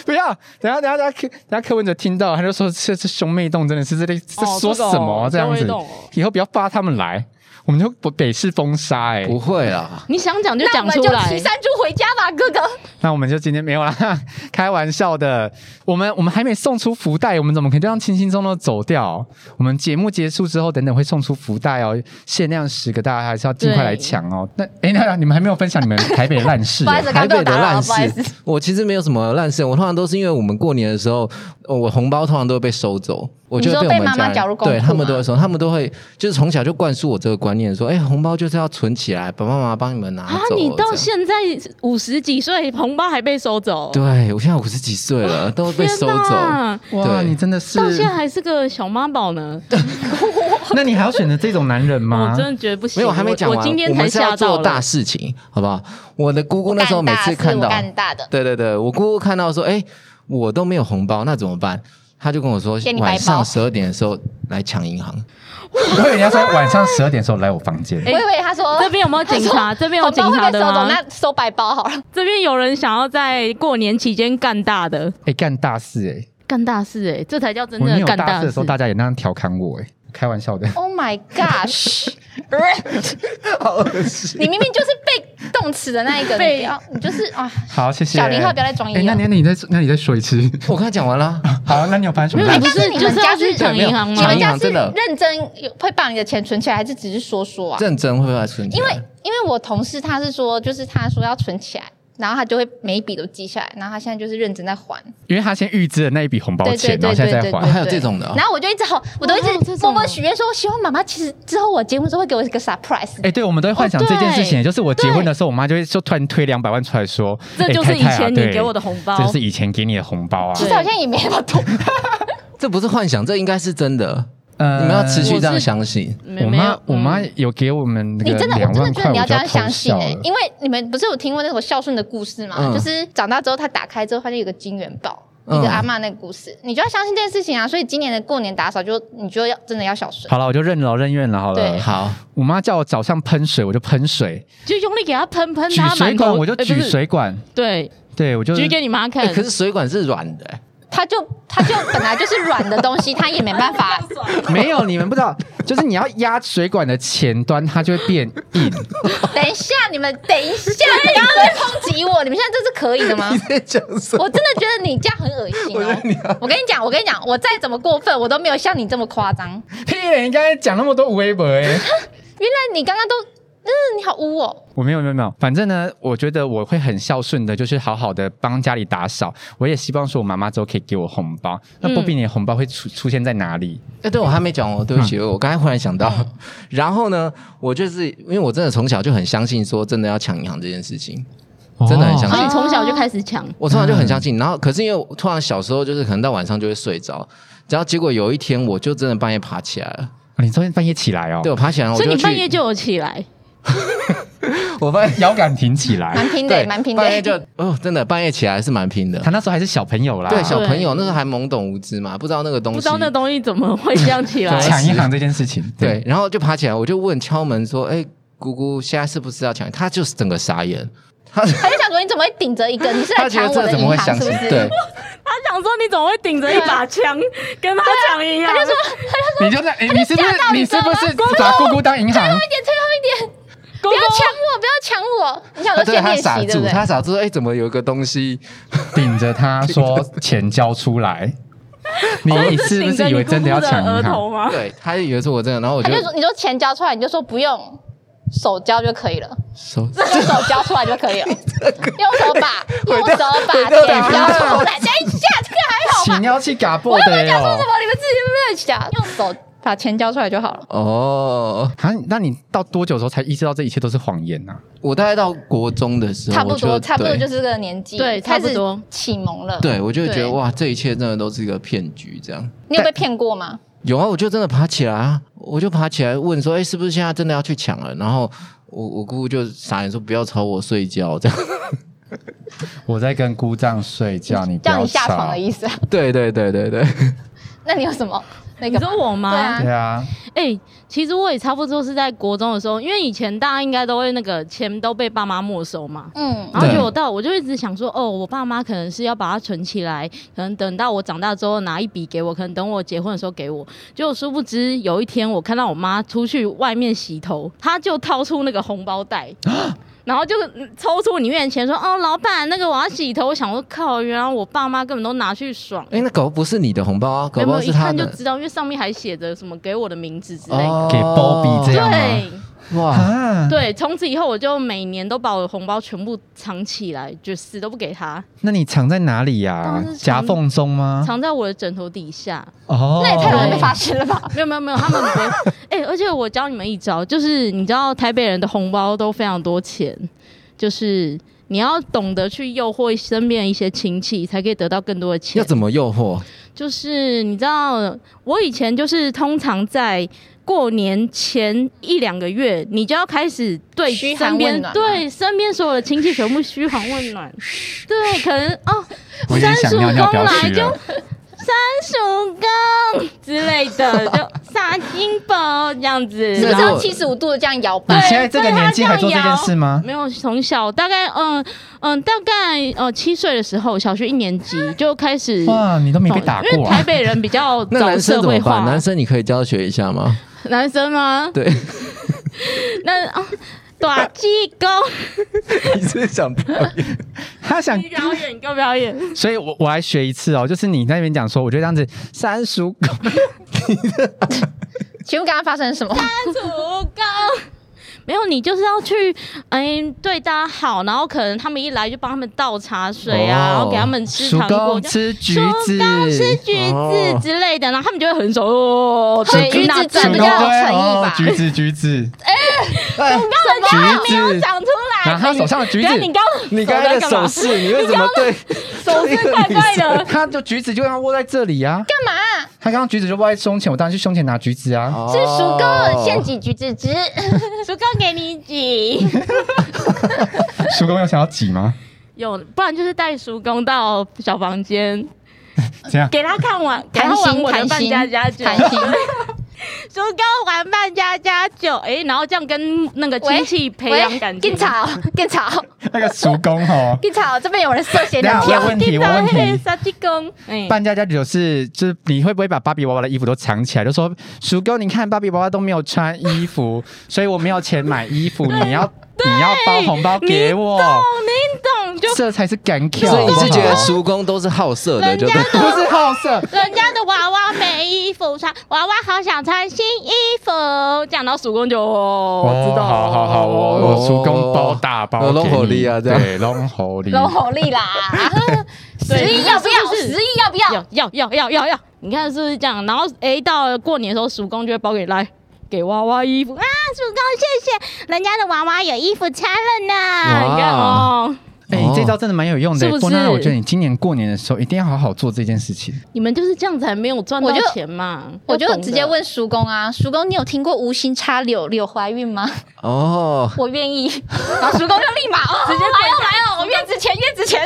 Speaker 2: 不要，等一下等一下等一下柯等一下柯文哲听到他就说这这兄妹洞真的是这类在
Speaker 4: 哦
Speaker 2: 说
Speaker 4: 这个哦
Speaker 2: 什么啊这样
Speaker 4: 兄
Speaker 2: 子
Speaker 4: 妹洞哦，
Speaker 2: 以后不要发他们来，我们就不北市封杀哎。
Speaker 3: 不会啦，
Speaker 4: 你想讲就
Speaker 1: 那我
Speaker 4: 讲
Speaker 1: 们
Speaker 4: 出
Speaker 1: 就骑
Speaker 4: 来。
Speaker 1: 山猪回家吧，哥哥。
Speaker 2: 那我们就今天没有啦， (laughs) 开玩笑的。我们我们还没送出福袋，我们怎么可以这样轻轻松松地走掉？我们节目结束之后，等等会送出福袋哦，限量十个，大家还是要尽快来抢哦。那哎，那你们还没有分享你们台北的烂事、 (laughs)
Speaker 1: 不好意思，
Speaker 2: 欸？
Speaker 1: 刚
Speaker 3: 台
Speaker 1: 刚被
Speaker 3: 北
Speaker 1: 我打
Speaker 3: 的
Speaker 1: 扰
Speaker 3: 烂
Speaker 1: 了，不好意思。
Speaker 3: 事，我其实没有什么烂事，我通常都是因为我们过年的时候，呃我红包通常都会被收走，我就
Speaker 1: 你
Speaker 3: 会
Speaker 1: 说
Speaker 3: 我
Speaker 1: 被
Speaker 3: 们
Speaker 1: 妈妈
Speaker 3: 家人
Speaker 1: 缴入公啊库
Speaker 3: 对他们
Speaker 1: 吗
Speaker 3: 都会收，他们都会就是从小就灌输我这个观念，说哎，红包就是要存起来，爸爸妈妈帮你们拿
Speaker 4: 啊！
Speaker 3: 走。
Speaker 4: 你
Speaker 3: 这
Speaker 4: 到
Speaker 3: 样
Speaker 4: 现在五十几岁，红包还被收走，
Speaker 3: 对我现在五十几岁了，都被
Speaker 4: 天
Speaker 3: 收走。
Speaker 4: 哪
Speaker 2: 哇，
Speaker 3: 对
Speaker 2: 你真的是
Speaker 4: 到，现在还是个小妈宝呢。
Speaker 2: 那你还要选择这种男人吗 (laughs)
Speaker 4: 我？真的觉得不行，
Speaker 3: 没有，还没讲完。
Speaker 4: 我今天才
Speaker 3: 们是要
Speaker 4: 吓到
Speaker 3: 做
Speaker 4: 了。
Speaker 3: 大事情，好不好？我的姑姑那时候每次看
Speaker 1: 我
Speaker 3: 到，
Speaker 1: 干大的，
Speaker 3: 对对对，我姑姑看到说，哎、我都没有红包，那怎么办？她就跟我说
Speaker 1: 给，你白包
Speaker 3: 晚上十二点的时候来抢银行。
Speaker 2: 我以为你要说晚上十二点的时候来我房 (laughs) 间。
Speaker 1: 我以为他说
Speaker 4: 哎这边有没有警察？这边有
Speaker 1: 红
Speaker 4: 警
Speaker 1: 包
Speaker 4: 察
Speaker 1: 会被
Speaker 4: 的
Speaker 1: 收走，
Speaker 4: 吗？
Speaker 1: 那收白包好了。
Speaker 4: 这边有人想要在过年期间干大的，
Speaker 2: 哎、干大事哎、
Speaker 4: 干大事哎、这才叫真
Speaker 2: 我
Speaker 4: 正
Speaker 2: 你
Speaker 4: 的
Speaker 2: 有
Speaker 4: 干
Speaker 2: 大事的
Speaker 4: 事
Speaker 2: 时候，。大家也那样调侃我哎、开玩笑的，
Speaker 1: Oh my (laughs) gosh！
Speaker 3: 好恶心。
Speaker 1: 你明明就是被动词的那一个，你不要，你就是啊，
Speaker 3: (laughs)
Speaker 2: 好，谢谢。
Speaker 1: 小林浩不要再装
Speaker 2: 哎
Speaker 1: 一
Speaker 2: 那
Speaker 1: 了
Speaker 2: 你那你再那你再说一次。
Speaker 3: 我刚才讲完 (laughs) 了，
Speaker 2: (laughs) 好，那你有翻什么
Speaker 4: 没有，
Speaker 2: 烂
Speaker 4: 你不是
Speaker 1: 但是你
Speaker 4: 就
Speaker 1: 们
Speaker 4: 是
Speaker 1: 家
Speaker 4: 要
Speaker 1: 是
Speaker 4: 去抢银行
Speaker 1: 你
Speaker 3: 抢
Speaker 4: 吗
Speaker 1: 们
Speaker 3: 银？
Speaker 1: 家
Speaker 3: 行
Speaker 1: 是
Speaker 3: 啊真的
Speaker 1: 认真有会把你的钱存起来，还是只是说说啊？
Speaker 3: 认真会不会存起
Speaker 1: 因
Speaker 3: 来？
Speaker 1: 为因为我同事他是说，就是他说要存起来，然后他就会每一笔都记下来，然后他现在就是认真在
Speaker 3: (laughs)
Speaker 1: 还。
Speaker 2: 因为他先预支了那一笔红包
Speaker 1: 对
Speaker 2: 钱
Speaker 1: 对，
Speaker 2: 然
Speaker 1: 对
Speaker 2: 后现
Speaker 1: 对
Speaker 2: 在再
Speaker 1: 对，
Speaker 2: 还。
Speaker 3: 还有这种的哦
Speaker 1: 然后我就一直好，我都一
Speaker 4: 哇还有这
Speaker 1: 直
Speaker 4: 种
Speaker 1: 默默
Speaker 4: 哦
Speaker 1: 许愿说，希望妈妈其实之后我结婚之后会给我一个 surprise。
Speaker 2: 哎，对，我们都会幻想这件事情，
Speaker 4: 哦对
Speaker 2: 就是我结婚的时候，我妈就会就突然推两百万出来说，
Speaker 4: 这
Speaker 2: 哎
Speaker 4: 就是以
Speaker 2: 太太啊
Speaker 4: 前你
Speaker 2: 对
Speaker 4: 给我的红包
Speaker 2: 这就是以前给你的红包啊。
Speaker 1: 其实好像也没那么多，
Speaker 3: 这不是幻想，这应该是真的。
Speaker 2: 呃
Speaker 3: 你们要持续这样
Speaker 4: 我是
Speaker 3: 相信。
Speaker 4: 没
Speaker 2: 我
Speaker 4: 没
Speaker 2: 妈
Speaker 4: 有，
Speaker 2: 我
Speaker 4: 嗯
Speaker 2: 妈有给我们那
Speaker 1: 你
Speaker 2: 个
Speaker 1: 真的，我
Speaker 2: 两
Speaker 1: 真的
Speaker 2: 万
Speaker 1: 觉得
Speaker 2: 块，
Speaker 1: 你
Speaker 2: 我
Speaker 1: 要
Speaker 2: 就
Speaker 1: 这
Speaker 2: 要
Speaker 1: 样
Speaker 2: 偷
Speaker 1: 相信
Speaker 2: 笑
Speaker 1: 哎、
Speaker 2: 了。
Speaker 1: 因为你们不是有听过那个孝顺的故事吗？
Speaker 3: 嗯
Speaker 1: 就是长大之后他打开之后，发现有个金元宝，
Speaker 3: 嗯
Speaker 1: 一个阿嬷那个故事，你就要相信这件事情啊。所以今年的过年打扫就你就要真的要孝顺，
Speaker 2: 好了，我就认了，认愿了，好了
Speaker 1: 对。
Speaker 4: 呃
Speaker 3: 好，
Speaker 2: 我妈叫我早上喷水，我就喷水；
Speaker 4: 就用力给他喷喷
Speaker 2: 举
Speaker 4: 他
Speaker 2: 水
Speaker 4: 满
Speaker 2: 管，
Speaker 4: 头，
Speaker 2: 我就
Speaker 4: 哎
Speaker 2: 举，水管。
Speaker 4: 不是对，
Speaker 2: 对，我就
Speaker 4: 举给你妈看
Speaker 3: 哎，。可是水管是软的，哎
Speaker 1: 他就他就 (laughs) 本来就是软的东西，他也没办法。
Speaker 2: (laughs) 没有，你们不知道，就是你要压水管的前端，它就会变硬。
Speaker 1: 等一下，你们等一下，你刚刚在抨击我，你们现在这是可以的吗
Speaker 2: (laughs)
Speaker 3: (laughs) 你？在讲什么？
Speaker 1: 我真的觉得你这样很恶心
Speaker 3: 我觉得你
Speaker 1: 哦！我跟你
Speaker 2: (laughs)
Speaker 1: 讲，我跟你讲，我再怎么过分，我都没有像你这么夸张。
Speaker 2: 屁嘞！你刚才讲那么多微博哎，
Speaker 1: 原来你刚刚都，嗯，你好污哦。
Speaker 2: (laughs) 我没有没有没有，反正呢，我觉得我会很孝顺的，就是好好的帮家里打扫。我也希望说我妈妈之后可以给我红包。那波比，你的红包会出出现在哪里？
Speaker 3: 哎，对我还没讲哦，对不起，我刚才忽然想到。然后呢，我就是因为我真的从小就很相信说真的要抢银行这件事情，真的很相
Speaker 2: 哦
Speaker 4: 然后
Speaker 3: 信
Speaker 4: 你。从小就开始
Speaker 2: 啊
Speaker 4: 抢，
Speaker 3: 我从小就很相信，然后可是因为我突然小时候就是可能到晚上就会睡着，然后结果有一天我就真的半夜爬起来了，
Speaker 2: 啊你昨天半夜起来哦，
Speaker 3: 对我爬起来了我
Speaker 4: 所以
Speaker 3: 就
Speaker 4: 你半夜
Speaker 3: 去，
Speaker 4: 就有起来，
Speaker 3: 我半夜
Speaker 2: 腰杆挺起来。
Speaker 1: 蛮 (laughs) 拼的，
Speaker 3: 对
Speaker 1: 蛮拼的
Speaker 3: 半。夜就哦真的半夜起来是蛮拼的
Speaker 2: 他，那时候还是小朋友啦，
Speaker 3: 对小
Speaker 4: 对
Speaker 3: 朋友那时候还懵懂无知嘛，不知道那个东西，
Speaker 4: 不知道那东西怎么会这样起来。
Speaker 2: (laughs) 抢银行这件事情，
Speaker 3: 对，然后就爬起来，我就问敲门说：“哎、姑姑，现在是不是要抢？”他就是整个傻眼，他
Speaker 1: 他就想说你怎么会顶着一个？你是来
Speaker 3: 他觉
Speaker 1: 抢
Speaker 3: 得
Speaker 1: 我
Speaker 3: 这
Speaker 1: 的
Speaker 3: 怎么会
Speaker 1: 银
Speaker 3: 相
Speaker 1: 行是
Speaker 3: 信？
Speaker 1: 不是？ (laughs)
Speaker 3: 对，
Speaker 4: 他想说你怎么会顶着一把枪跟他抢银行？他就说
Speaker 2: 你就在，哎你是不是你是不是把姑姑当银行？
Speaker 1: 一点，最后一点，
Speaker 4: 姑
Speaker 1: 不要抢
Speaker 4: 姑
Speaker 1: 我，不要抢我！你想
Speaker 3: 他
Speaker 1: 说
Speaker 3: 对
Speaker 1: 先
Speaker 3: 他
Speaker 1: 练
Speaker 3: 傻
Speaker 1: 习，对
Speaker 3: 住，
Speaker 1: 不对？
Speaker 3: 他傻住说：“哎、怎么有一个东西
Speaker 2: 顶着他说钱交出来，你你是不
Speaker 4: 顶
Speaker 2: 是
Speaker 4: 着
Speaker 2: 以为
Speaker 4: 你姑
Speaker 2: 真的
Speaker 4: 姑
Speaker 2: 要
Speaker 4: 的
Speaker 2: 抢
Speaker 4: 额
Speaker 2: 银
Speaker 4: 头
Speaker 2: 行？
Speaker 4: 吗？”？
Speaker 3: 对，他就以为是我这个，然后我
Speaker 1: 他
Speaker 3: 就
Speaker 1: 就说，你就钱交出来，你就说不用手交就可以了，
Speaker 3: 手
Speaker 1: 用手交出来就
Speaker 3: (laughs)
Speaker 1: 可以了，用手把，用手把
Speaker 3: 回
Speaker 1: 钱
Speaker 3: 到
Speaker 1: 交出来。等一下，这个还好吧？
Speaker 2: 请要去嘎布
Speaker 1: 我又没
Speaker 2: 的
Speaker 1: 讲说什
Speaker 2: 哦。
Speaker 1: 么，你们自己没有讲，用手把钱交出来就好了。
Speaker 3: 哦，
Speaker 2: 啊，那你到多久的时候才意识到这一切都是谎言啊呢、
Speaker 3: 我大概到国中的时候，
Speaker 1: 差不
Speaker 3: 我
Speaker 1: 多，差不多
Speaker 3: 对
Speaker 1: 就是这个年纪，
Speaker 4: 对
Speaker 1: 开
Speaker 4: 差不
Speaker 1: 始
Speaker 4: 多
Speaker 1: 启蒙了。
Speaker 3: 对，我就觉
Speaker 1: 对
Speaker 3: 得哇，这一切真的都是一个骗局，这样。
Speaker 1: 你有被骗过吗？
Speaker 3: 有啊，我就真的爬起来啊，我就爬起来问说：“哎、是不是现在真的要去抢了？”然后我我姑姑就傻眼说：“不要吵我睡觉。” (laughs) 这样。
Speaker 2: 我在跟姑丈睡觉，你不
Speaker 1: 叫
Speaker 2: 要
Speaker 1: 你下床
Speaker 2: 吵
Speaker 1: 的。意思啊？
Speaker 3: 对对对对对。
Speaker 1: 那你有什么那
Speaker 4: 你
Speaker 1: 个
Speaker 4: 说
Speaker 1: 吗？
Speaker 4: 我吗？
Speaker 1: 对啊
Speaker 2: 对啊，
Speaker 4: 哎、其实我也差不多是在国中的时候，因为以前大家应该都会那个钱都被爸妈没收嘛。
Speaker 1: 嗯，
Speaker 4: 然后
Speaker 3: 对
Speaker 4: 就我到，我就一直想说，哦，我爸妈可能是要把它存起来，可能等到我长大之后拿一笔给我，可能等我结婚的时候给我。结果殊不知有一天，我看到我妈出去外面洗头，她就掏出那个红包袋，
Speaker 3: 啊
Speaker 4: (laughs) 然后就嗯抽出里面的钱说，哦，老板，那个我要洗头。我想说，靠，原来我爸妈根本都拿去爽。
Speaker 3: 哎、那狗不是你的红包啊，狗
Speaker 4: 有没
Speaker 3: 包
Speaker 4: 有一
Speaker 3: 是他
Speaker 4: 看就
Speaker 3: 的哦
Speaker 4: 知道？因为上面还写着什么给我的名字之类的。
Speaker 2: 给 Bobby
Speaker 3: 啊
Speaker 2: 这样吗
Speaker 4: 对
Speaker 3: 哇，
Speaker 2: 啊，
Speaker 4: 对，从此以后我就每年都把我的红包全部藏起来，就死都不给他，
Speaker 2: 那你藏在哪里呀、
Speaker 4: 当然是藏
Speaker 2: 夹缝中
Speaker 3: 啊
Speaker 2: 吗？
Speaker 4: 藏在我的枕头底下。
Speaker 2: 哦，
Speaker 1: 那也太容易被
Speaker 4: 对
Speaker 1: 发现了吧？
Speaker 4: 没有没有没有，他们不会。 (laughs) 哎、而且我教你们一招，就是你知道台北人的红包都非常多钱，就是你要懂得去诱惑身边的一些亲戚，才可以得到更多的钱
Speaker 3: 要。怎么诱惑？
Speaker 4: 就是你知道，我以前就是通常在过年前一两个月，你就要开始对
Speaker 1: 嘘寒
Speaker 4: 身边
Speaker 1: 问暖啊
Speaker 4: 对身边所有的亲戚全部嘘寒问暖。对，可能哦，
Speaker 2: 我已经
Speaker 4: 三
Speaker 2: 想
Speaker 4: 叔
Speaker 2: 尿尿，
Speaker 4: 公
Speaker 2: 不要
Speaker 4: 来
Speaker 2: 去
Speaker 4: 就
Speaker 2: 了。
Speaker 4: 三叔公之类的，就撒金宝这样子。
Speaker 1: 是不
Speaker 3: (laughs)
Speaker 1: 是
Speaker 3: 那如
Speaker 1: 要
Speaker 3: 果
Speaker 1: 七十五度的这样摇
Speaker 2: 你
Speaker 1: 摆？
Speaker 2: 现在这个年纪还做这件事吗？
Speaker 4: 没有，从小大概嗯嗯，大概呃七岁的时候，小学一年级就开始，
Speaker 2: 哇，你都没被打
Speaker 4: 因
Speaker 2: 过
Speaker 4: 为台
Speaker 2: 啊！
Speaker 4: 北人比较
Speaker 3: (laughs) 那
Speaker 4: 早
Speaker 3: 男生
Speaker 4: 社
Speaker 3: 怎么
Speaker 4: 会化
Speaker 3: 办？，男生你可以教学一下吗？
Speaker 4: 男生吗？
Speaker 3: (laughs) 对，
Speaker 4: 那啊，短技工，
Speaker 3: 你是想表演？
Speaker 2: 他想
Speaker 4: 你表演，你给我表演。
Speaker 2: 所以我我来学一次哦，就是你在那边讲说，我觉得这样子三叔公，
Speaker 1: 请问刚刚发生了什么？
Speaker 4: 土高。没有，你就是要去，哎，对大家好，然后可能他们一来就帮他们倒茶水啊，
Speaker 3: 哦
Speaker 4: 然后给他们吃
Speaker 2: 叔
Speaker 4: 糖果，
Speaker 2: 公
Speaker 4: 这样
Speaker 2: 吃橘子，
Speaker 4: 高吃橘
Speaker 3: 哦
Speaker 4: 子之类的，然后他们就会很熟哦，
Speaker 1: 所以
Speaker 4: 对
Speaker 1: 橘
Speaker 4: 那
Speaker 1: 子
Speaker 4: 这
Speaker 1: 这
Speaker 2: 叔
Speaker 1: 比
Speaker 2: 公
Speaker 1: 较有
Speaker 2: 对
Speaker 1: 诚意吧
Speaker 2: 哦橘子橘子，
Speaker 3: 哎
Speaker 2: 橘子，
Speaker 4: 讲出来，
Speaker 2: 拿他手上的橘
Speaker 4: 等
Speaker 2: 子
Speaker 4: 下，你刚刚
Speaker 3: 你刚才的
Speaker 4: 手在干
Speaker 3: 手
Speaker 4: 嘛
Speaker 3: 势，你为什么对？
Speaker 4: 手是怪怪
Speaker 2: (laughs)
Speaker 3: (laughs)
Speaker 4: 的，
Speaker 2: 他就橘子就让他握在这里啊，
Speaker 1: 干嘛？
Speaker 2: 他刚刚橘子就握在胸前，我当然去胸前拿橘子啊。
Speaker 3: 哦
Speaker 1: 是鼠哥
Speaker 3: 现
Speaker 1: 现挤橘子汁，
Speaker 4: 叔公给你挤，
Speaker 2: 叔公有想要挤吗？
Speaker 4: 有，不然就是带叔公到小房间，
Speaker 2: 这样
Speaker 4: 给他看完，给
Speaker 1: 谈
Speaker 4: 他玩
Speaker 1: 心
Speaker 4: 我的
Speaker 1: 谈
Speaker 4: 扮
Speaker 1: 心
Speaker 4: 家家酒，
Speaker 1: 谈心，
Speaker 4: 叔公玩扮家家酒，哎、然后这样跟那个亲戚培养感情
Speaker 1: 更。吵更吵
Speaker 2: 那个叔公哦，
Speaker 1: 更吵，这边有人涉嫌
Speaker 2: 等一下
Speaker 1: 的
Speaker 2: 我
Speaker 1: 票。
Speaker 2: 有问题，我有问
Speaker 4: 嘿
Speaker 2: 题。
Speaker 4: 杀鸡公，哎
Speaker 2: 扮家家酒是就是你会不会把芭比娃娃的衣服都藏起来？就说叔公，你看芭比娃娃都没有穿衣服，所以我没有钱买衣服，你要你要包红包给我，
Speaker 4: 懂，你懂就
Speaker 2: 这才是敢 Q。
Speaker 3: 所以你是觉得
Speaker 2: 好
Speaker 3: 叔公都是好色的，
Speaker 4: 人
Speaker 3: 就
Speaker 4: 家
Speaker 3: 对了。
Speaker 2: 不好不是好色？
Speaker 4: 人家的娃娃没衣服穿，娃娃好想穿新衣服，讲到叔公就、
Speaker 2: (laughs)
Speaker 4: 哦、我知道，
Speaker 2: 好好好，
Speaker 3: 哦
Speaker 2: 我我叔公包大包给你，
Speaker 3: 有龙虎力啊这样
Speaker 2: 对，龙猴力，
Speaker 1: 龙吼力啦，十
Speaker 4: 对
Speaker 1: 亿要不要？
Speaker 4: 是不是
Speaker 1: 十亿要不要？
Speaker 4: 要要要要要要，你看是不是这样？然后哎，到了过年的时候，叔公就会包给你来。给娃娃衣服啊，叔公谢谢，人家的娃娃有衣服穿了呢。
Speaker 3: 哇
Speaker 4: 你看哦，
Speaker 2: (laughs) 哎、
Speaker 3: 哦
Speaker 2: 这招真的蛮有用的。
Speaker 4: 是不是
Speaker 2: 波娜，我觉得你今年过年的时候一定要好好做这件事情。
Speaker 4: 你们就是这样才没有赚到
Speaker 1: 我就
Speaker 4: 钱嘛。
Speaker 1: 我就
Speaker 4: 要懂得
Speaker 1: 直接问叔公啊，叔公，你有听过无心插柳柳怀孕吗？
Speaker 3: 哦，
Speaker 1: 我愿意。然后叔公就立马哦，直接来哦来哦，我越值钱越值钱。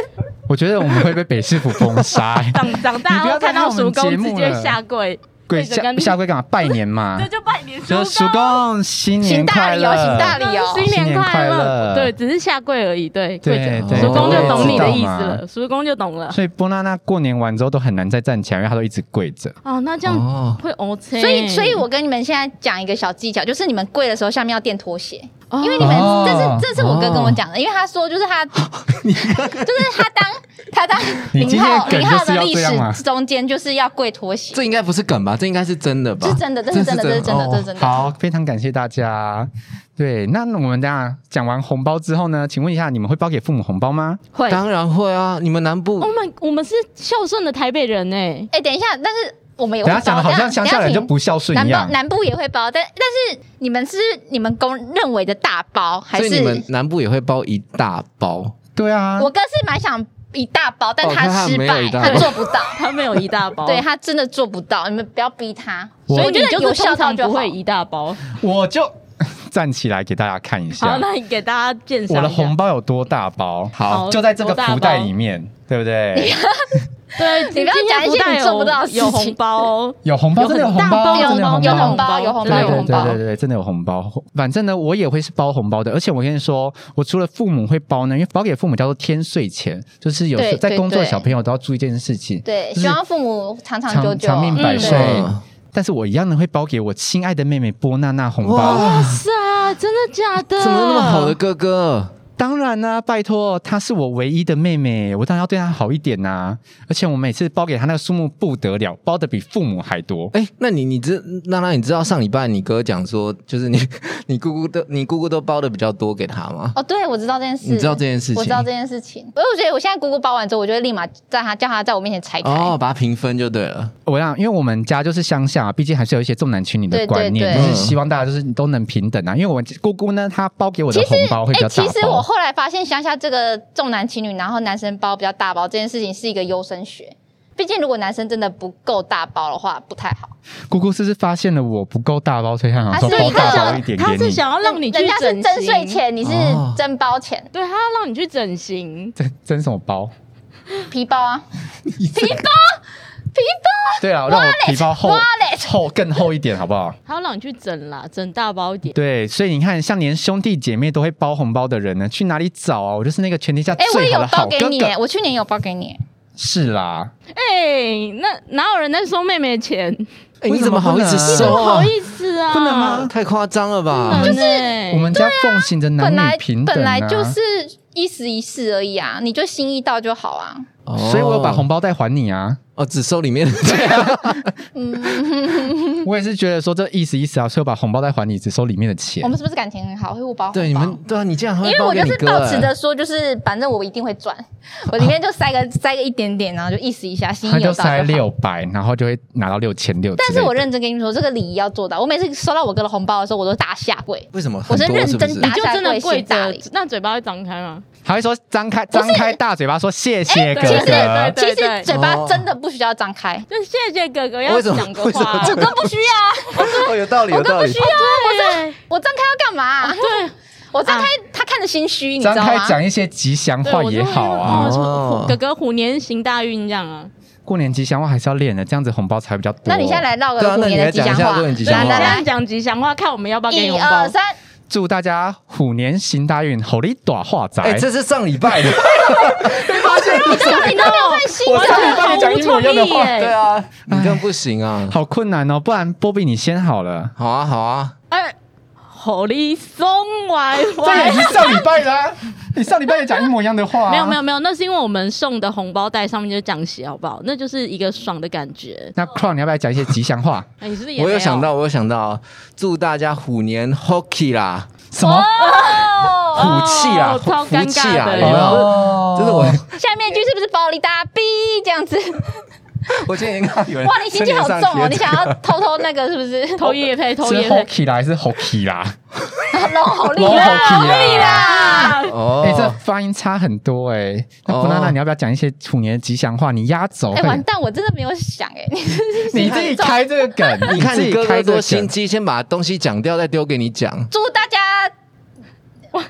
Speaker 2: 我觉得我们会被北市府封
Speaker 1: (laughs)
Speaker 2: 杀、欸
Speaker 4: 长长大
Speaker 2: 你不要
Speaker 4: 后
Speaker 2: 再
Speaker 4: 看
Speaker 2: 看
Speaker 4: 到
Speaker 2: 我们
Speaker 4: 叔
Speaker 2: 节
Speaker 4: 公
Speaker 2: 目
Speaker 4: 直接
Speaker 2: 了
Speaker 4: 下跪，
Speaker 2: 鬼
Speaker 4: 跪着
Speaker 2: 下
Speaker 4: 跟
Speaker 2: 下跪干嘛？拜
Speaker 1: (laughs)
Speaker 2: 年嘛
Speaker 4: 这，就拜年叔
Speaker 2: 就
Speaker 4: 公。
Speaker 2: 是叔公新年
Speaker 1: 行大
Speaker 2: 快
Speaker 1: 礼
Speaker 2: 乐，
Speaker 1: 哦，行大礼哦。
Speaker 4: 新
Speaker 2: 新年
Speaker 4: 年
Speaker 2: 快
Speaker 4: 快
Speaker 2: 乐
Speaker 4: 乐！对，只是下跪而已。对，跪
Speaker 2: 对
Speaker 4: 着，
Speaker 2: 对，
Speaker 4: 叔公就
Speaker 3: 哦
Speaker 4: 懂你的意思
Speaker 2: 我知道
Speaker 4: 了，
Speaker 2: 嘛。
Speaker 4: 叔公就懂了。
Speaker 2: 所以波娜娜过年完之后都很难再站起来，因为她都一直跪着。
Speaker 4: 啊，那这样
Speaker 3: 哦，
Speaker 4: 会 O C。
Speaker 1: 所以，所以我跟你们现在讲一个小技巧，就是你们跪的时候下面要垫拖鞋，
Speaker 4: 哦
Speaker 1: 因为你们
Speaker 2: 哦
Speaker 1: 这是这是我哥跟我讲的，因为他说就是
Speaker 2: (laughs)
Speaker 1: 他，就是他当他当
Speaker 2: 你今
Speaker 1: 零
Speaker 2: 天的
Speaker 1: 号
Speaker 2: 梗
Speaker 1: 零号
Speaker 2: 就是
Speaker 1: 的
Speaker 2: 要
Speaker 1: 历
Speaker 2: 这样嘛
Speaker 1: 史中间就是要跪拖鞋，
Speaker 3: 这应该不是梗吧？这应该是真
Speaker 2: 啊
Speaker 3: 的吧？
Speaker 1: 这是真的，这是真的，这是真的，这是真的。
Speaker 2: 哦好，非常感谢大家。对，那我们等一下讲完红包之后呢，请问一下，你们会包给父母红包吗？
Speaker 4: 会。
Speaker 3: 当然会啊！你们南部
Speaker 1: 嗯
Speaker 4: 我们我们是孝顺的台北人哎，
Speaker 1: 哎，等一下，但是哎我们也
Speaker 2: 等
Speaker 1: 会
Speaker 2: 一下
Speaker 1: 包，
Speaker 2: 讲的好像乡下人就不孝顺
Speaker 1: 南
Speaker 2: 一样
Speaker 1: 部。南部也会包，但但是你们是你们公认为的大包还
Speaker 3: 所以
Speaker 1: 是
Speaker 3: 你？们南部也会包一大包，
Speaker 2: 对啊，
Speaker 1: 我哥是蛮想一大包，但
Speaker 3: 哦他
Speaker 1: 他失
Speaker 3: 没有
Speaker 1: 败，
Speaker 3: 一大
Speaker 1: 他
Speaker 3: 包
Speaker 1: 做不到。
Speaker 4: 他们有一大
Speaker 1: (laughs)
Speaker 4: 包，
Speaker 1: 对他真的做不到，你们不要逼他。
Speaker 2: 我
Speaker 4: 所以
Speaker 1: 我觉
Speaker 4: 哦你
Speaker 1: 得
Speaker 4: 就
Speaker 1: 有
Speaker 4: 是
Speaker 1: 效
Speaker 4: 通
Speaker 1: 到
Speaker 4: 常
Speaker 1: 就
Speaker 4: 不
Speaker 1: 好
Speaker 4: 会。一大包。
Speaker 2: 我就 (laughs) 站起来给大家看一
Speaker 4: 好，
Speaker 2: 下，
Speaker 4: 那你给大家鉴赏
Speaker 2: 啊我
Speaker 4: 一下
Speaker 2: 的红包有多大包？
Speaker 4: 好
Speaker 2: 就在这个福袋里面，对不对？
Speaker 4: 对，
Speaker 1: 你不要讲一些
Speaker 4: 今
Speaker 1: 你
Speaker 4: 天福袋
Speaker 1: 做不到的事情
Speaker 4: 有有红包哦，
Speaker 2: 有红包，真的有红包，
Speaker 4: 有
Speaker 2: 真
Speaker 4: 很
Speaker 2: 的
Speaker 4: 大包
Speaker 1: 有
Speaker 2: 红
Speaker 1: 红
Speaker 2: 包。
Speaker 1: 包，有红
Speaker 2: 对
Speaker 1: 包，有
Speaker 2: 对
Speaker 1: 红
Speaker 2: 对对
Speaker 1: 包。
Speaker 2: 对，真的有红包。反正呢，我也会是包红包的，而且我跟你说，我除了父母会包呢，因为包给父母叫做添税钱，就是有时候
Speaker 1: 对
Speaker 2: 在
Speaker 1: 对
Speaker 2: 工作的
Speaker 1: 对
Speaker 2: 小朋友都要注意这件事情。
Speaker 1: 对，
Speaker 2: 就是
Speaker 1: 希望父母长长久
Speaker 2: 长
Speaker 1: 久，
Speaker 2: 长命百
Speaker 4: 嗯
Speaker 2: 岁
Speaker 3: 嗯。
Speaker 2: 但是我一样呢会包给我亲爱的妹妹波娜娜红包。
Speaker 3: 哇，
Speaker 4: 是啊，真的假的？
Speaker 3: 怎么那么好的？哥哥？
Speaker 2: 当然啦、拜托，她是我唯一的妹妹，我当然要对她好一点呐、而且我每次包给她那个数目不得了，包的比父母还多。
Speaker 3: 哎，那你你知娜娜，你知道上礼拜你哥讲说，就是你 (laughs) 你姑姑都你姑姑都包的比较多给他吗？
Speaker 1: 哦，对，我知道这件事，
Speaker 3: 你知道这件事情
Speaker 1: 我知道这件事情。我就觉得我现在姑姑包完之后，我就会立马在他叫他在我面前拆开。
Speaker 3: 哦，把它平分就对了。
Speaker 2: 我想，因为我们家就是乡下，毕竟还是有一些重男轻女的
Speaker 1: 对对
Speaker 2: 观念，
Speaker 1: 对
Speaker 2: 就是希望大家就是都能平等啊。因为我姑姑呢，她包给我的
Speaker 1: 其实
Speaker 2: 红包会比较大
Speaker 1: 哎其
Speaker 2: 包。
Speaker 1: 实我后来发现，乡下这个重男轻女，然后男生包比较大包这件事情是一个优生学。毕竟如果男生真的不够大包的话，不太好。
Speaker 2: 姑姑是不是发现了我不够大包，所以她想说
Speaker 1: 啊她是
Speaker 2: 包
Speaker 1: 一个
Speaker 2: 大包
Speaker 1: 想
Speaker 2: 一点
Speaker 4: 他
Speaker 2: 给
Speaker 4: 是
Speaker 2: 你？
Speaker 4: 想要让你去
Speaker 1: 人家是
Speaker 4: 整
Speaker 1: 真税
Speaker 4: 形，
Speaker 1: 钱，你是
Speaker 3: 哦
Speaker 1: 真包钱。
Speaker 4: 对，他要让你去整形。
Speaker 2: 真真什么包？
Speaker 1: 皮包啊，皮包，
Speaker 2: 对啊，让我皮包厚
Speaker 1: wallet
Speaker 2: 厚更厚一点，好不好？
Speaker 4: 还要让你去整啦，整大包一点。
Speaker 2: 对，所以你看，像连兄弟姐妹都会包红包的人呢，去哪里找啊？我就是那个全天下
Speaker 1: 哎、我也
Speaker 2: 最
Speaker 1: 有
Speaker 2: 好的好
Speaker 1: 包
Speaker 2: 哥
Speaker 1: 给
Speaker 2: 哥。
Speaker 1: 你、我去年有包给你，
Speaker 2: 是啦，
Speaker 4: 哎、那哪有人在收妹妹的钱？
Speaker 3: 哎
Speaker 2: 为
Speaker 3: 你
Speaker 2: 什
Speaker 3: 怎
Speaker 2: 么
Speaker 3: 么好意思
Speaker 2: 不能
Speaker 3: 收
Speaker 4: 不
Speaker 3: 啊
Speaker 4: 好？意思啊，
Speaker 2: 不能哦吗
Speaker 3: 太夸张了
Speaker 4: 不
Speaker 3: 吧
Speaker 4: 能？欸？
Speaker 2: 我们家奉行着男
Speaker 1: 本来
Speaker 2: 女平等、啊
Speaker 1: 哎本来就是一时一事而已啊，你就心意到就好啊。
Speaker 3: 哦
Speaker 2: 所以我有把红包袋还你啊！
Speaker 3: 哦，只收里面的
Speaker 2: 我也是觉得说这意思意思啊，所以我把红包袋还你，只收里面的钱
Speaker 1: 我。们是不是感情很好，会互包红包？
Speaker 3: 对你们，对啊，你竟然还
Speaker 1: 因
Speaker 3: 会
Speaker 1: 为
Speaker 3: 包
Speaker 1: 我
Speaker 3: 给
Speaker 1: 就
Speaker 3: 你
Speaker 1: 是
Speaker 3: 哥、
Speaker 1: 保持
Speaker 3: 哎
Speaker 1: 着说，就是反正我一定会
Speaker 3: (laughs)
Speaker 1: 赚，我里面就塞个塞个一点点，然后就意思一下，心意
Speaker 2: 他
Speaker 1: 有到
Speaker 2: 就
Speaker 1: 就
Speaker 2: 塞
Speaker 1: 好。
Speaker 2: 六百，然后就会拿到六千六。
Speaker 1: 但是我认真跟你们说，这个礼仪要做到。我每次收到我哥的红包的时候，我都大下跪。
Speaker 3: 为什么
Speaker 1: 我
Speaker 3: 很
Speaker 1: 是
Speaker 3: 多
Speaker 1: 认
Speaker 3: 是不
Speaker 1: 真
Speaker 3: 是
Speaker 1: 打？
Speaker 4: 你就真的跪
Speaker 1: 大家
Speaker 4: 着
Speaker 1: 跪下，
Speaker 4: 那嘴巴会张开吗？
Speaker 2: 还会说张开张开大嘴巴说谢谢哥
Speaker 4: 对
Speaker 2: 哥。
Speaker 1: 其实
Speaker 4: 对
Speaker 1: 其实嘴巴
Speaker 3: 哦
Speaker 1: 真的不需要张开，
Speaker 4: 就谢谢哥哥要
Speaker 3: 为什么
Speaker 4: 讲个
Speaker 3: 为什么
Speaker 4: 话，
Speaker 3: 这
Speaker 1: 我哥不需要啊，
Speaker 3: 哦，有道理，有道理。
Speaker 4: 对，
Speaker 1: 我张开要干嘛啊、
Speaker 4: 对
Speaker 1: 我张开，他看着心虚，你知
Speaker 2: 张
Speaker 1: 道
Speaker 2: 开
Speaker 1: 吗？
Speaker 2: 讲一些吉祥话也好啊
Speaker 1: 嗯
Speaker 3: 哦
Speaker 4: 对我，就会哦什么虎哥哥虎年行大运这样啊，
Speaker 2: 过年吉祥话还是要练的，这样子红包才比较多。
Speaker 1: 那你现在来唠
Speaker 3: 对
Speaker 1: 个
Speaker 3: 啊
Speaker 1: 虎年的吉祥
Speaker 3: 那
Speaker 1: 话，
Speaker 3: 你来讲一下过年吉
Speaker 4: 对
Speaker 3: 祥话
Speaker 4: 啊你
Speaker 1: 来
Speaker 4: 这
Speaker 1: 来
Speaker 4: 样
Speaker 1: 来，
Speaker 4: 讲吉祥话，看我们要不要给你
Speaker 1: 一
Speaker 4: 红包
Speaker 1: 二。三，
Speaker 2: 祝大家虎年行大运，猴力短化仔。
Speaker 3: 哎、这是上
Speaker 1: (laughs)
Speaker 3: 礼拜的，
Speaker 1: 你都
Speaker 4: 啊
Speaker 1: 你都没有换新
Speaker 2: 我上礼
Speaker 1: 的，
Speaker 2: 拜也讲一模一样的话，
Speaker 4: 哎
Speaker 3: 对啊，你这样不行啊。
Speaker 2: 好困难哦。不然波比你先好了，
Speaker 3: 好啊，好啊，
Speaker 4: 哎，好你松歪
Speaker 2: 这也
Speaker 4: 歪。
Speaker 2: 是上礼拜啦、 (laughs) 你上礼拜也讲一模一样的话、啊
Speaker 4: 没有没有。没有，那是因为我们送的红包袋上面就讲写好不好？那就是一个爽的感觉。
Speaker 2: 那 Crown 你要不要讲一些吉祥话？
Speaker 4: 哎，你是不是也
Speaker 3: 我
Speaker 4: 没
Speaker 3: 有想到，我有想到，祝大家虎年 hockey 啦，
Speaker 2: 什么？
Speaker 1: 哦，
Speaker 3: 虎气啦，
Speaker 4: 哦超
Speaker 3: 福
Speaker 4: 尴
Speaker 3: 气
Speaker 4: 尬
Speaker 3: 啦，
Speaker 4: 的
Speaker 3: 有没有？
Speaker 2: 哦
Speaker 3: 哎这是我， (laughs)
Speaker 1: 下面一句是不是包里大逼这样子？
Speaker 3: 我今天看到有人
Speaker 1: 哇，你心机好
Speaker 3: 在脸
Speaker 1: 重
Speaker 3: 上
Speaker 1: 哦！你
Speaker 3: 贴
Speaker 1: 想要偷偷那个是不是？
Speaker 4: 偷夜配，偷
Speaker 2: 是啊
Speaker 4: 夜配
Speaker 2: Hockey 啦还是 Hockey 啦？
Speaker 1: 龙好利啊
Speaker 2: 龙
Speaker 1: 啦，
Speaker 2: Hockey
Speaker 1: 好利
Speaker 2: 啦！
Speaker 1: 啦！
Speaker 3: 哦，
Speaker 1: (laughs)
Speaker 2: 哎，这发音差很多哎。那不娜娜，
Speaker 3: 哦
Speaker 2: 你要不要讲一些虎年的吉祥话？你压轴，
Speaker 1: 哎，
Speaker 2: 快
Speaker 1: 完
Speaker 2: 点
Speaker 1: 蛋，我真的没有想哎，你
Speaker 2: 你自己开哎这个梗，
Speaker 3: 你看
Speaker 2: 自
Speaker 3: 你
Speaker 2: 己
Speaker 3: 哥
Speaker 2: 开这
Speaker 3: 哥
Speaker 2: 个
Speaker 3: 多
Speaker 2: 梗
Speaker 3: 心机，先把东西讲掉，再丢给你讲。
Speaker 1: 祝大家
Speaker 2: 啊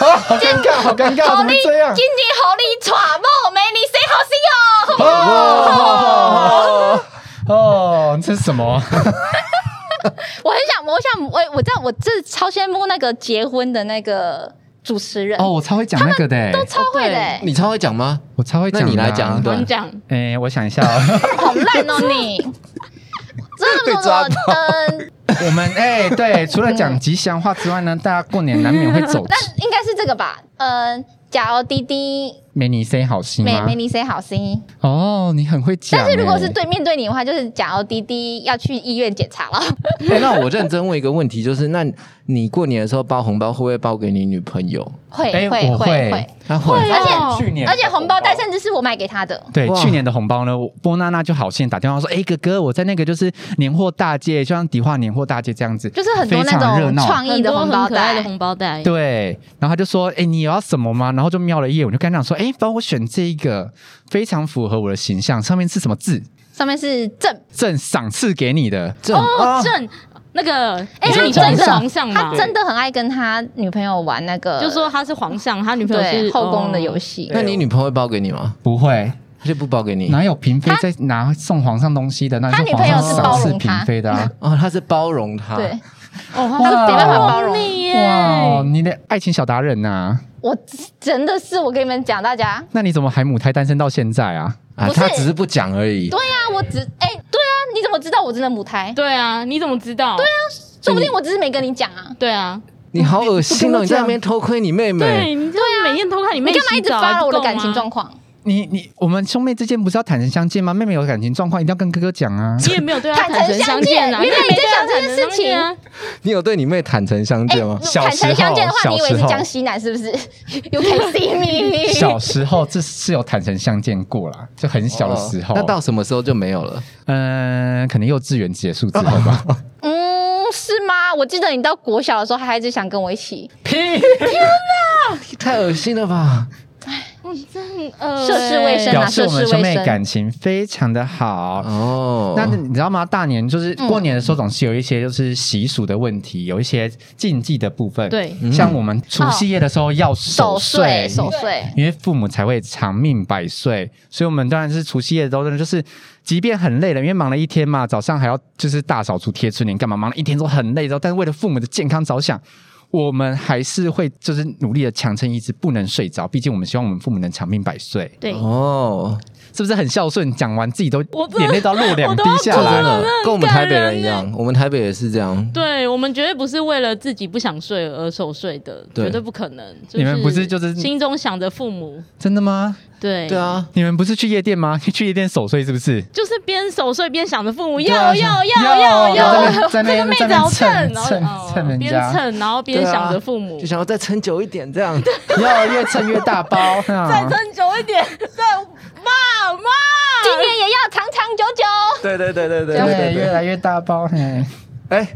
Speaker 2: 好尴尬，好尴尬，
Speaker 1: 好
Speaker 2: 怎么
Speaker 1: 利
Speaker 2: 这样
Speaker 1: 今？年好利闯梦，没你谁好心哦！
Speaker 2: 哦哦，这是什么？
Speaker 1: 我很想，我想，我我知道，我这超羡慕那个结婚的那个主持人，
Speaker 2: 哦，我超会讲那个的欸，
Speaker 1: 超会的、欸，
Speaker 3: 你超会
Speaker 1: (laughs)
Speaker 3: 讲吗？
Speaker 2: 我超会讲的啊。
Speaker 3: 那你来讲一段
Speaker 4: 我跟你讲，
Speaker 2: 哎，我想一下哦，
Speaker 1: 好烂哦你！这
Speaker 3: 被抓
Speaker 1: 么
Speaker 3: 包
Speaker 1: 嗯，
Speaker 2: 我们哎，对，除了讲吉祥话之外呢，大家过年难免会走
Speaker 1: 那应该是这个吧？嗯，假如滴滴
Speaker 2: 没你 say 好心
Speaker 1: 没
Speaker 2: 吗
Speaker 1: 没？你谁好心，
Speaker 2: 哦，你很会讲欸。
Speaker 1: 但是如果是对面对你的话，就是假如滴滴要去医院检查了，
Speaker 3: 哎、那我认真问一个问题，就是那你过年的时候包红包，会不会包给你女朋友？
Speaker 1: (laughs) 会
Speaker 2: 哎
Speaker 1: 会
Speaker 2: 我会
Speaker 1: 会，
Speaker 3: 她会
Speaker 4: 会
Speaker 1: 而且
Speaker 4: 哦
Speaker 2: 去年
Speaker 1: 而且红包袋甚至是我买给他的，
Speaker 2: 对
Speaker 3: 哇
Speaker 2: 去年的红包呢，我波娜娜就好心地打电话说：“哎、哥哥，我在那个就是年货大街，就像迪化年货大街这样子，
Speaker 1: 就是很多那
Speaker 2: 非常热
Speaker 1: 种
Speaker 2: 闹
Speaker 1: 创意
Speaker 4: 很
Speaker 1: 的
Speaker 4: 多
Speaker 1: 红
Speaker 4: 很
Speaker 1: 包
Speaker 4: 可爱的
Speaker 1: 袋。
Speaker 4: 红包袋，
Speaker 2: 对，然后他就说：“哎、你有要什么吗？”然后就瞄了一眼，我就跟他讲说：“哎、帮我选这一个，非常符合我的形象，上面是什么字？
Speaker 1: 上面是正，
Speaker 2: 朕赏赐给你的。”
Speaker 3: 这种
Speaker 4: 哦，
Speaker 3: 啊
Speaker 4: 正那个，
Speaker 1: 哎
Speaker 4: 你说
Speaker 1: 那
Speaker 4: 你
Speaker 1: 你
Speaker 4: 哥
Speaker 1: 真
Speaker 4: 是
Speaker 1: 的
Speaker 4: 皇上嘛
Speaker 1: 他？真的很爱跟他女朋友玩那个，
Speaker 4: 就说他是皇上，他女朋友
Speaker 1: 对
Speaker 4: 是嗯
Speaker 1: 后宫的游
Speaker 4: 戏。
Speaker 1: 戏。
Speaker 3: 那你女朋友会包给你吗？
Speaker 2: 不会，
Speaker 3: 她就不包给你
Speaker 2: 哪有嫔妃在拿送皇上东西的？那
Speaker 1: 他
Speaker 2: 是
Speaker 1: 女
Speaker 2: 皇
Speaker 1: 朋友
Speaker 2: 上
Speaker 1: 是
Speaker 2: 赏
Speaker 1: 包
Speaker 2: 赐
Speaker 1: 容
Speaker 2: 嫔
Speaker 1: 他
Speaker 2: 妃的啊！
Speaker 3: 哦，她是包容她。
Speaker 1: 对，
Speaker 4: 哦，
Speaker 1: 他
Speaker 4: 是
Speaker 1: 是没办法包容
Speaker 4: 你
Speaker 2: 哇，
Speaker 4: 耶。
Speaker 2: 你的爱情小达人呐、啊
Speaker 1: 我真的是，我跟你们讲，大家
Speaker 2: 那你怎么还母胎单身到现在啊？
Speaker 3: 啊，
Speaker 1: 不是
Speaker 3: 她只是不讲而已
Speaker 1: 对。呀、我只哎、对啊，你怎么知道我真的母胎？
Speaker 4: 对啊，你怎么知道？对啊，
Speaker 1: 说不定我只是没跟你讲啊。
Speaker 4: 对啊，
Speaker 3: 你好恶心
Speaker 2: 不跟
Speaker 3: 哦！
Speaker 2: 我
Speaker 3: 你在
Speaker 2: 讲
Speaker 3: 那边偷窥你妹妹。
Speaker 4: 对，啊你就是每天偷看你妹
Speaker 1: 你
Speaker 4: 洗
Speaker 1: 干嘛一直
Speaker 4: 澡
Speaker 1: 发
Speaker 4: 还
Speaker 1: 了
Speaker 4: 不
Speaker 1: 我的
Speaker 4: 够
Speaker 1: 感情
Speaker 4: 吗
Speaker 1: 状况？
Speaker 2: 你你我们兄妹之间不是要坦诚相见吗？妹妹有感情状况，一定要跟哥哥
Speaker 1: (laughs)
Speaker 2: 讲啊。
Speaker 4: 你也没有对他
Speaker 1: 坦
Speaker 4: 坦
Speaker 1: 诚
Speaker 4: 诚
Speaker 1: 相
Speaker 4: 相
Speaker 1: 见
Speaker 4: 见啊！
Speaker 1: 原来你
Speaker 4: 没
Speaker 1: 在
Speaker 4: 对
Speaker 1: 想
Speaker 4: 他
Speaker 1: 这
Speaker 4: 坦
Speaker 1: 件
Speaker 4: 诚
Speaker 1: 事
Speaker 4: 相见
Speaker 1: 情
Speaker 4: 啊！
Speaker 3: 你有对你妹坦诚相见吗？
Speaker 2: 小
Speaker 1: 坦诚
Speaker 2: 时
Speaker 1: 相见的
Speaker 2: 候
Speaker 1: 话，你以为是
Speaker 2: 小时候
Speaker 1: 江西男是不 (laughs) 是？You can see me。
Speaker 2: (laughs) 小时候这是有坦诚相见过啦，就很小的时候。
Speaker 3: 哦那到什么时候就没有了？
Speaker 2: 嗯、可能幼稚园结束之后吧。 (laughs)
Speaker 1: 嗯，是吗？我记得你到国小的时候，还一直想跟我一起。
Speaker 2: 屁！
Speaker 3: 太恶心了吧！
Speaker 4: 哦，真呃，
Speaker 1: 涉世未深
Speaker 2: 表
Speaker 1: 啊
Speaker 2: 示
Speaker 1: 涉
Speaker 2: 我们
Speaker 1: 世
Speaker 2: 兄
Speaker 1: 未
Speaker 2: 妹
Speaker 1: 深。
Speaker 2: 感情非常的好。
Speaker 3: 哦，
Speaker 2: 那你知道吗？大年就是
Speaker 1: 嗯
Speaker 2: 过年的时候，总是有一些就是习俗的问题，有一些禁忌的部分。
Speaker 4: 对
Speaker 3: 嗯
Speaker 2: 像我们除夕夜的时候要
Speaker 1: 守
Speaker 2: 守
Speaker 1: 岁，
Speaker 2: 岁，
Speaker 1: 守岁，
Speaker 2: 因为父母才会长命百岁，所以我们当然是除夕夜都真的就是，即便很累了，因为忙了一天嘛，早上还要就是大扫除、贴春联，干嘛忙了一天都很累之后，但是为了父母的健康着想，我们还是会就是努力的强撑意志，不能睡着。毕竟我们希望我们父母能长命百岁，
Speaker 4: 对，
Speaker 3: 哦，
Speaker 2: 是不是很孝顺？讲完自己都 (laughs)
Speaker 4: 我不
Speaker 2: 眼泪都要落两滴
Speaker 3: 这
Speaker 2: 下
Speaker 3: 真
Speaker 2: 来了。
Speaker 3: 的跟我们台北
Speaker 4: 感人
Speaker 3: 人一样，我们台北也是这样。
Speaker 4: 对我们绝对不是为了自己不想睡而守岁的，
Speaker 3: 对
Speaker 4: 绝对不可能。就
Speaker 2: 你们不是就是
Speaker 4: 心中想着父母？
Speaker 2: 真的吗？
Speaker 4: 对
Speaker 3: 对，啊，
Speaker 2: 你们不是去夜店吗？去夜店守岁是不是？
Speaker 4: 就是边守岁边想着父母，
Speaker 2: 对啊
Speaker 4: 要要要
Speaker 2: 要
Speaker 4: 要
Speaker 2: 要
Speaker 4: 要，
Speaker 2: 在那
Speaker 4: 这个
Speaker 2: 边
Speaker 4: 妹
Speaker 2: 在
Speaker 4: 子
Speaker 2: 那
Speaker 4: 好
Speaker 2: 边蹭
Speaker 4: (laughs) 然后
Speaker 2: 蹭
Speaker 4: 哦
Speaker 2: 蹭人
Speaker 4: 边
Speaker 2: 家
Speaker 4: 蹭然后边
Speaker 3: 对啊
Speaker 4: 想着父母
Speaker 3: 就，想要再撑久一点这样。
Speaker 2: (laughs) 要越蹭越大包， (laughs)
Speaker 4: 再撑久一点，再妈妈。
Speaker 1: 今年也要长长久久。
Speaker 3: (laughs) 对对对对对
Speaker 2: 对，
Speaker 3: 对
Speaker 2: 越
Speaker 3: 对。
Speaker 2: 来越大包，嘿，
Speaker 3: 哎，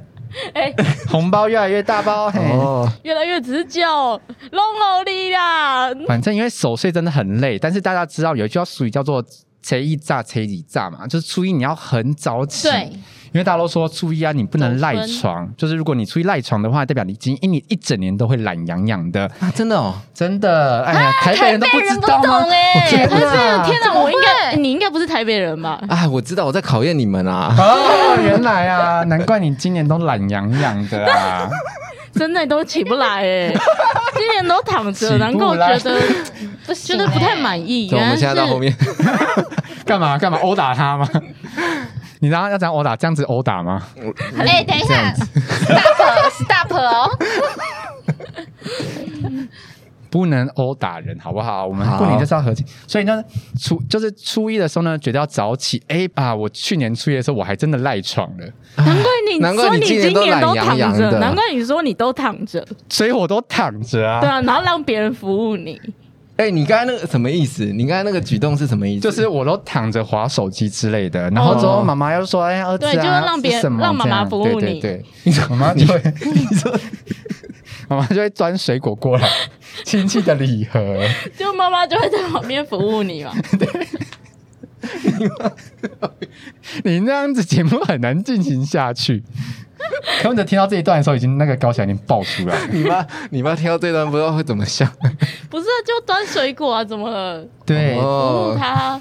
Speaker 4: 哎，
Speaker 2: 红包越来越大包，嘿。
Speaker 3: 哦，
Speaker 4: 越来越直角，弄好你啦！
Speaker 2: (laughs) 反正因为守岁真的很累，但是大家知道有一句话俗语叫做“初一炸，初一炸”嘛，就是初一你要很早起，
Speaker 4: 对
Speaker 2: 因为大家都说初一啊，你不能赖床，就是如果你出去赖床的话，代表你今一你一整年都会懒洋洋的，
Speaker 3: 啊真的哦，
Speaker 2: 真的，哎呀，台北人都
Speaker 1: 啊台北人
Speaker 2: 知道吗？
Speaker 1: 不懂哎
Speaker 2: 天
Speaker 4: 但
Speaker 2: 哪
Speaker 4: 啊是天哪，我应该
Speaker 1: 会
Speaker 4: 你应该不是台北人吧？
Speaker 3: 哎，我知道我在考验你们啊。
Speaker 2: 哦，原来啊，难怪你今年都懒洋洋的啊！ (laughs)
Speaker 4: 真的都起不来哎，
Speaker 3: (laughs)
Speaker 4: 今年都躺
Speaker 2: 起不
Speaker 4: 着，难怪我觉得
Speaker 1: 不
Speaker 4: 觉
Speaker 1: 行
Speaker 4: 得不太满
Speaker 1: 意。
Speaker 4: 意。
Speaker 3: 哎对，我
Speaker 4: 原来
Speaker 3: 们
Speaker 4: 是
Speaker 3: 现在到后面，
Speaker 2: 干嘛干嘛殴打他吗？ (laughs) 你知道要这样殴打，这样子殴打吗？
Speaker 1: 哎，等一下，stop，stop 哦，
Speaker 2: 不能殴打人，好不好？我们
Speaker 3: 好
Speaker 2: 过年就是要和气，所以呢，初就是初一的时候呢，觉得要早起。哎啊，我去年初一的时候，我还真的赖床了，
Speaker 4: 难怪
Speaker 3: (laughs)
Speaker 4: 你
Speaker 3: 难怪
Speaker 4: 说
Speaker 3: 你今
Speaker 4: 今
Speaker 3: 年都
Speaker 4: 年都
Speaker 3: 懒洋
Speaker 4: 躺
Speaker 3: 洋
Speaker 4: 着，
Speaker 3: 的
Speaker 4: 难怪你说你都躺着，
Speaker 2: 所以我都躺着啊。
Speaker 4: 对啊，然后让别人服务你，
Speaker 3: 哎，你刚才那个什么意思？你刚才那个举动是什么意思？
Speaker 2: 就是我都躺着划手机之类的，然后之后
Speaker 3: 哦
Speaker 2: 妈妈要说：“哎，儿子、啊，
Speaker 4: 对就是让别人
Speaker 2: 是什么
Speaker 4: 让妈妈
Speaker 2: 这样
Speaker 4: 服务
Speaker 2: 对对
Speaker 4: 你
Speaker 2: 对，妈妈就会，你说，妈妈就会端水果过来，亲戚的礼盒。
Speaker 4: 就妈妈就会在旁边服务
Speaker 3: (laughs)
Speaker 4: 你嘛。
Speaker 2: 你那样子节目很难进行下去。可我只听到这一段的时候，已经那个高潮已经爆出来了。
Speaker 3: 你妈，你妈听到这段不知道会怎么想。
Speaker 4: 不是，就端水果啊，怎么了？
Speaker 2: 对
Speaker 4: 服务
Speaker 3: 哦，
Speaker 4: 他，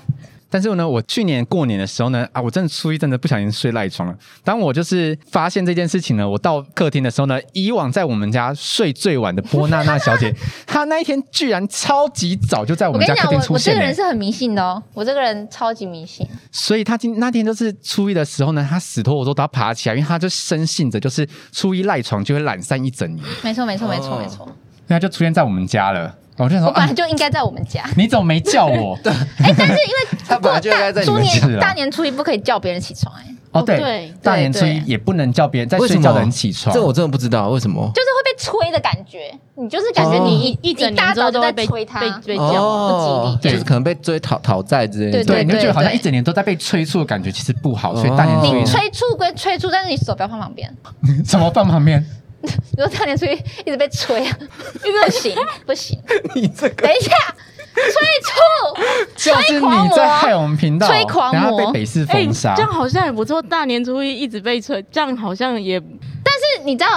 Speaker 2: 但是呢，我去年过年的时候呢，啊，我真的初一真的不小心睡赖床了。当我就是发现这件事情呢，我到客厅的时候呢，以往在我们家睡最晚的波娜娜
Speaker 1: (laughs)
Speaker 2: 小姐，她那一天居然超级早就在我
Speaker 1: 我
Speaker 2: 们
Speaker 1: 跟
Speaker 2: 家
Speaker 1: 你讲，
Speaker 2: 客
Speaker 1: 我
Speaker 2: 厅出
Speaker 1: 我这
Speaker 2: 现欸
Speaker 1: 个
Speaker 2: 了
Speaker 1: 人。是很迷信的哦，我这个人超级迷信。
Speaker 2: 所以她今那天就是初一的时候呢，她死拖我说她爬起来，因为她就深信着就是初一赖床就会懒散一整年，
Speaker 1: 没错，没错，没错，
Speaker 3: 哦
Speaker 1: 没错。
Speaker 2: 那她就出现在我们家了。我就想
Speaker 1: 我
Speaker 2: 说，
Speaker 1: 本
Speaker 2: 啊
Speaker 1: 来，就应该在我们
Speaker 2: (laughs)
Speaker 1: 家，
Speaker 2: 你怎么没叫
Speaker 1: (laughs)
Speaker 2: 我？
Speaker 1: 哎，但是因为
Speaker 3: 他本来就应该在你
Speaker 1: 过
Speaker 3: 们
Speaker 1: 大
Speaker 2: 家
Speaker 1: 初年大年初一不可以叫别人起床，哎，就
Speaker 2: 哦，
Speaker 4: 哦
Speaker 2: 对，
Speaker 4: 对
Speaker 2: 大年
Speaker 1: 对
Speaker 2: 初一
Speaker 1: 对
Speaker 2: 也不能叫别人在
Speaker 3: 为什
Speaker 2: 睡
Speaker 3: 么
Speaker 2: 觉的人起床。
Speaker 3: 这我真的不知道为什么。
Speaker 1: 是会被催的感觉，你就是感觉
Speaker 3: 哦
Speaker 1: 你一
Speaker 4: 一整
Speaker 1: 大
Speaker 4: 年之
Speaker 1: 早
Speaker 4: 后
Speaker 1: 就
Speaker 4: 都
Speaker 1: 在
Speaker 4: 会被
Speaker 1: 催他，
Speaker 4: 被被叫。
Speaker 3: 哦
Speaker 1: 不，吉利
Speaker 3: 就是可能被追讨讨债之类
Speaker 1: 对
Speaker 3: 的。
Speaker 2: 对，你就觉得好像
Speaker 1: 对
Speaker 2: 一整年都在被催促的感觉，其实不好。所以大年初
Speaker 1: 你
Speaker 2: 一
Speaker 3: 哦
Speaker 1: (laughs) 催促归催促，但是你手不要放旁边。
Speaker 2: 什么放旁边？
Speaker 1: 你说大年初一一直被催，一直不行不行。
Speaker 3: 你这个
Speaker 1: 等一下，催
Speaker 2: 就是你在害我们频道，
Speaker 1: 催狂魔
Speaker 2: 然后被北市
Speaker 4: 哎，
Speaker 2: 封杀
Speaker 4: 这。样好像也不错。大年初一一直被催，这样好像也
Speaker 1: 促，你知道。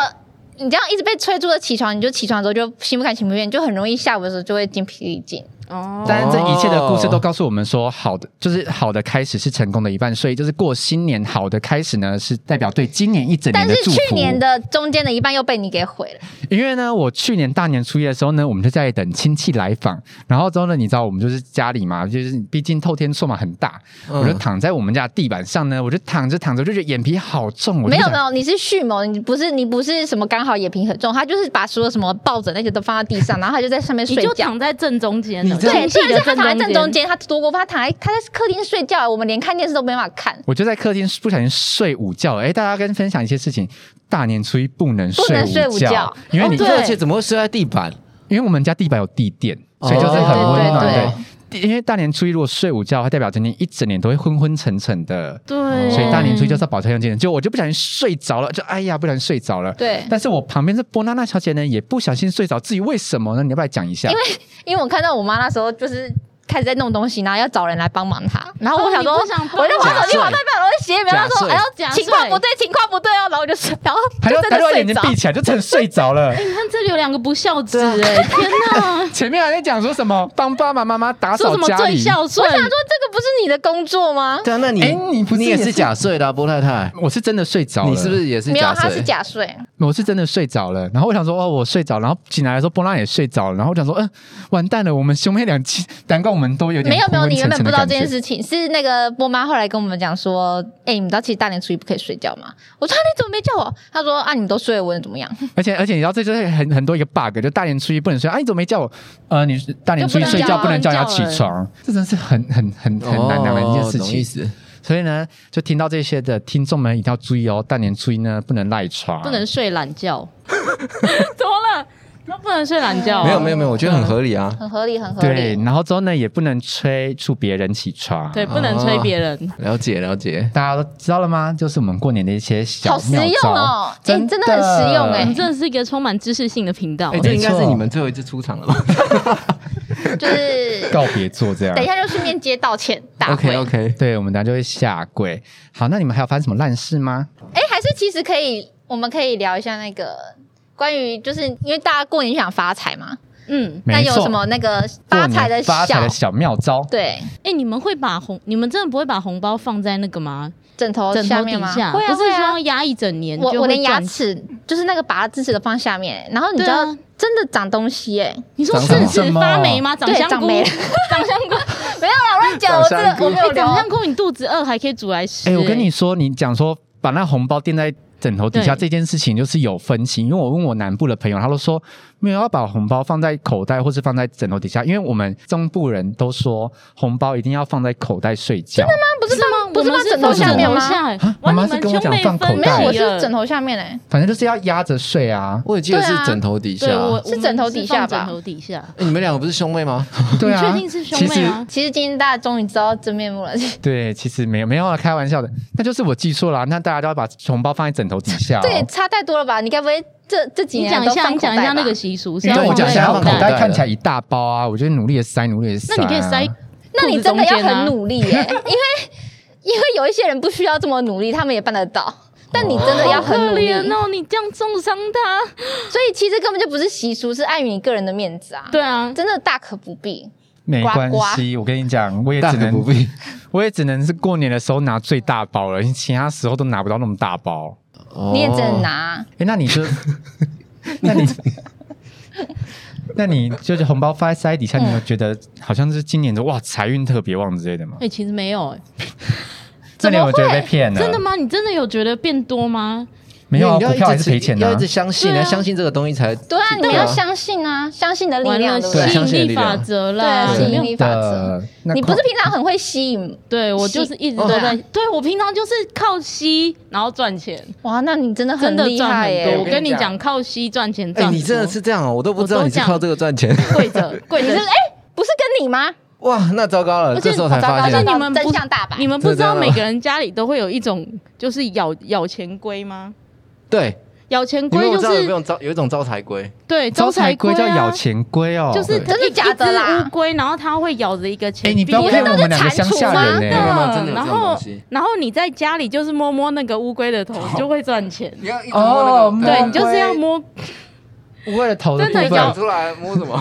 Speaker 1: 你这样一直被催促的起床，你就起床之后就心不甘情不愿，就很容易下午的时候就会精疲力尽。
Speaker 4: 哦，
Speaker 2: 但是这一切的故事都告诉我们说，好的就是好的开始是成功的一半，所以就是过新年好的开始呢，是代表对今年一整年
Speaker 1: 但
Speaker 2: 的
Speaker 1: 是
Speaker 2: 祝福。
Speaker 1: 去年的中间的一半又被你给毁了，
Speaker 2: 因为呢，我去年大年初一的时候呢，我们就在等亲戚来访，然后之后呢，你知道我们就是家里嘛，就是毕竟透天厝嘛很大，
Speaker 3: 嗯
Speaker 2: 我就躺在我们家地板上呢，我就躺着躺着就觉得眼皮好重，我就
Speaker 1: 没有
Speaker 2: 想
Speaker 1: 没有，你是蓄谋，你不是你不是什么刚好眼皮很重，他就是把所有什么抱枕那些都放到地上，然后他就在上面
Speaker 4: 你
Speaker 1: 睡
Speaker 4: 就
Speaker 1: 觉。
Speaker 4: 躺在正中间了，
Speaker 1: 对，
Speaker 4: 亲
Speaker 1: 虽
Speaker 4: 戚
Speaker 1: 然
Speaker 4: 的
Speaker 1: 是他躺在正中
Speaker 4: 间。
Speaker 1: 间，他多过分，他躺在他在客厅睡觉，我们连看电视都没办法看，
Speaker 2: 我就在客厅不小心睡午觉了。哎，大家跟分享一些事情，大年初一不能睡
Speaker 1: 不能睡午觉
Speaker 2: 因为你、
Speaker 1: 哦对
Speaker 3: 而且怎么会睡在地板？
Speaker 2: 因为我们家地板有地垫，
Speaker 3: 哦
Speaker 2: 所以就是很温暖。
Speaker 1: 对对对
Speaker 2: 对
Speaker 1: 对
Speaker 2: 因为大年初一如果睡午觉，它代表今天一整年都会昏昏沉沉的。
Speaker 1: 嗯
Speaker 4: 对，
Speaker 2: 所以大年初一就是要保持用精神，就我就不小心睡着了，就哎呀，不小心睡着了。
Speaker 1: 对，
Speaker 2: 但是我旁边这波娜娜小姐呢，也不小心睡着，至于为什么呢？你要不要讲一下？因为
Speaker 1: 因为我看到我妈那时候就是开始在弄东西，然后要找人来帮忙她，然后我想说，
Speaker 4: 哦你不想帮
Speaker 1: 我就把手机往那边，然后斜一边，
Speaker 3: 假
Speaker 1: 她说
Speaker 3: 睡
Speaker 1: 哎呀，
Speaker 4: 假睡
Speaker 1: 情况不对，情况不对哦，然后我就睡，然后
Speaker 2: 还
Speaker 1: 就
Speaker 2: 要
Speaker 1: 真
Speaker 2: 还
Speaker 1: 的
Speaker 2: 要
Speaker 1: 睡
Speaker 2: 眼睛
Speaker 1: 着。
Speaker 2: 闭起来，就真睡
Speaker 1: (laughs)
Speaker 2: 着了。
Speaker 4: 你看这里有两个不孝子
Speaker 2: 啊
Speaker 4: 哎，天哪，
Speaker 2: 前面还在讲说什么帮爸爸妈妈打
Speaker 4: 说
Speaker 2: 扫
Speaker 4: 什么
Speaker 2: 家
Speaker 4: 最
Speaker 2: 里，
Speaker 4: 孝顺
Speaker 1: 我？想说，这个不是你的工作吗？
Speaker 3: 对啊，那你
Speaker 2: 哎你不是
Speaker 3: 也
Speaker 2: 也是
Speaker 3: 是假睡的啊，波太太，
Speaker 2: 我是真的睡着了，
Speaker 3: 你是不是也是
Speaker 1: 没有，
Speaker 3: 假
Speaker 1: 她是
Speaker 3: 睡？
Speaker 1: 假睡。
Speaker 2: 我是真的睡着了，然后我想说哦，我睡着，然后醒来的时候波拉也睡着了，然后我想说，嗯、完蛋了，我们兄妹俩，其难怪我们都有点
Speaker 1: 没有没有，
Speaker 2: 昏昏
Speaker 1: 你原
Speaker 2: 沉
Speaker 1: 本
Speaker 2: 沉
Speaker 1: 不知
Speaker 2: 的
Speaker 1: 道
Speaker 2: 感
Speaker 1: 这
Speaker 2: 觉
Speaker 1: 件。事情，是那个波妈后来跟我们讲说，哎、你们知道其实大年初一不可以睡觉吗？我说、啊、你怎么没叫我？她说啊，你们都睡了，我能怎么样？
Speaker 2: 而且而且你知道这就是很很多一个 bug，就大年初一不能睡，啊，你怎么没叫我？呃，你大年初一
Speaker 1: 就不能
Speaker 2: 睡
Speaker 1: 叫
Speaker 2: 觉
Speaker 1: 啊
Speaker 2: 不能叫人家
Speaker 4: 不
Speaker 2: 起
Speaker 4: 能叫
Speaker 2: 床，这真是很很很很难的一件事
Speaker 3: 哦懂意
Speaker 2: 情。
Speaker 3: 思。
Speaker 2: 所以呢，就听到这些的听众们一定要注意哦，大年初一呢不能赖床，
Speaker 4: 不能睡
Speaker 1: (laughs)
Speaker 4: 懒觉，怎么了？那不能睡懒觉啊？
Speaker 3: 没有没有没有，我觉得很合理啊。
Speaker 1: 很合理，很合
Speaker 2: 对，
Speaker 1: 理。
Speaker 2: 然后之后呢也不能催促别人起床。
Speaker 4: 对，不能催别
Speaker 2: 哦
Speaker 4: 人。
Speaker 3: 了解了解，
Speaker 2: 大家都知道了吗？就是我们过年的一些小
Speaker 1: 好实
Speaker 2: 妙招
Speaker 1: 用哦哎
Speaker 2: 真
Speaker 1: 真的很实用
Speaker 4: 我
Speaker 1: 哎
Speaker 4: 们真的是一个充满知识性的频道
Speaker 3: 哎，。
Speaker 2: 对
Speaker 3: 这应该
Speaker 2: 没
Speaker 3: 是
Speaker 2: 错
Speaker 3: 你们最后一次出场了吧
Speaker 1: 哎就是
Speaker 2: (laughs) 告别做这样
Speaker 1: 等一。下就顺便接道歉大会。
Speaker 3: ？OK OK，
Speaker 2: 对，我们等下就会下跪。好，那你们还有发生什么烂事吗？
Speaker 1: 哎、还是其实可以，我们可以聊一下那个关于，就是因为大家过年想发财嘛，
Speaker 4: 嗯，
Speaker 1: 那
Speaker 2: 没
Speaker 1: 有
Speaker 2: 错
Speaker 1: 什么那个发财
Speaker 2: 过
Speaker 1: 的
Speaker 2: 年发财
Speaker 1: 小
Speaker 2: 的小妙招？
Speaker 1: 对
Speaker 4: 哎，你们会把红，你们真的不会把红包放在那个吗？
Speaker 1: 枕头
Speaker 4: 枕
Speaker 1: 下
Speaker 4: 头
Speaker 1: 面
Speaker 4: 底
Speaker 1: 吗？
Speaker 4: 下，
Speaker 1: 会啊，
Speaker 4: 不
Speaker 1: 会
Speaker 4: 是说
Speaker 1: 啊
Speaker 4: 要压一整年
Speaker 1: 我
Speaker 4: 就
Speaker 1: 我
Speaker 4: 会
Speaker 1: 连牙
Speaker 4: 赚钱？
Speaker 1: 齿就是那个拔智齿的放下面，然后你知道、
Speaker 4: 对啊
Speaker 1: 真的长东西哎、
Speaker 4: 你说
Speaker 3: 长
Speaker 4: 市
Speaker 2: 什
Speaker 4: 值
Speaker 2: 么
Speaker 4: 发霉吗？长
Speaker 1: 对
Speaker 4: 香
Speaker 1: 长
Speaker 4: 菇，
Speaker 1: 霉
Speaker 4: (laughs) 长香菇，
Speaker 1: 没有啦，乱讲，我真
Speaker 3: 长香
Speaker 1: 的
Speaker 3: 菇
Speaker 1: 我没有
Speaker 4: 哎长
Speaker 1: 聊
Speaker 4: 香。菇，你肚子饿还可以煮来吃。
Speaker 2: 哎、我跟你说，你讲说把那红包垫在枕头底下
Speaker 4: 对
Speaker 2: 这件事情，就是有分歧。因为我问我南部的朋友，他都说没有要把红包放在口袋或是放在枕头底下，因为我们中部人都说红包一定要放在口袋睡觉。
Speaker 1: 不是吗？不是
Speaker 4: 我
Speaker 1: 放
Speaker 4: 们
Speaker 1: 枕头下面
Speaker 4: 枕头
Speaker 1: 吗？
Speaker 4: 下
Speaker 2: 啊
Speaker 4: 哇，
Speaker 2: 妈妈
Speaker 4: 你
Speaker 2: 是
Speaker 4: 们
Speaker 2: 跟我
Speaker 4: 兄
Speaker 2: 讲
Speaker 4: 妹
Speaker 2: 放口
Speaker 4: 分
Speaker 2: 袋
Speaker 1: 没有，我
Speaker 4: 离
Speaker 1: 是
Speaker 4: 了
Speaker 1: 枕头下面哎、
Speaker 2: 反正就是要压着睡啊。
Speaker 3: 我也记得
Speaker 1: 对
Speaker 3: 是
Speaker 1: 啊
Speaker 3: 枕头底下
Speaker 4: 对，我
Speaker 3: 啊。
Speaker 1: 是
Speaker 4: 我们
Speaker 1: 枕头底下
Speaker 4: 是放
Speaker 1: 吧
Speaker 4: 枕头底下。
Speaker 3: 哎你们两个不是兄妹吗？
Speaker 2: 对啊，
Speaker 4: 你确定是兄
Speaker 2: 其
Speaker 4: 妹
Speaker 2: 实
Speaker 4: 吗？
Speaker 1: 其实今天大家终于知道真面目了，
Speaker 2: 对，其实没有没有啊，开玩笑的，那就是我记错了啊、那大家都要把红包放在枕头底下、哦。
Speaker 1: 这也差太多了吧？你该不会这这几
Speaker 4: 你
Speaker 1: 年
Speaker 4: 讲一
Speaker 1: 都
Speaker 4: 下，
Speaker 1: 放
Speaker 4: 你
Speaker 1: 口袋
Speaker 4: 讲
Speaker 1: 吧
Speaker 4: 一下那个习俗是
Speaker 2: 因
Speaker 4: 要
Speaker 2: 为
Speaker 4: 放
Speaker 2: 我讲
Speaker 4: 在
Speaker 2: 想要
Speaker 3: 放
Speaker 2: 口
Speaker 3: 口
Speaker 2: 袋
Speaker 3: 袋
Speaker 2: 看
Speaker 3: 的
Speaker 2: 起来一大包啊，我就努力的塞，努力的塞、
Speaker 4: 那
Speaker 2: 啊。
Speaker 4: 你可以塞，
Speaker 1: 那你真的要很
Speaker 4: 力。
Speaker 1: 努力耶、因为 (laughs) 因为有一些人不需要这么努力，他们也办得到。但你真的要很努
Speaker 4: 可
Speaker 1: 力，
Speaker 4: 怜哦，你这样重伤他。
Speaker 1: 所以其实根本就不是习俗，是碍于你个人的面子啊。
Speaker 4: 对，啊，
Speaker 1: 真的大可不必。
Speaker 2: 没关
Speaker 1: 呱
Speaker 2: 系，我跟你讲，我也
Speaker 3: 大
Speaker 2: 只
Speaker 3: 可不
Speaker 2: 能，
Speaker 3: 必。
Speaker 2: (laughs) 我也只能是过年的时候拿最大包了，其他时候都拿不到那么大包。
Speaker 3: 哦
Speaker 1: 你也只能拿，
Speaker 2: 哎、那你 (laughs) 就，那你，那你就是红包放在塞底下，你
Speaker 4: 嗯
Speaker 2: 有没有觉得好像是今年的哇财运特别旺之类的吗？
Speaker 4: 哎，其实没有哎，
Speaker 2: 这
Speaker 1: 怎
Speaker 2: 里
Speaker 1: 么
Speaker 2: 我
Speaker 1: 会
Speaker 2: 觉得被骗了，
Speaker 4: 真的？吗？你真的有觉得变多吗？
Speaker 2: 没有啊，
Speaker 3: 你要
Speaker 2: 股
Speaker 3: 一直
Speaker 2: 票还是赔钱的、
Speaker 3: 要一
Speaker 2: 啊
Speaker 3: 直。相信，你
Speaker 4: 对啊
Speaker 3: 要相信这个东西才
Speaker 1: 对啊，你们
Speaker 3: 对啊
Speaker 1: 要相信啊，相信你的力
Speaker 4: 完
Speaker 1: 量，
Speaker 4: 了，
Speaker 1: 对不
Speaker 3: 对
Speaker 1: 对
Speaker 3: 相？
Speaker 4: 吸
Speaker 3: 信
Speaker 4: 引
Speaker 3: 的
Speaker 4: 力
Speaker 3: 力量
Speaker 4: 法则啦，
Speaker 1: 对吸
Speaker 4: 没
Speaker 1: 引
Speaker 4: 有
Speaker 1: 力法则
Speaker 2: 的，那
Speaker 1: 你不是
Speaker 2: 快
Speaker 1: 平常很会吸引
Speaker 4: 对我
Speaker 1: 吸
Speaker 4: 就是一直都
Speaker 1: 对啊
Speaker 4: 在，对我平常就是靠吸，然后赚钱，
Speaker 1: 哇？那你真的
Speaker 4: (laughs) 真
Speaker 1: 很
Speaker 4: 的
Speaker 1: 厉
Speaker 4: 赚
Speaker 1: 害
Speaker 4: 很
Speaker 1: 耶、
Speaker 4: 多。我
Speaker 1: 我
Speaker 4: 跟你
Speaker 2: 我跟你
Speaker 4: 讲，
Speaker 2: 讲
Speaker 4: 靠吸赚钱
Speaker 3: 哎、
Speaker 4: 赚很多。
Speaker 3: 你真的
Speaker 4: (laughs)
Speaker 3: 是这样哦，我都不知道
Speaker 4: 我都
Speaker 3: 你是
Speaker 4: 讲
Speaker 3: 靠这个赚钱。(laughs)
Speaker 4: 跪着跪
Speaker 1: 你
Speaker 4: 着
Speaker 1: 是。哎、不是跟你吗？
Speaker 3: 哇，那糟糕了，
Speaker 4: 而
Speaker 3: 呃
Speaker 4: 且
Speaker 3: 这时候才
Speaker 1: 糟糕
Speaker 3: 发
Speaker 1: 糟
Speaker 3: 现
Speaker 1: 糕
Speaker 4: 你们不
Speaker 1: 真相大白。
Speaker 4: 你们不知道
Speaker 3: 真的哦
Speaker 4: 每个人家里都会有一种就是咬咬钱龟吗？
Speaker 3: 对，
Speaker 4: 咬钱
Speaker 3: 你
Speaker 4: 龟
Speaker 3: 们
Speaker 4: 就
Speaker 3: 知道有没
Speaker 4: 是
Speaker 3: 有招有一种招财龟？
Speaker 4: 对
Speaker 2: 招财
Speaker 4: 龟
Speaker 2: 龟叫
Speaker 4: 啊
Speaker 2: 咬，钱龟哦，
Speaker 4: 就是
Speaker 3: 对
Speaker 1: 真的
Speaker 4: 一
Speaker 1: 假的啦
Speaker 4: 一只乌龟，然后它会咬着一个
Speaker 2: 哎、
Speaker 4: 钱币。
Speaker 2: 你不要骗我们两个乡下人欸
Speaker 1: 你
Speaker 2: 呢、
Speaker 1: 知道
Speaker 4: 啊
Speaker 3: 没有没有真的有
Speaker 4: 然
Speaker 3: 这种
Speaker 4: 后
Speaker 3: 东西，
Speaker 4: 然后你在家里就是摸摸那个乌龟的头，你就会赚钱。
Speaker 3: 你要一直
Speaker 2: 哦摸
Speaker 4: 对，你就是要摸，
Speaker 2: 乌龟的头的部
Speaker 4: 真的
Speaker 2: 分
Speaker 4: 咬，
Speaker 3: 出来摸什么？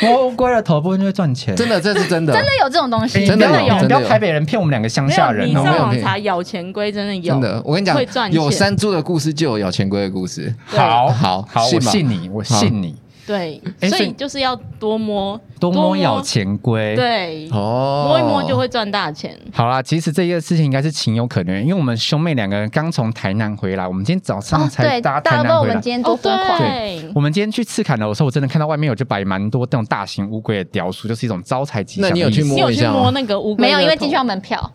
Speaker 2: 摸乌龟的头部分就会赚钱。
Speaker 3: 真的，这是真的，
Speaker 1: 真的有这种东西？
Speaker 2: 哎
Speaker 3: 真的有
Speaker 2: 你不要你
Speaker 3: 真
Speaker 2: 不
Speaker 3: 的有
Speaker 2: 要台北人骗我们两个乡
Speaker 4: 没
Speaker 2: 下
Speaker 4: 有
Speaker 2: 人
Speaker 4: 你
Speaker 2: 哦。
Speaker 4: 上
Speaker 3: 没有
Speaker 4: 网
Speaker 3: 骗
Speaker 4: 查咬钱龟，真的有，
Speaker 3: 真的。我跟你
Speaker 4: 会赚
Speaker 3: 讲，
Speaker 4: 钱
Speaker 3: 有山猪的故事就有咬钱龟的故事。
Speaker 2: 好
Speaker 3: 好
Speaker 2: 好，我
Speaker 3: 信吧
Speaker 2: 信你，我信你，
Speaker 4: 对，
Speaker 2: 哎
Speaker 4: 所
Speaker 2: 所
Speaker 4: 以
Speaker 2: 以
Speaker 4: 就是要多摸，
Speaker 2: 多摸咬，钱龟。，
Speaker 4: 对，
Speaker 3: 哦，
Speaker 4: 摸一摸就会赚大钱。
Speaker 2: 好啦，其实这个事情应该是情有可原，因为我们兄妹两个人刚从台南回来，我们今天早上
Speaker 1: 哦，
Speaker 2: 才
Speaker 1: 对，
Speaker 2: 搭
Speaker 1: 大
Speaker 2: 台
Speaker 1: 家不知道我
Speaker 2: 南回来
Speaker 1: 们。今天多疯狂。
Speaker 4: 哦对，啊
Speaker 2: 我们今天去赤坎楼的时候，我真的看到外面有就摆蛮多那种大型乌龟的雕塑，就是一种招财吉祥
Speaker 3: 那
Speaker 2: 的意
Speaker 3: 你
Speaker 2: 思。
Speaker 3: 有去摸
Speaker 4: 你有
Speaker 3: 一
Speaker 4: 去
Speaker 3: 下吗
Speaker 4: 摸那个
Speaker 2: (laughs)
Speaker 4: 乌龟？哦
Speaker 1: 没有，因为进去要，门票。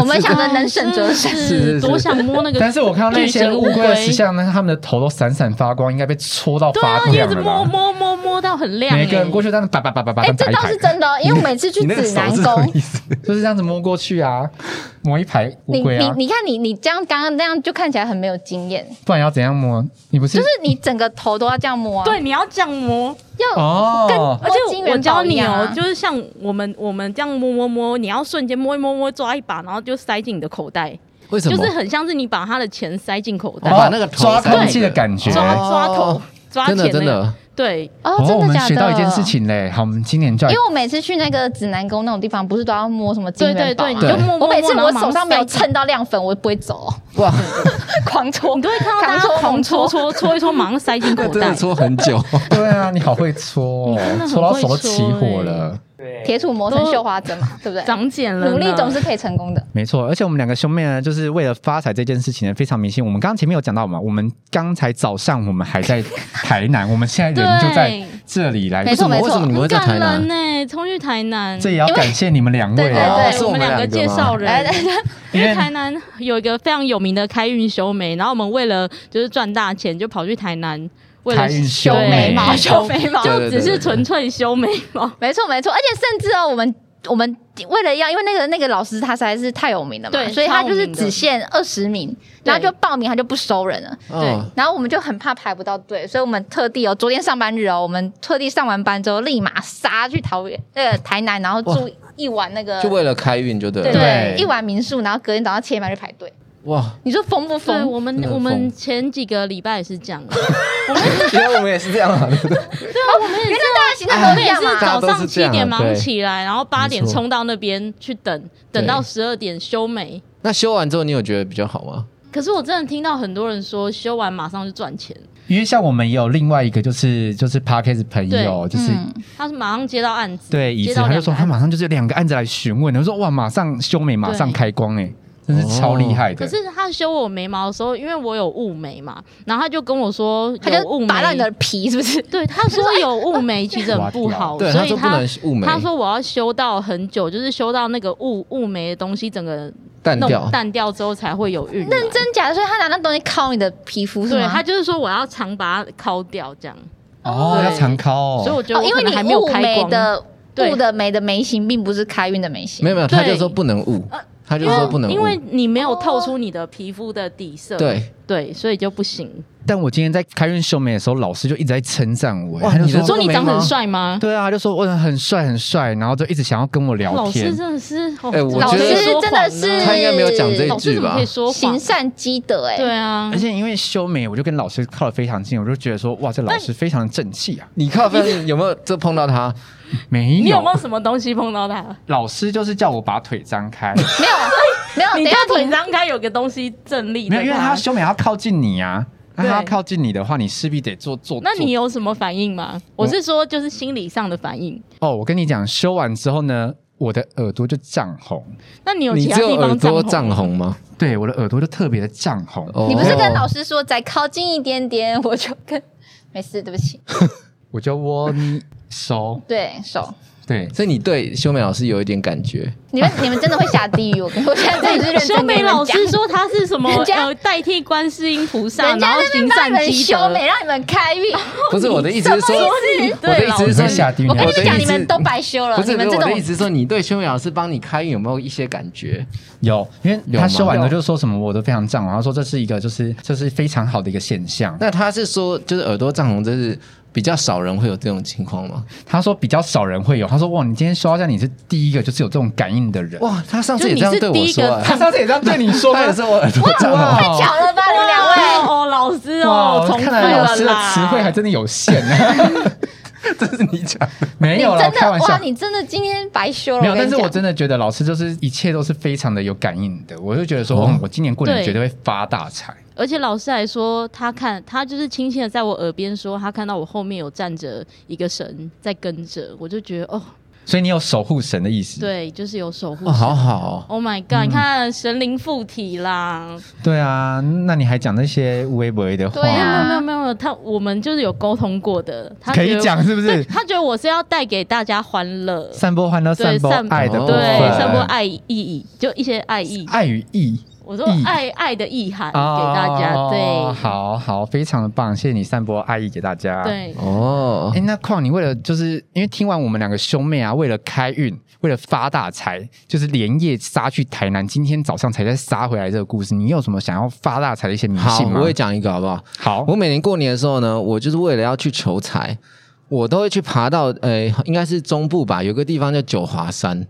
Speaker 1: 我们想着能省则省。
Speaker 4: 是
Speaker 3: 是是是
Speaker 4: 多想摸那个。
Speaker 2: 但是我看到那些乌龟的石
Speaker 4: 像，
Speaker 2: 像呢，他们的头都闪闪发光，应该被戳到
Speaker 4: 对
Speaker 2: 发
Speaker 4: 啊，一
Speaker 2: 亮
Speaker 4: 直
Speaker 2: 了
Speaker 4: 摸
Speaker 2: 啦。
Speaker 4: 摸摸摸到很亮、
Speaker 2: 每个人
Speaker 4: 欸。
Speaker 2: 过去，这样叭叭叭叭叭，
Speaker 1: 哎、
Speaker 2: 打
Speaker 1: 这
Speaker 2: 一
Speaker 1: 倒
Speaker 2: 排
Speaker 1: 是，真的，因为我每次去
Speaker 3: 你那个
Speaker 1: 指
Speaker 3: 手
Speaker 1: 南
Speaker 3: 是什么
Speaker 1: 宫，
Speaker 3: 意思？
Speaker 2: 就是这样子摸过去啊，摸一排乌
Speaker 1: 你
Speaker 2: 龟
Speaker 1: 你
Speaker 2: 啊，
Speaker 1: 你看你你这样刚刚那样就看起来很没有经验，
Speaker 2: 不然要怎样摸？你不是
Speaker 1: 就是你整个头都要这样摸、啊，
Speaker 4: 对，，你要这样摸，
Speaker 1: 要
Speaker 2: 哦
Speaker 1: 跟
Speaker 4: 而
Speaker 1: 摸
Speaker 4: 且
Speaker 1: 金
Speaker 4: 我
Speaker 1: 元
Speaker 4: 教
Speaker 1: 宝一
Speaker 4: 你
Speaker 1: 样啊
Speaker 4: 哦，就是像我们我们这样摸摸摸，你要瞬间摸一摸摸抓一把，然后就塞进你的口袋，
Speaker 3: 哦为什
Speaker 4: 就
Speaker 3: 么？
Speaker 4: 是很像是你把他的钱塞进口袋，
Speaker 3: 哦把那个头
Speaker 2: 抓
Speaker 3: 塞进
Speaker 2: 空
Speaker 3: 去
Speaker 2: 气的感觉。
Speaker 4: 抓
Speaker 2: 哦，
Speaker 4: 抓头抓
Speaker 3: 真
Speaker 4: 钱、
Speaker 3: 的
Speaker 4: 那个
Speaker 3: 真的，
Speaker 4: 对，
Speaker 1: 哦，真的假的？
Speaker 2: 我们学到一件事，情嘞，好，我们今年就要
Speaker 1: 因为我每次去那个指南宫那种地方，不是都要摸什么金元宝吗啊
Speaker 4: 对
Speaker 3: 对对你就
Speaker 4: 摸摸摸
Speaker 1: 我每次
Speaker 4: 然后
Speaker 1: 我
Speaker 4: 马上
Speaker 1: 手上没有
Speaker 4: 塞进
Speaker 1: 蹭到亮粉，我不会走，哦
Speaker 3: 哇，
Speaker 1: (laughs) 狂搓，
Speaker 4: 你都会看到大
Speaker 1: 狂
Speaker 4: 家
Speaker 1: 搓
Speaker 4: 狂
Speaker 1: 猛
Speaker 4: 搓搓搓一搓，马上塞进
Speaker 3: (laughs) 那
Speaker 4: 口
Speaker 3: 真
Speaker 4: 袋
Speaker 3: 的。搓很久。
Speaker 2: 对啊，你好会
Speaker 1: (laughs)
Speaker 2: 搓
Speaker 4: 你真
Speaker 2: 哦，
Speaker 4: 的很
Speaker 2: 搓到手都
Speaker 4: 会
Speaker 2: 起
Speaker 4: 搓
Speaker 2: 火
Speaker 4: 欸
Speaker 2: 了。
Speaker 1: 铁杵磨成绣花针嘛，对不对？
Speaker 4: 长茧了呢，
Speaker 1: 努力总是可以成功的。
Speaker 2: 没错，而且我们两个兄妹呢，就是为了发财这件事情呢，非常迷信。我们刚刚前面有讲到嘛，我们刚才早上我们还在台南，我们现在人就在
Speaker 4: 对
Speaker 2: 这里来，
Speaker 1: 没错
Speaker 3: 为
Speaker 1: 没错
Speaker 3: 什么为什么你们会
Speaker 4: 很
Speaker 3: 在台
Speaker 4: 感
Speaker 3: 南？
Speaker 4: 人呢，冲去台南。哎
Speaker 2: 这也要感谢你们两位
Speaker 1: 对
Speaker 2: 啊，
Speaker 1: 对
Speaker 3: 哦
Speaker 1: 对
Speaker 3: 是
Speaker 4: 我们
Speaker 3: 两
Speaker 4: 两
Speaker 3: 个
Speaker 4: 个介
Speaker 3: 吗
Speaker 4: 绍人，
Speaker 1: 哎，对对
Speaker 4: 因为
Speaker 2: 因为
Speaker 4: 台南有一个非常有名的开运修眉，然后我们为了就是赚大钱，就跑去台南为了
Speaker 2: 开运修
Speaker 4: 对
Speaker 2: 眉
Speaker 1: 眉毛
Speaker 4: 修
Speaker 1: 修眉毛
Speaker 3: 对
Speaker 4: (laughs) 就只是纯粹修眉毛。
Speaker 1: 没错没错，而且甚至哦，我们我们为了要，因为那个那个老师他实在是太有名了嘛，
Speaker 4: 对
Speaker 1: 所以他就是
Speaker 4: 超有名的
Speaker 1: 只限二十名，然后就报名他就不收人了。
Speaker 3: 哦，
Speaker 1: 然后我们就很怕排不到队，所以我们特地哦，昨天上班日哦，我们特地上完班之后立马杀去桃园那个台南，然后住一晚那个
Speaker 3: 就为了开运就对
Speaker 1: 对
Speaker 3: 了。
Speaker 2: 对
Speaker 1: 对一晚民宿，然后隔天早上七点半去排队。
Speaker 3: 哇，
Speaker 1: 你说疯不
Speaker 4: (laughs) 对，
Speaker 1: 疯？
Speaker 4: 我们
Speaker 3: 真的很
Speaker 4: 我们
Speaker 3: 疯
Speaker 4: 前几个礼拜也是这样，啊
Speaker 3: (laughs) 因为我们也是这样啊嘛，对不对？
Speaker 1: 原来大家行程
Speaker 4: 我
Speaker 1: 都
Speaker 4: 们
Speaker 1: 一
Speaker 4: 也
Speaker 1: 样
Speaker 4: 啊是
Speaker 1: 嘛。
Speaker 4: 早
Speaker 3: 大家都
Speaker 4: 上
Speaker 3: 是这
Speaker 4: 七
Speaker 3: 样啊
Speaker 4: 点忙
Speaker 3: 对
Speaker 4: 起来，然后八点
Speaker 3: 没错
Speaker 4: 冲到那边去等，等到十二点修眉。
Speaker 3: (laughs) 那修完之后，你有觉得比较好吗？
Speaker 4: 可是我真的听到很多人说，修完马上就赚钱。
Speaker 2: 因为像我们也有另外一个就是就是 Parkes 朋友，
Speaker 4: 对
Speaker 2: 就是。
Speaker 1: 嗯
Speaker 4: 他是马上接到案子，
Speaker 2: 对，椅
Speaker 4: 接
Speaker 2: 子
Speaker 4: 到
Speaker 2: 他就
Speaker 4: 两个
Speaker 2: 说他
Speaker 4: 案子。
Speaker 2: 马上就是有两个案子来询问，他说哇，马上修眉，马上
Speaker 4: 对哦
Speaker 2: 开光哎、真是超厉害的。
Speaker 4: 可是他修我眉毛的时候，因为我有雾眉嘛，然后他就跟我说
Speaker 1: 他
Speaker 4: 有
Speaker 1: 就
Speaker 4: 雾眉，
Speaker 1: 拔到你的皮，是不是？
Speaker 4: 对，他说有雾眉其实很不好，
Speaker 3: 对，
Speaker 4: 哦所以
Speaker 3: 说不能雾眉，
Speaker 4: 他说我要修到很久，就是修到那个雾雾眉的东西整个
Speaker 3: 淡掉
Speaker 4: 弄。淡掉之后才会有晕。
Speaker 1: 认真假的，所以他拿那东西敲你的皮肤是
Speaker 4: 对
Speaker 1: 吗？
Speaker 4: 他就是说我要常把它敲掉这样，
Speaker 2: 哦，
Speaker 4: 对
Speaker 2: 要常敲哦。
Speaker 4: 所以我觉得
Speaker 1: 哦
Speaker 4: 我
Speaker 1: 因
Speaker 4: 可
Speaker 1: 为
Speaker 4: 能
Speaker 1: 你
Speaker 4: 还没有
Speaker 1: 雾
Speaker 4: 开
Speaker 1: 眉
Speaker 4: 光。
Speaker 1: 的
Speaker 4: 对
Speaker 1: 雾的眉的眉形，并不是开运的眉形。
Speaker 3: 没有没有，他
Speaker 4: 对
Speaker 3: 就说不能雾，他就说不能
Speaker 4: 因为
Speaker 3: 雾。
Speaker 4: 你没
Speaker 1: 哦
Speaker 4: 有透出你的皮肤的底色，
Speaker 3: 对，
Speaker 4: 对，所以就不行。
Speaker 2: 但我今天在开运修眉的时候，老师就一直在称赞我、欸，
Speaker 3: 哇
Speaker 2: 他就
Speaker 3: 你的
Speaker 2: 说
Speaker 3: 这
Speaker 4: 说
Speaker 3: 个
Speaker 4: 你长
Speaker 3: 眉
Speaker 4: 得
Speaker 3: 毛
Speaker 4: 很帅吗？
Speaker 2: 对啊，他就说我很帅很帅，然后就一直想要跟我聊
Speaker 4: 老
Speaker 2: 天
Speaker 4: 师。真的是，哦
Speaker 3: 哎我
Speaker 1: 老
Speaker 3: 觉得
Speaker 1: 师
Speaker 4: 说
Speaker 1: 真
Speaker 4: 谎呢
Speaker 1: 的是，
Speaker 3: 他应该没有讲这一
Speaker 4: 老师
Speaker 3: 句
Speaker 4: 怎么
Speaker 3: 吧
Speaker 4: 可以说
Speaker 1: 行
Speaker 4: 谎？
Speaker 1: 善积德哎。
Speaker 4: 对啊
Speaker 2: 而，且因为修眉，我就跟老师靠得非常近，我就觉得说哇，这老师非常正气啊。
Speaker 3: 你靠分有没有这碰到他？
Speaker 2: 没
Speaker 4: 你有
Speaker 2: 有
Speaker 4: (laughs) 没，有什么东西碰到他？
Speaker 1: 啊
Speaker 2: 老师就是叫我把腿张
Speaker 4: (laughs)
Speaker 2: 开，
Speaker 1: 没有没有，等
Speaker 4: 你
Speaker 1: 一下
Speaker 4: 大腿
Speaker 1: 停。
Speaker 4: 张开有个东西正立
Speaker 2: 没有，
Speaker 4: 着
Speaker 2: 因为他要
Speaker 4: 它，
Speaker 2: 修眉，他要靠近你啊。那他要
Speaker 4: 对
Speaker 2: 靠近你的话，你势必得做做。
Speaker 4: 那
Speaker 2: 做
Speaker 4: 你有什么反应吗？我是说，就是心理上的反应。
Speaker 2: 哦，我跟你讲，修完之后呢，我的耳朵就涨红，
Speaker 4: 那你有
Speaker 3: 你
Speaker 4: 其他
Speaker 3: 只有
Speaker 4: 地
Speaker 3: 耳
Speaker 4: 方
Speaker 3: 朵
Speaker 4: 胀
Speaker 3: 涨
Speaker 4: 吗？
Speaker 3: 红吗？
Speaker 2: 对，我的耳朵就特别的涨红。
Speaker 3: 哦
Speaker 1: 你不是跟老师说再靠近一点点，我就跟没事，对不起，
Speaker 2: 我就握你手，
Speaker 1: 对手。
Speaker 2: 对，
Speaker 3: 哦所以你对修美老师有一点感觉，
Speaker 1: 你们你们真的会下地狱，我跟我现在真的是认真
Speaker 4: 修
Speaker 1: 跟
Speaker 4: 眉
Speaker 1: 你们
Speaker 4: 老
Speaker 1: 讲
Speaker 4: 师说他是什么
Speaker 1: 人家
Speaker 4: 呃代替观世音菩萨，
Speaker 1: 人
Speaker 4: 然
Speaker 1: 家
Speaker 4: 后
Speaker 1: 在那
Speaker 4: 行
Speaker 1: 边帮你
Speaker 4: 善
Speaker 1: 们
Speaker 4: 积
Speaker 1: 修
Speaker 4: 德。
Speaker 1: 眉，让你们开运。
Speaker 3: 不是我的意思是说，我的
Speaker 4: 对
Speaker 3: 意思是
Speaker 2: 你
Speaker 3: 说
Speaker 2: 会下地狱
Speaker 1: 我跟
Speaker 3: 哦
Speaker 2: 我
Speaker 1: 你
Speaker 2: 的
Speaker 1: 讲，
Speaker 2: 意
Speaker 1: 你们都白修了。
Speaker 3: 不
Speaker 1: 你
Speaker 3: 是不
Speaker 1: 们
Speaker 3: 是
Speaker 1: 这
Speaker 3: 我
Speaker 1: 种
Speaker 3: 的意思是说，你对修美老师帮你开运有没有一些感觉？
Speaker 2: 有，因为
Speaker 3: 有
Speaker 2: 他
Speaker 3: 吗
Speaker 2: 修完之后就说什么我都非常胀，然后说这是一个就是这是非常好的一个现象。
Speaker 3: 那他是说，就是耳朵涨红，这是比较少人会有这种情况吗？
Speaker 2: 他说比较少人会有，他说哇，你今天修到这样，你是第一个就是有这种感应的人。
Speaker 3: 哇，他上次也
Speaker 4: 就你
Speaker 3: 这样
Speaker 4: 是
Speaker 3: 对我
Speaker 4: 第一
Speaker 3: 说、
Speaker 4: 个
Speaker 3: 哎
Speaker 2: 他上次也这样对你说
Speaker 3: 他也
Speaker 2: 的，
Speaker 3: 说我耳朵涨红。
Speaker 1: 太巧了吧，你们两位。
Speaker 4: 哦，老师哦，
Speaker 2: 哇，
Speaker 4: 重复
Speaker 2: 看来老
Speaker 4: 了
Speaker 2: 师的
Speaker 4: 啦。
Speaker 2: 词汇还真的有 (laughs) 限啊。
Speaker 3: 这是你讲的，
Speaker 2: 没
Speaker 1: 你
Speaker 2: 有啦，
Speaker 1: 真
Speaker 2: 我开
Speaker 1: 的
Speaker 2: 玩
Speaker 1: 哇！
Speaker 2: 笑。
Speaker 1: 你真的今天白
Speaker 4: 哦
Speaker 1: 修了，
Speaker 2: 没有，
Speaker 1: 跟
Speaker 2: 但
Speaker 1: 你
Speaker 2: 是
Speaker 1: 讲
Speaker 2: 我真的觉得老师就是一切都是非常的有感应的，我就觉得说，
Speaker 3: 哦
Speaker 2: 嗯我今年过年
Speaker 4: 对
Speaker 2: 绝对会发大财。
Speaker 4: 而且老师还说，他看他就是轻轻的在我耳边说，他看到我后面有站着一个神在跟着，我就觉得哦，
Speaker 2: 所以你有守护神的意思。
Speaker 4: 对，就是有守护
Speaker 3: 哦，
Speaker 4: 神。
Speaker 3: 好好、哦，
Speaker 4: Oh my god！、你看神灵附体啦，
Speaker 2: 对啊，那你还讲那些微博的
Speaker 1: 对
Speaker 2: 话，
Speaker 4: 没
Speaker 1: 啊
Speaker 4: 有没有没有没有，他我们就是有沟通过的，他
Speaker 2: 可以
Speaker 4: 觉得
Speaker 2: 讲是不
Speaker 4: 对
Speaker 2: 是？
Speaker 4: 他觉得我是要带给大家欢乐，
Speaker 2: 散播欢乐，
Speaker 4: 对
Speaker 2: 散播
Speaker 4: 散
Speaker 2: 爱的部分，
Speaker 4: 对
Speaker 3: 哦，
Speaker 4: 散播爱意义，就一些爱意，
Speaker 2: 爱与义
Speaker 4: 我说
Speaker 2: 意
Speaker 4: 爱爱的意涵给
Speaker 2: 哦
Speaker 4: 大家，对
Speaker 2: 好好，非常的棒，谢谢你散播爱意给大家。。
Speaker 4: 对，
Speaker 3: 哦
Speaker 2: 哎、，那矿，你为了就是因为听完我们两个兄妹啊，为了开运，为了发大财，就是连夜杀去台南，今天早上才再杀回来这个故事，你有什么想要发大财的一些迷
Speaker 3: 好
Speaker 2: 信，吗？
Speaker 3: 我也讲一个好不好？
Speaker 2: 好
Speaker 3: 我每年过年的时候呢，我就是为了要去求财，我都会去爬到呃，应该是中部吧，有个地方叫九华山，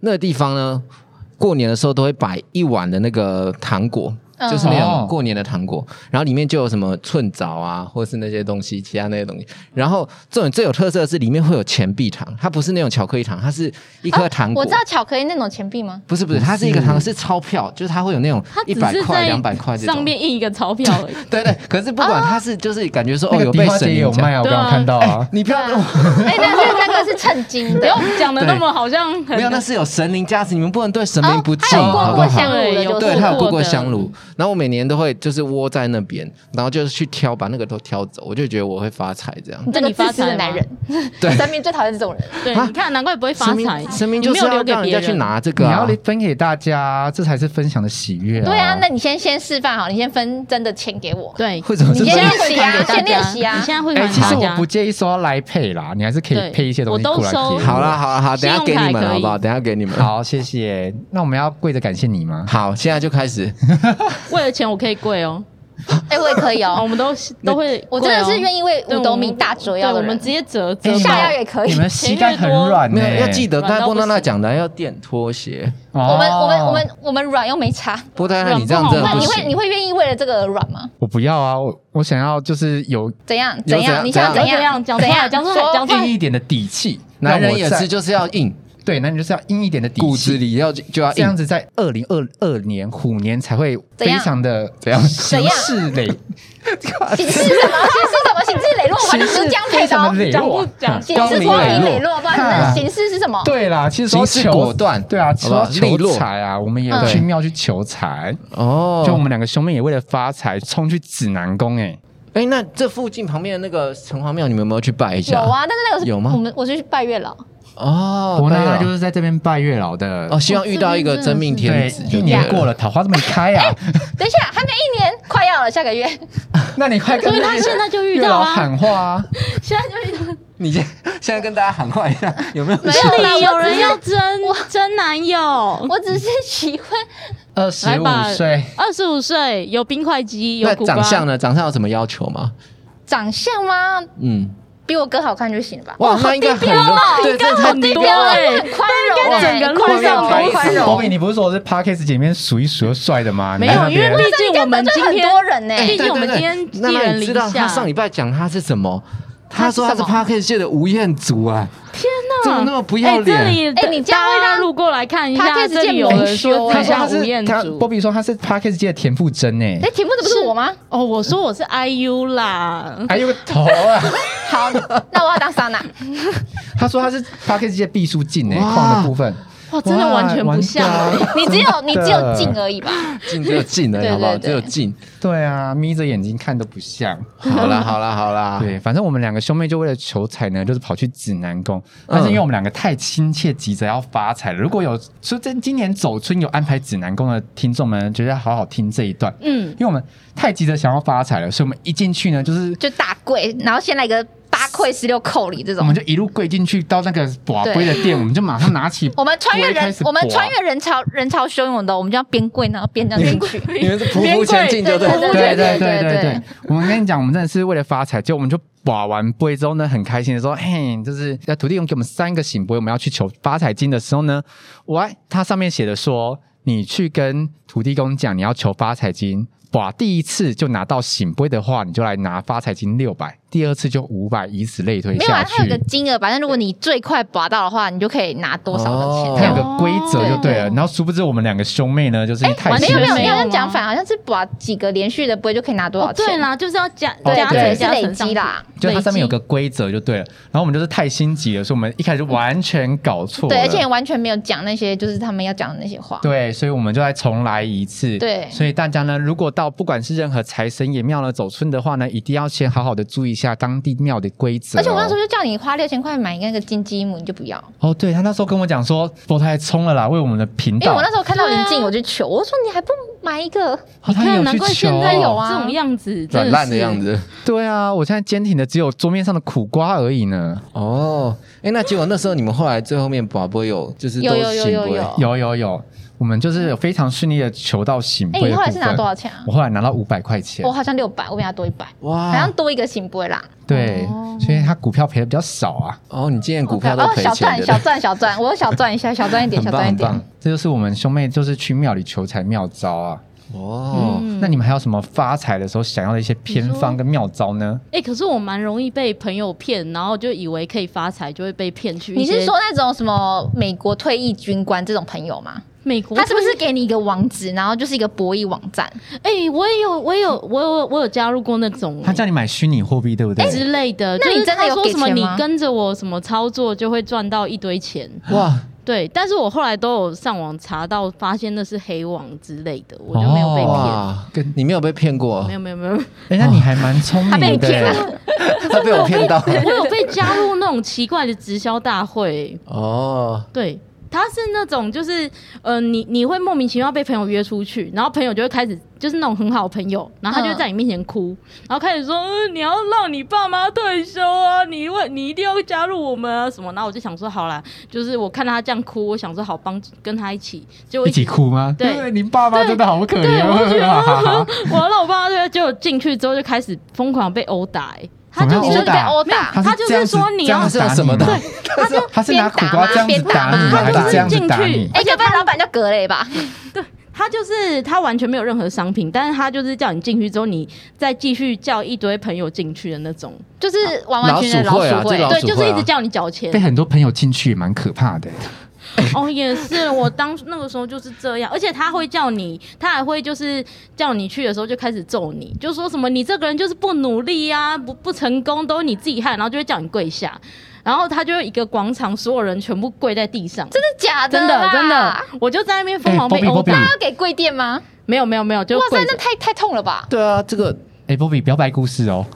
Speaker 3: 那个地方呢，过年的时候都会摆一碗的那个糖果。
Speaker 1: 嗯
Speaker 3: 就是那
Speaker 2: 哦
Speaker 3: 种过年的糖果，然后里面就有什么寸枣啊，或是那些东西，其他那些东西。然后这种最有特色的是里面会有钱币糖，它不是那种巧克力糖，它是一颗糖果。
Speaker 1: 我知道巧克力那种钱币吗？ (laughs)
Speaker 3: 不是不是，它是一个糖，是钞票，就是它会有那种
Speaker 4: 他
Speaker 3: 一
Speaker 4: 只
Speaker 3: 百
Speaker 4: 是
Speaker 3: 块、
Speaker 4: 在
Speaker 3: 两百块这种
Speaker 4: 上。面哦印一个钞票而已，
Speaker 3: 对对，可是不管它是就是感觉说
Speaker 2: 那
Speaker 3: 哦
Speaker 2: 个
Speaker 3: 有
Speaker 2: 迪
Speaker 3: 被
Speaker 2: 花
Speaker 3: 神
Speaker 2: 姐也
Speaker 3: 明
Speaker 2: 有
Speaker 3: 奖
Speaker 2: 卖啊，我刚刚看到啊。
Speaker 3: 你不要跟我，
Speaker 1: 哎，那是那个是称斤
Speaker 4: 不
Speaker 1: 的
Speaker 4: (laughs)
Speaker 1: 哦
Speaker 4: 要，讲的那么好像很
Speaker 3: 没有，那是有神灵加持，你们不能对神明不敬，
Speaker 1: 还有
Speaker 3: 好
Speaker 1: 过
Speaker 3: 不
Speaker 1: 过
Speaker 3: 好
Speaker 1: 香？炉的，
Speaker 4: 对有
Speaker 1: 就是
Speaker 3: 对，哦
Speaker 4: 哦过
Speaker 3: 他有过
Speaker 4: 过
Speaker 3: 过
Speaker 4: 的
Speaker 3: 香炉，然后我每年都会就是窝在那边，然后就是去挑，把那个都挑走，我就觉得我会发财这样。
Speaker 1: 你这个自私的男人，
Speaker 3: 对
Speaker 1: 神明最讨厌这种人。
Speaker 4: 对，
Speaker 3: 啊
Speaker 4: 你看难怪不会发
Speaker 3: 神明
Speaker 4: 财，
Speaker 3: 神明
Speaker 4: 你
Speaker 3: 就
Speaker 4: 没
Speaker 3: 是
Speaker 4: 有
Speaker 3: 要
Speaker 4: 留给
Speaker 3: 让人
Speaker 4: 别
Speaker 3: 家去
Speaker 4: 人。
Speaker 3: 拿这
Speaker 2: 你
Speaker 3: 个
Speaker 2: 要
Speaker 3: 啊，
Speaker 2: 分给大家，啊这才是分享的喜悦、啊。
Speaker 1: 对啊，那你先先示范好，你先分真的钱给我。
Speaker 4: 对，
Speaker 2: 为什么
Speaker 1: 你
Speaker 2: 这
Speaker 1: 先
Speaker 2: 么
Speaker 1: 练习啊，先练习
Speaker 4: 你
Speaker 1: 啊。
Speaker 4: 现在会
Speaker 2: 哎、
Speaker 4: 还
Speaker 2: 其
Speaker 4: 大
Speaker 2: 实我
Speaker 4: 家
Speaker 2: 不。介意收到来配啦，你还是可以
Speaker 4: 对
Speaker 2: 配一些东西
Speaker 4: 我都
Speaker 2: 过来给
Speaker 4: 收
Speaker 2: 我。
Speaker 3: 好啦好啦好，等一下
Speaker 4: 信用
Speaker 3: 给
Speaker 4: 卡
Speaker 3: 你们
Speaker 4: 也可
Speaker 3: 好
Speaker 4: 以
Speaker 3: 不好？等一下给你们。
Speaker 2: 好，谢谢。那我们要跪着感谢你吗？
Speaker 3: 好，现在就开始。
Speaker 4: 为了钱我可以跪哦，
Speaker 1: 哎，我也可以
Speaker 4: (laughs) 哦我
Speaker 1: 哦，
Speaker 4: 们都都会，
Speaker 1: 我真的是愿
Speaker 4: 意
Speaker 1: 意为五斗米大折腰
Speaker 4: 我
Speaker 1: 的
Speaker 4: 们
Speaker 1: 人
Speaker 4: 直。接折
Speaker 2: 哎
Speaker 4: 折
Speaker 2: 你们
Speaker 1: 下
Speaker 4: 腰
Speaker 1: 腰也可以
Speaker 2: 你们膝盖很软、欸 (laughs)
Speaker 3: 没
Speaker 2: 呢，
Speaker 3: 有，要记得
Speaker 4: 软
Speaker 3: 刚才
Speaker 4: 到
Speaker 3: 波
Speaker 4: 不
Speaker 3: 娜娜
Speaker 4: 行
Speaker 3: 讲的要垫拖鞋。
Speaker 2: 哦。
Speaker 1: 我们我们我们我们软又没差，
Speaker 3: 波娜娜，
Speaker 4: 软
Speaker 3: 你
Speaker 4: 不
Speaker 3: 这样
Speaker 4: 好
Speaker 3: 真的
Speaker 1: 那
Speaker 3: 不
Speaker 1: 你
Speaker 3: 行
Speaker 1: 会。你会愿意为了这个而软吗？
Speaker 2: 我不要啊，我我想要就是有
Speaker 1: 怎样
Speaker 3: 有
Speaker 1: 怎样？
Speaker 3: 怎样
Speaker 1: 你想
Speaker 3: 怎
Speaker 4: 样
Speaker 1: 样？
Speaker 4: 怎样
Speaker 1: 怎样？
Speaker 4: 讲出来
Speaker 1: 说
Speaker 4: 讲出来
Speaker 2: 硬一点的底气。
Speaker 3: 男人
Speaker 2: 让我
Speaker 3: 也
Speaker 2: 在
Speaker 3: 是，就是要硬，
Speaker 2: 对，男人就是要硬一点的底
Speaker 3: 骨子
Speaker 2: 气。
Speaker 3: 里要就要
Speaker 2: 这样
Speaker 3: 硬。
Speaker 2: 子，在二零二二年虎年才会
Speaker 1: 怎
Speaker 2: 非
Speaker 1: 样
Speaker 2: 常的怎样形
Speaker 1: 样
Speaker 2: 式累，
Speaker 1: (laughs) 形式什么？形式什么？形式磊落，我把你
Speaker 2: 形
Speaker 1: 是
Speaker 2: 式
Speaker 1: 江
Speaker 2: 非
Speaker 1: 配的
Speaker 2: 常
Speaker 1: 哦
Speaker 2: 的。磊
Speaker 4: 讲
Speaker 2: 落
Speaker 4: 不
Speaker 2: 啊。
Speaker 4: 讲
Speaker 1: 形式光明磊落，不然你
Speaker 2: 啊
Speaker 1: 的形式是什么？
Speaker 2: 对啦，其实说
Speaker 3: 行事
Speaker 2: 求
Speaker 3: 果断
Speaker 2: 对啊，说到
Speaker 3: 好不好利
Speaker 2: 求
Speaker 3: 落
Speaker 2: 财啊，我们也有
Speaker 1: 嗯
Speaker 2: 去庙去求财，
Speaker 3: 哦
Speaker 2: 就我们两个兄妹也为了发财冲去指南宫哎、
Speaker 3: 哎，那这附近旁边的那个城隍庙，你们有没有去拜一
Speaker 1: 有
Speaker 3: 下？。
Speaker 1: 啊，但是那个是
Speaker 3: 有吗
Speaker 1: 我们我是去拜月老，
Speaker 3: 哦，
Speaker 2: 我
Speaker 3: 拜
Speaker 2: 呢
Speaker 3: 了
Speaker 2: 就是在这边拜月老的
Speaker 3: 哦，希望遇到一个真命天
Speaker 2: 对
Speaker 3: 子。，
Speaker 2: 一年过了，桃花这么开啊，
Speaker 1: 等一下还没一年，快要了，下个月。
Speaker 2: (laughs) 那你快跟
Speaker 4: 所以他现在就遇
Speaker 2: 月
Speaker 4: 到
Speaker 2: 老
Speaker 4: 啊
Speaker 2: 喊话啊，
Speaker 4: 现在就遇到
Speaker 3: (laughs) 你现现在跟大家喊话一下，有没有？
Speaker 1: 没有啦，
Speaker 4: 有
Speaker 1: 我只
Speaker 4: 人要
Speaker 1: 是
Speaker 4: 争争男友，
Speaker 1: 我只是喜欢
Speaker 3: 呃
Speaker 2: 二十
Speaker 4: 来吧
Speaker 2: 五岁，
Speaker 4: 二十五岁有冰块肌，有
Speaker 3: 那
Speaker 4: 苦瓜
Speaker 3: 长相呢？长相有什么要求吗？
Speaker 1: 长相吗？
Speaker 3: 嗯，
Speaker 1: 比我哥好看就行了吧？啊
Speaker 3: 哇，那应该很对，这太
Speaker 4: 很多
Speaker 1: 不要
Speaker 4: 哎、
Speaker 1: 很宽容
Speaker 4: 但
Speaker 1: 哎，
Speaker 4: 是跟整个路上
Speaker 1: 宽
Speaker 4: 都
Speaker 1: 容宽
Speaker 2: 波
Speaker 1: 容。
Speaker 2: 比，你不是说我是 Parkes 姐里面数一数二帅的吗？
Speaker 4: 没
Speaker 2: 你在那
Speaker 4: 有，因为
Speaker 2: 边
Speaker 4: 毕竟我们今
Speaker 1: 很
Speaker 4: 天
Speaker 1: 多人呢，
Speaker 4: 毕竟我们今天
Speaker 3: 对对对
Speaker 4: 寄
Speaker 3: 那
Speaker 4: 人
Speaker 3: 你知
Speaker 4: 篱
Speaker 3: 道他
Speaker 4: 下，
Speaker 3: 上礼拜讲他是什么？
Speaker 1: 他
Speaker 3: 他
Speaker 1: 是什
Speaker 3: 说
Speaker 1: 么
Speaker 3: 他是 Parkes 界的吴彦祖啊！怎么那么不要
Speaker 4: 哎这
Speaker 3: 脸？
Speaker 4: 里
Speaker 1: 哎你这样会
Speaker 4: 大家
Speaker 1: 让
Speaker 4: 路过来看一下，
Speaker 1: Podcast
Speaker 4: 这里有
Speaker 1: 界
Speaker 4: 人
Speaker 1: 蒙
Speaker 4: 说
Speaker 1: 羞
Speaker 4: 他
Speaker 1: 哎
Speaker 2: 他说
Speaker 4: 像
Speaker 2: 他
Speaker 4: 吴
Speaker 2: 是
Speaker 4: 彦
Speaker 2: 他，波
Speaker 4: 祖。
Speaker 2: 比说他是 Parkes 界的田馥甄哎
Speaker 1: 哎，，题目这不是我吗？
Speaker 4: 哦，我说我是 IU 啦，
Speaker 2: 还有个头啊！ (laughs)
Speaker 1: 好，那我要当桑娜。
Speaker 2: 他说他是 Parkes 界毕书尽哎，
Speaker 3: 哇
Speaker 2: 矿的部分，
Speaker 4: 哇，真的
Speaker 2: 哇
Speaker 4: 完全不像。欸
Speaker 2: 完蛋
Speaker 1: 你只有你只有
Speaker 2: 真
Speaker 1: 进
Speaker 2: 的
Speaker 1: 而已吧？
Speaker 3: 近只有近而已，
Speaker 1: 对
Speaker 3: 好不好？
Speaker 1: 对
Speaker 3: 只
Speaker 1: 对
Speaker 3: 有近。
Speaker 2: 对啊，眯着眼睛看都不像。
Speaker 3: 好啦，好啦，好
Speaker 1: 啊
Speaker 3: 啦。
Speaker 2: 对，反正我们两个兄妹就为了求财呢，就是跑去指南宫。
Speaker 1: 嗯
Speaker 2: 但是因为我们两个太亲切，急着要发财了。如果有说在今年走春有安排指南宫的听众们，觉得要好好听这一段，
Speaker 4: 嗯
Speaker 2: 因，为我们太急着想要发财了，所以我们一进去呢，就是
Speaker 1: 就大跪，然后先来个八跪十六叩礼这
Speaker 2: 我
Speaker 1: 种
Speaker 2: 们。就一路跪进去到那个宝龟的店，我们就马上拿起
Speaker 1: 我们穿越
Speaker 2: 龟开
Speaker 1: 人
Speaker 2: 始，拔
Speaker 1: 我们穿越人潮人潮汹涌的，我们就要边跪然后边这样进去。
Speaker 3: 你 (laughs) 们是匍匐前进就对了
Speaker 1: 边跪对对
Speaker 2: 对对
Speaker 1: 对
Speaker 2: 对对
Speaker 1: 对
Speaker 2: 对 (laughs)
Speaker 1: 对，
Speaker 2: 我们跟你讲，我们真的是为了发财，就我们就把完杯之后呢，很开心的说，嘿，就是那土地公给我们三个醒杯，我们要去求发财金的时候呢，喂，它上面写的说，你去跟土地公讲你要求发财金，哇，第一次就拿到醒杯的话，你就来拿发财金六百，第二次就五百，以此类推
Speaker 1: 没有
Speaker 2: 下
Speaker 1: 啊，
Speaker 2: 去。
Speaker 1: 它有个金额吧，但如果你最快拔到的话，你就可以拿多少的钱
Speaker 3: 哦
Speaker 1: 这
Speaker 2: 它
Speaker 1: 样。
Speaker 2: 有个规则就对了，
Speaker 4: 哦
Speaker 2: 然后殊不知我们两个兄妹呢，就是太
Speaker 4: 完
Speaker 1: 没
Speaker 4: 全
Speaker 1: 有没有，
Speaker 4: 没
Speaker 1: 你
Speaker 4: 有
Speaker 1: 好
Speaker 4: 吗
Speaker 1: 像讲反，好像是把几个连续的杯就可以拿多少
Speaker 4: 哦，
Speaker 1: 钱。
Speaker 4: 对啦，就是要加
Speaker 2: 哦
Speaker 4: 加
Speaker 1: 对，
Speaker 2: 对
Speaker 4: 成
Speaker 1: 也是
Speaker 4: 加
Speaker 1: 累
Speaker 4: 成上
Speaker 1: 积
Speaker 4: 去，
Speaker 1: 啦。
Speaker 2: 就它上面有
Speaker 4: 累积
Speaker 2: 个规则就对了。然后我们就是太心急了，所以我们一开始就完全搞错了。
Speaker 1: 对，而且完全没有讲那些就是他们要讲的那些话。
Speaker 2: 对，所以我们就再重来一次。
Speaker 1: 对
Speaker 2: 所以大家呢，如果到不管是任何财神爷庙呢走村的话呢，一定要先好好的注意一下当地庙的规则、哦。
Speaker 1: 而且我
Speaker 3: 啊
Speaker 1: 那时候就叫你花六千块买那个金鸡母，你就不要。
Speaker 2: 哦，对他那时候跟我讲说，佛台冲了啦，为我们的频
Speaker 1: 因为
Speaker 2: 道。
Speaker 1: 我那时候看到林
Speaker 4: 对
Speaker 1: 静，
Speaker 4: 啊
Speaker 1: 我就求我说你还不买一个？
Speaker 2: 哦、
Speaker 4: 你
Speaker 2: 他也
Speaker 4: 看，
Speaker 2: 有
Speaker 4: 难
Speaker 2: 去
Speaker 4: 怪
Speaker 2: 求
Speaker 4: 现在
Speaker 2: 哦
Speaker 1: 有啊
Speaker 4: 这种样子，真
Speaker 3: 软
Speaker 4: 是
Speaker 3: 烂的样。子。
Speaker 2: 对啊，我现在坚挺的只有桌面上的苦瓜而已呢。
Speaker 3: 哦，哎，那结果那时候你们后来最后面宝贝有就是都
Speaker 1: 有有有
Speaker 3: 醒
Speaker 1: 有
Speaker 3: 杯
Speaker 1: 有
Speaker 2: 有有有，我们就是有非常顺利的求到醒
Speaker 1: 哎、
Speaker 2: 杯的
Speaker 1: 你后来
Speaker 2: 部
Speaker 1: 是拿
Speaker 2: 分
Speaker 1: 多少钱啊？
Speaker 2: 我后来拿到五百块钱
Speaker 1: 我，哦好像六百，我比他多一百，好
Speaker 3: 哇
Speaker 1: 像！多一个醒杯啦。
Speaker 2: 对，
Speaker 4: 哦
Speaker 2: 所以他股票赔的比较少啊。
Speaker 3: 哦，你今年股票都
Speaker 1: 哦，
Speaker 3: 赔
Speaker 1: 小
Speaker 3: 钱
Speaker 1: 赚
Speaker 3: 的，
Speaker 1: 小赚小赚，我有小赚一
Speaker 3: (laughs)
Speaker 1: 下，小赚一点，小
Speaker 3: 很棒
Speaker 1: 赚一
Speaker 3: 很
Speaker 1: 点。
Speaker 3: 棒。
Speaker 2: 这就是我们兄妹就是去庙里求财妙招啊。
Speaker 4: 嗯
Speaker 3: 哦，
Speaker 2: 那你们还有什么发财的时候想要的一些偏方跟妙招呢？
Speaker 4: 哎、可是我蛮容易被朋友骗，然后就以为可以发财，就会被骗去一
Speaker 1: 你
Speaker 4: 些。
Speaker 1: 是说那种什么美国退役军官这种朋友吗？
Speaker 4: 美国？
Speaker 1: 他是不是？给你一个网址，然后就是一个博弈网站？
Speaker 4: 哎、我也有，我也有，我有，我有加入过那种
Speaker 2: 他叫你买虚拟货币，对不对？
Speaker 4: 之类的。
Speaker 1: 哎那你
Speaker 4: 就是
Speaker 1: 真的
Speaker 4: 他
Speaker 1: 有
Speaker 4: 说
Speaker 1: 给
Speaker 4: 什么？
Speaker 1: 钱
Speaker 4: 你
Speaker 1: 吗
Speaker 4: 跟着我什么操作就会赚到一堆钱？
Speaker 3: 哇，
Speaker 4: 对，但是我后来都有上网查到，发现那是黑网之类的，我就没有被骗。
Speaker 2: 哦
Speaker 3: 哇，跟你没有被骗过
Speaker 4: 没，有没有没有，
Speaker 2: 哎，那你还蛮聪
Speaker 1: 他被
Speaker 2: 明
Speaker 1: 你骗
Speaker 2: 的。
Speaker 1: 了，
Speaker 3: (laughs) 他被我骗到。
Speaker 4: 我有被加入那种奇怪的直销大会，
Speaker 3: 哦，
Speaker 4: 对，他是那种就是呃，你你会莫名其妙被朋友约出去，然后朋友就会开始就是那种很好的朋友，然后他就会在你面前哭，然后开始说、呃、你要让你爸妈退休啊，你为你一定要加入我们啊什么。然后我就想说好啦，就是我看他这样哭，我想说好帮跟他一起，结果
Speaker 2: 一起哭吗？
Speaker 4: 对
Speaker 2: 你爸妈真的好可
Speaker 4: 对，我就觉
Speaker 2: 怜 (laughs)
Speaker 4: 得，
Speaker 2: 啊！
Speaker 4: (laughs) 我要让我爸妈退休，结果进去之后就开始疯狂被殴打、欸，他
Speaker 2: 怎
Speaker 4: 就
Speaker 2: 么
Speaker 1: 你说
Speaker 2: 样殴
Speaker 1: 你被
Speaker 2: 打
Speaker 1: 殴
Speaker 4: 没有
Speaker 1: 打，
Speaker 2: 他
Speaker 4: 他
Speaker 2: 是
Speaker 4: 就是
Speaker 2: 这样子
Speaker 4: 说你
Speaker 2: 这样
Speaker 4: 要
Speaker 2: 子打
Speaker 3: 他是要什么
Speaker 2: 你吗
Speaker 3: 的
Speaker 2: 他
Speaker 4: 就
Speaker 2: 他是拿苦瓜这样子
Speaker 1: 边
Speaker 2: 打
Speaker 1: 打嘛
Speaker 2: 你吗，还
Speaker 1: 边
Speaker 4: 打嘛
Speaker 2: 是这样子打
Speaker 4: 他就是进
Speaker 2: 你
Speaker 4: 去？
Speaker 1: 哎，要不然老板叫格雷吧？
Speaker 4: 他就是他完全没有任何商品，但是他就是叫你进去之后，你再继续叫一堆朋友进去的那种，
Speaker 1: 就是完完全全的
Speaker 3: 老鼠
Speaker 1: 老
Speaker 3: 会啊
Speaker 1: 鼠会
Speaker 3: 这。老鼠
Speaker 4: 对，
Speaker 3: 会啊
Speaker 4: 就是一直叫你缴钱
Speaker 2: 被。很多朋友进去也蛮可怕的。
Speaker 4: 哦，也是，我当那个时候就是这样，而且他会叫你，他还会就是叫你去的时候就开始揍你，就说什么你这个人就是不努力啊，不不成功都是你自己害，然后就会叫你跪下，然后他就会一个广场所有人全部跪在地上，
Speaker 1: 真的假的啊
Speaker 4: 真的
Speaker 1: 啦
Speaker 4: 真的，我就在那边疯
Speaker 2: 哎
Speaker 4: 狂被
Speaker 2: Bobby，
Speaker 4: 殴
Speaker 2: Bobby
Speaker 4: 打，
Speaker 1: 要给贵店吗？
Speaker 4: 哦没有没有没有，就
Speaker 1: 哇塞
Speaker 4: 跪，着
Speaker 1: 那太太痛了吧！
Speaker 3: 对啊，这个
Speaker 2: 哎，Bobby，不要掰故事哦。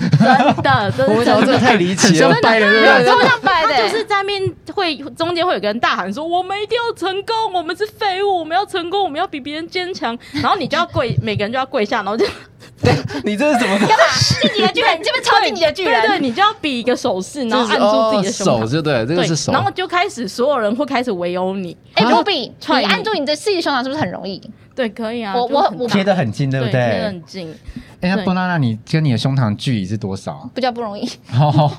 Speaker 4: 真的， (laughs) 真
Speaker 3: 我
Speaker 4: 的
Speaker 3: 们讲
Speaker 4: 真
Speaker 3: 这个。
Speaker 4: 的
Speaker 3: 太离奇了，
Speaker 2: 很像掰了对不
Speaker 1: 怎么样掰
Speaker 4: 他
Speaker 1: 的？
Speaker 4: 就是在面会中间会有个人大喊说：“我们一定要成功，我们是废物，我们要成功，我们要比别人坚强。”然后你就要跪，每个人就要跪下，然后就
Speaker 3: 你这是怎么？
Speaker 1: 进 (laughs) 你的巨人，你这边超进你的巨人，
Speaker 4: 对对，你就要比一个手势，然后按住自己的
Speaker 3: 这是哦
Speaker 4: 胸
Speaker 3: 手
Speaker 4: 膛。
Speaker 3: 就对，这个是手
Speaker 4: 对，。然后就开始，所有人会开始围殴你。
Speaker 1: 哎，
Speaker 2: 啊
Speaker 1: 波比，
Speaker 4: 踹
Speaker 1: 你
Speaker 4: 你
Speaker 1: 按住你的自己的胸膛是不是很容易？
Speaker 4: 对，可以啊。
Speaker 1: 我
Speaker 4: 就
Speaker 1: 我
Speaker 4: 很
Speaker 1: 我
Speaker 4: 大
Speaker 2: 贴得很近，对不
Speaker 4: 对，
Speaker 2: 对？
Speaker 4: 贴得很近，
Speaker 2: 哎，那
Speaker 4: 对
Speaker 2: banana，你跟你的胸膛距离是多
Speaker 1: (laughs)
Speaker 2: 少啊？
Speaker 1: 不叫不容易，
Speaker 2: 哦，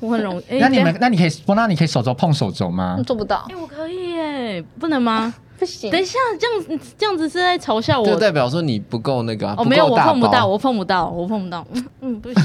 Speaker 4: 我很容易。哎
Speaker 2: 那你们
Speaker 4: 对，
Speaker 2: 那你可以 banana，你可以手肘碰手肘吗
Speaker 1: (laughs) 做不到
Speaker 4: 哎，，我可以耶，不能吗？
Speaker 1: 不行
Speaker 4: 等。一下，这样这样子是在嘲笑
Speaker 3: 就
Speaker 4: 我。
Speaker 3: 代表说你不够那个啊，
Speaker 4: 哦，
Speaker 3: 够
Speaker 4: 没有，我
Speaker 3: 大
Speaker 4: 碰不
Speaker 3: 包
Speaker 4: 到，我碰不到，我碰不到。嗯嗯，不行。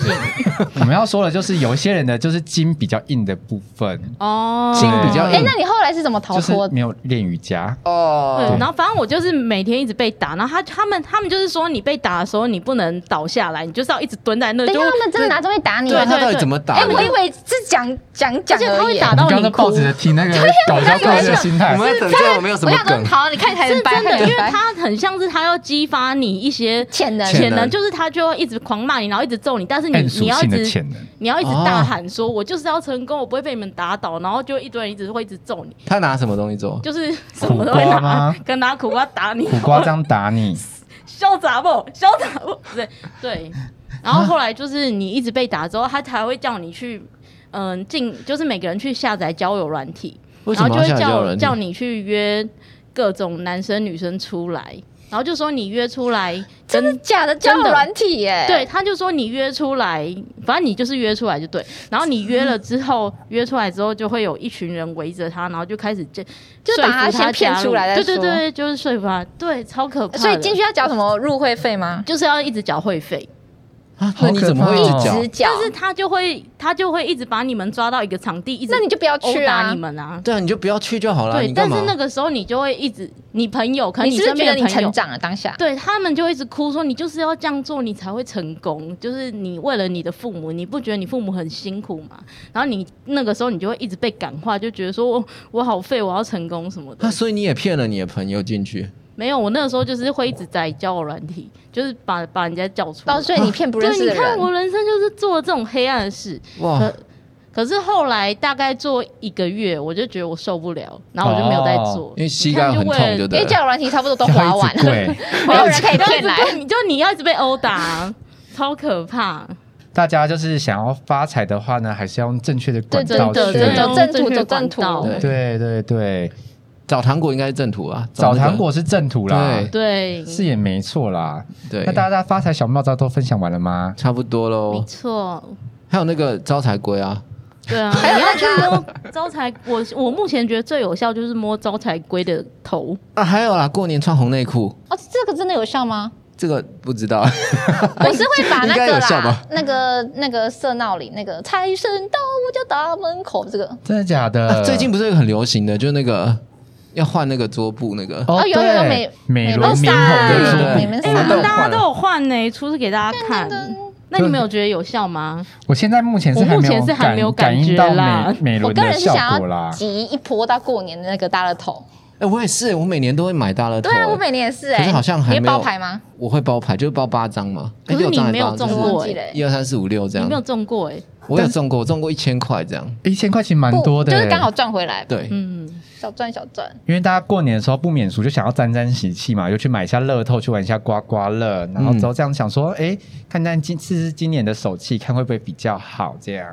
Speaker 2: 我们要说的就是有一些人的就是筋比较硬的部分，
Speaker 4: 哦，
Speaker 3: 筋比较
Speaker 1: 哎
Speaker 3: 硬，
Speaker 1: 那你后来是怎么逃
Speaker 2: 就是
Speaker 1: 脱的？
Speaker 2: 没有练瑜伽。
Speaker 3: 哦
Speaker 4: 对，然后反正我就是每天一直被打，然后他他们他们就是说你被打的时候你不能倒下来，你就是要一直蹲在那，
Speaker 1: 等一
Speaker 4: 就
Speaker 1: 下他们真的拿东西打你
Speaker 3: 对
Speaker 1: 吗
Speaker 3: 啊，？他到
Speaker 4: 对
Speaker 3: 底
Speaker 4: 对
Speaker 3: 怎么打
Speaker 1: 哎，
Speaker 3: 的？
Speaker 1: 我以为是讲讲讲
Speaker 4: 而且他
Speaker 1: 而
Speaker 4: 会
Speaker 1: 已。
Speaker 4: 打
Speaker 2: 你
Speaker 4: 到
Speaker 2: 刚
Speaker 4: 你
Speaker 2: 刚
Speaker 4: 哭
Speaker 2: 抱。着听那个搞笑怪的心态
Speaker 3: 我，们等一下，我们有什
Speaker 1: 我
Speaker 3: 么
Speaker 1: 想说，
Speaker 3: 梗？
Speaker 1: 好，你看起来
Speaker 4: 是
Speaker 1: 很白，
Speaker 4: 真的，
Speaker 1: 很
Speaker 4: 因为
Speaker 1: 白
Speaker 4: 他很像是他要激发你一些
Speaker 1: 潜能
Speaker 3: 潜
Speaker 4: 潜
Speaker 3: 能
Speaker 4: 能，就是他就会一直狂骂你，然后一直揍你，但是你
Speaker 2: 暗
Speaker 4: 你
Speaker 2: 属
Speaker 4: 要一
Speaker 2: 性的
Speaker 4: 直
Speaker 2: 潜能。
Speaker 4: 你要一直
Speaker 3: 哦
Speaker 4: 大喊说，我就是要成功，我不会被你们打倒，然后就一堆人一直会一直揍你，
Speaker 3: 他拿什么东西做？
Speaker 4: 就是什么都会
Speaker 2: 苦瓜吗
Speaker 4: 拿，跟拿苦瓜打你，
Speaker 2: 苦瓜这样打你，
Speaker 4: 潇洒不？潇洒不？ (laughs) 对对。然后后来就是你一直被打之后，他才会叫你去，嗯，进就是每个人去下载交友软体，
Speaker 3: 为什
Speaker 4: 然后
Speaker 3: 么
Speaker 4: 就
Speaker 3: 要
Speaker 4: 会
Speaker 3: 下
Speaker 4: 叫
Speaker 3: 叫
Speaker 4: 叫你去约各种男生女生出来。然后就说你约出来
Speaker 1: 真的
Speaker 4: 跟。
Speaker 1: 假的交
Speaker 4: 真
Speaker 1: 友
Speaker 4: 的
Speaker 1: 软体耶、
Speaker 4: 对，，他就说你约出来，反正你就是约出来就对。然后你约了之后，约出来之后就会有一群人围着他，然后就开始就
Speaker 1: 就是把他先骗出来再
Speaker 4: 对对
Speaker 1: 说
Speaker 4: 对，就是说服他，对，超可怕的。
Speaker 1: 所以进去要缴什么入会费吗？
Speaker 4: 就是要一直缴会费，
Speaker 3: 啊，那你怎么会一
Speaker 2: 好
Speaker 3: 直
Speaker 2: 可怕哦
Speaker 3: 讲
Speaker 1: 直？缴，
Speaker 4: 但是他就会他就会一直把你们抓到一个场地，一直
Speaker 1: 那你就不要
Speaker 4: 殴
Speaker 1: 去
Speaker 4: 打
Speaker 1: 啊
Speaker 4: 你！们啊。
Speaker 3: 对啊，你就不要去就好了。
Speaker 4: 对，
Speaker 3: 你
Speaker 4: 但
Speaker 3: 干嘛
Speaker 4: 是那个时候你就会一直，你朋友可能
Speaker 1: 你是不
Speaker 4: 身
Speaker 1: 是觉
Speaker 4: 边
Speaker 1: 得
Speaker 4: 的
Speaker 1: 你
Speaker 4: 朋友
Speaker 1: 成长了当下？
Speaker 4: 对他们就会一直哭说，你就是要这样做，你才会成功。就是你为了你的父母，你不觉得你父母很辛苦吗？然后你那个时候你就会一直被感化，就觉得说我我好废，我要成功什么的
Speaker 3: 啊，。所以你也骗了你的朋友进去。
Speaker 4: 没有，我那个时候就是会一直在交友软体，就是把把人家叫出来。
Speaker 1: 到哦所以你骗不认
Speaker 4: 对，
Speaker 1: 识
Speaker 4: 你
Speaker 1: 的
Speaker 4: 看
Speaker 1: 人，
Speaker 4: 我人生就是做了这种黑暗的事。
Speaker 3: 哇
Speaker 4: 可，可是后来大概做一个月，我就觉得我受不了，然后我就没有再做，
Speaker 2: 哦
Speaker 3: 因为膝
Speaker 4: 你
Speaker 3: 盖
Speaker 4: 看
Speaker 3: 很
Speaker 4: 就为
Speaker 3: 痛，
Speaker 4: 了
Speaker 3: 就
Speaker 1: 因
Speaker 3: 对
Speaker 1: 为
Speaker 3: 了。
Speaker 1: 交友软体差不多都滑完了，
Speaker 2: 对，
Speaker 1: 没有人可
Speaker 4: (laughs)
Speaker 1: 以
Speaker 4: 不要一
Speaker 1: 骗
Speaker 4: 直
Speaker 1: 来。
Speaker 4: 被，就你要一直被殴打，超可怕。
Speaker 2: 大家就是想要发财的话呢，还是要用正确的管
Speaker 1: 对
Speaker 2: 道
Speaker 1: 真
Speaker 2: 去
Speaker 1: 的。真的
Speaker 4: 用
Speaker 1: 正途
Speaker 4: 确
Speaker 1: 走
Speaker 4: 管
Speaker 1: 正途
Speaker 4: 道
Speaker 3: 对
Speaker 2: 对对对，
Speaker 3: 找糖果应该是正途啊，
Speaker 2: 找
Speaker 3: 那个
Speaker 2: 糖果是正途啦，
Speaker 4: 对，
Speaker 2: 是也没错啦。
Speaker 3: 对
Speaker 2: 那，大家发财小妙招都分享完了吗？
Speaker 3: 差不多
Speaker 4: 没
Speaker 3: 喽。
Speaker 4: 错。
Speaker 3: 还有那个招财龟啊，
Speaker 4: 对啊，你要去摸招财，我我目前觉得最有效就是摸招财龟的头，
Speaker 3: 啊，还有啦，过年穿红内裤，
Speaker 1: 哦，这个真的有效吗？
Speaker 3: 这个不知道。
Speaker 1: 我是会把那
Speaker 3: 应该
Speaker 1: 个
Speaker 3: 有效
Speaker 1: 啦
Speaker 3: 吧，
Speaker 1: 那个那个色闹铃，那个财神到我家大门口这个。
Speaker 2: 真的假的？
Speaker 3: 啊 (laughs) 最近不是有一个很流行的，就是那个要换那个桌布那个。
Speaker 2: 哦
Speaker 1: 哦有有有
Speaker 2: 对
Speaker 1: 美
Speaker 2: 美
Speaker 1: 美
Speaker 2: 轮
Speaker 1: 轮
Speaker 2: 明
Speaker 1: 山
Speaker 2: 红的桌
Speaker 3: 对
Speaker 2: 布
Speaker 3: 美
Speaker 1: 轮，
Speaker 2: 我们
Speaker 1: 山
Speaker 2: 都有
Speaker 4: 哎大家
Speaker 2: 换
Speaker 4: 都
Speaker 2: 了。
Speaker 4: 有换呢，出示给大家看。那你们有觉得有效吗？
Speaker 2: 我现在目前是
Speaker 4: 我目
Speaker 2: 没
Speaker 4: 前
Speaker 2: 有
Speaker 4: 是还没有
Speaker 2: 感
Speaker 4: 感
Speaker 2: 应
Speaker 4: 觉
Speaker 2: 到
Speaker 4: 啦
Speaker 2: 美美
Speaker 1: 我
Speaker 2: 轮
Speaker 1: 个
Speaker 2: 的
Speaker 1: 人是
Speaker 2: 效
Speaker 1: 想
Speaker 2: 果
Speaker 1: 要
Speaker 2: 啦。
Speaker 1: 集一波到过年的那个大乐透。
Speaker 3: 哎，我也是，我每年都会买大乐透。
Speaker 1: 对啊，
Speaker 3: 哎
Speaker 1: 我每年也是
Speaker 3: 可
Speaker 1: 哎，
Speaker 3: 是好像还
Speaker 1: 你会
Speaker 3: 没有
Speaker 1: 包牌吗？
Speaker 3: 我会包牌，就是包八张嘛。哎
Speaker 4: 可是
Speaker 3: 六
Speaker 4: 你
Speaker 3: 张还
Speaker 4: 没有
Speaker 3: 八张
Speaker 4: 中
Speaker 1: 我
Speaker 3: 就是
Speaker 1: 忘
Speaker 4: 过
Speaker 1: 记了
Speaker 4: 哎，
Speaker 1: 欸
Speaker 3: 一二三四五六这
Speaker 4: 你
Speaker 3: 样
Speaker 4: 没。有中过哎，
Speaker 3: 我有中过，我中过一千块这样。
Speaker 2: 一千块钱蛮
Speaker 1: 不
Speaker 2: 多的，欸
Speaker 1: 就是刚好赚回来，
Speaker 3: 欸对，
Speaker 4: 嗯，
Speaker 1: 小赚小赚。
Speaker 2: 因为大家过年的时候不免俗，就想要沾沾喜气嘛，就去买一下乐透，去玩一下刮刮乐，然后之后这样想说，哎、看看今试试今年的手气，看会不会比较好，这样。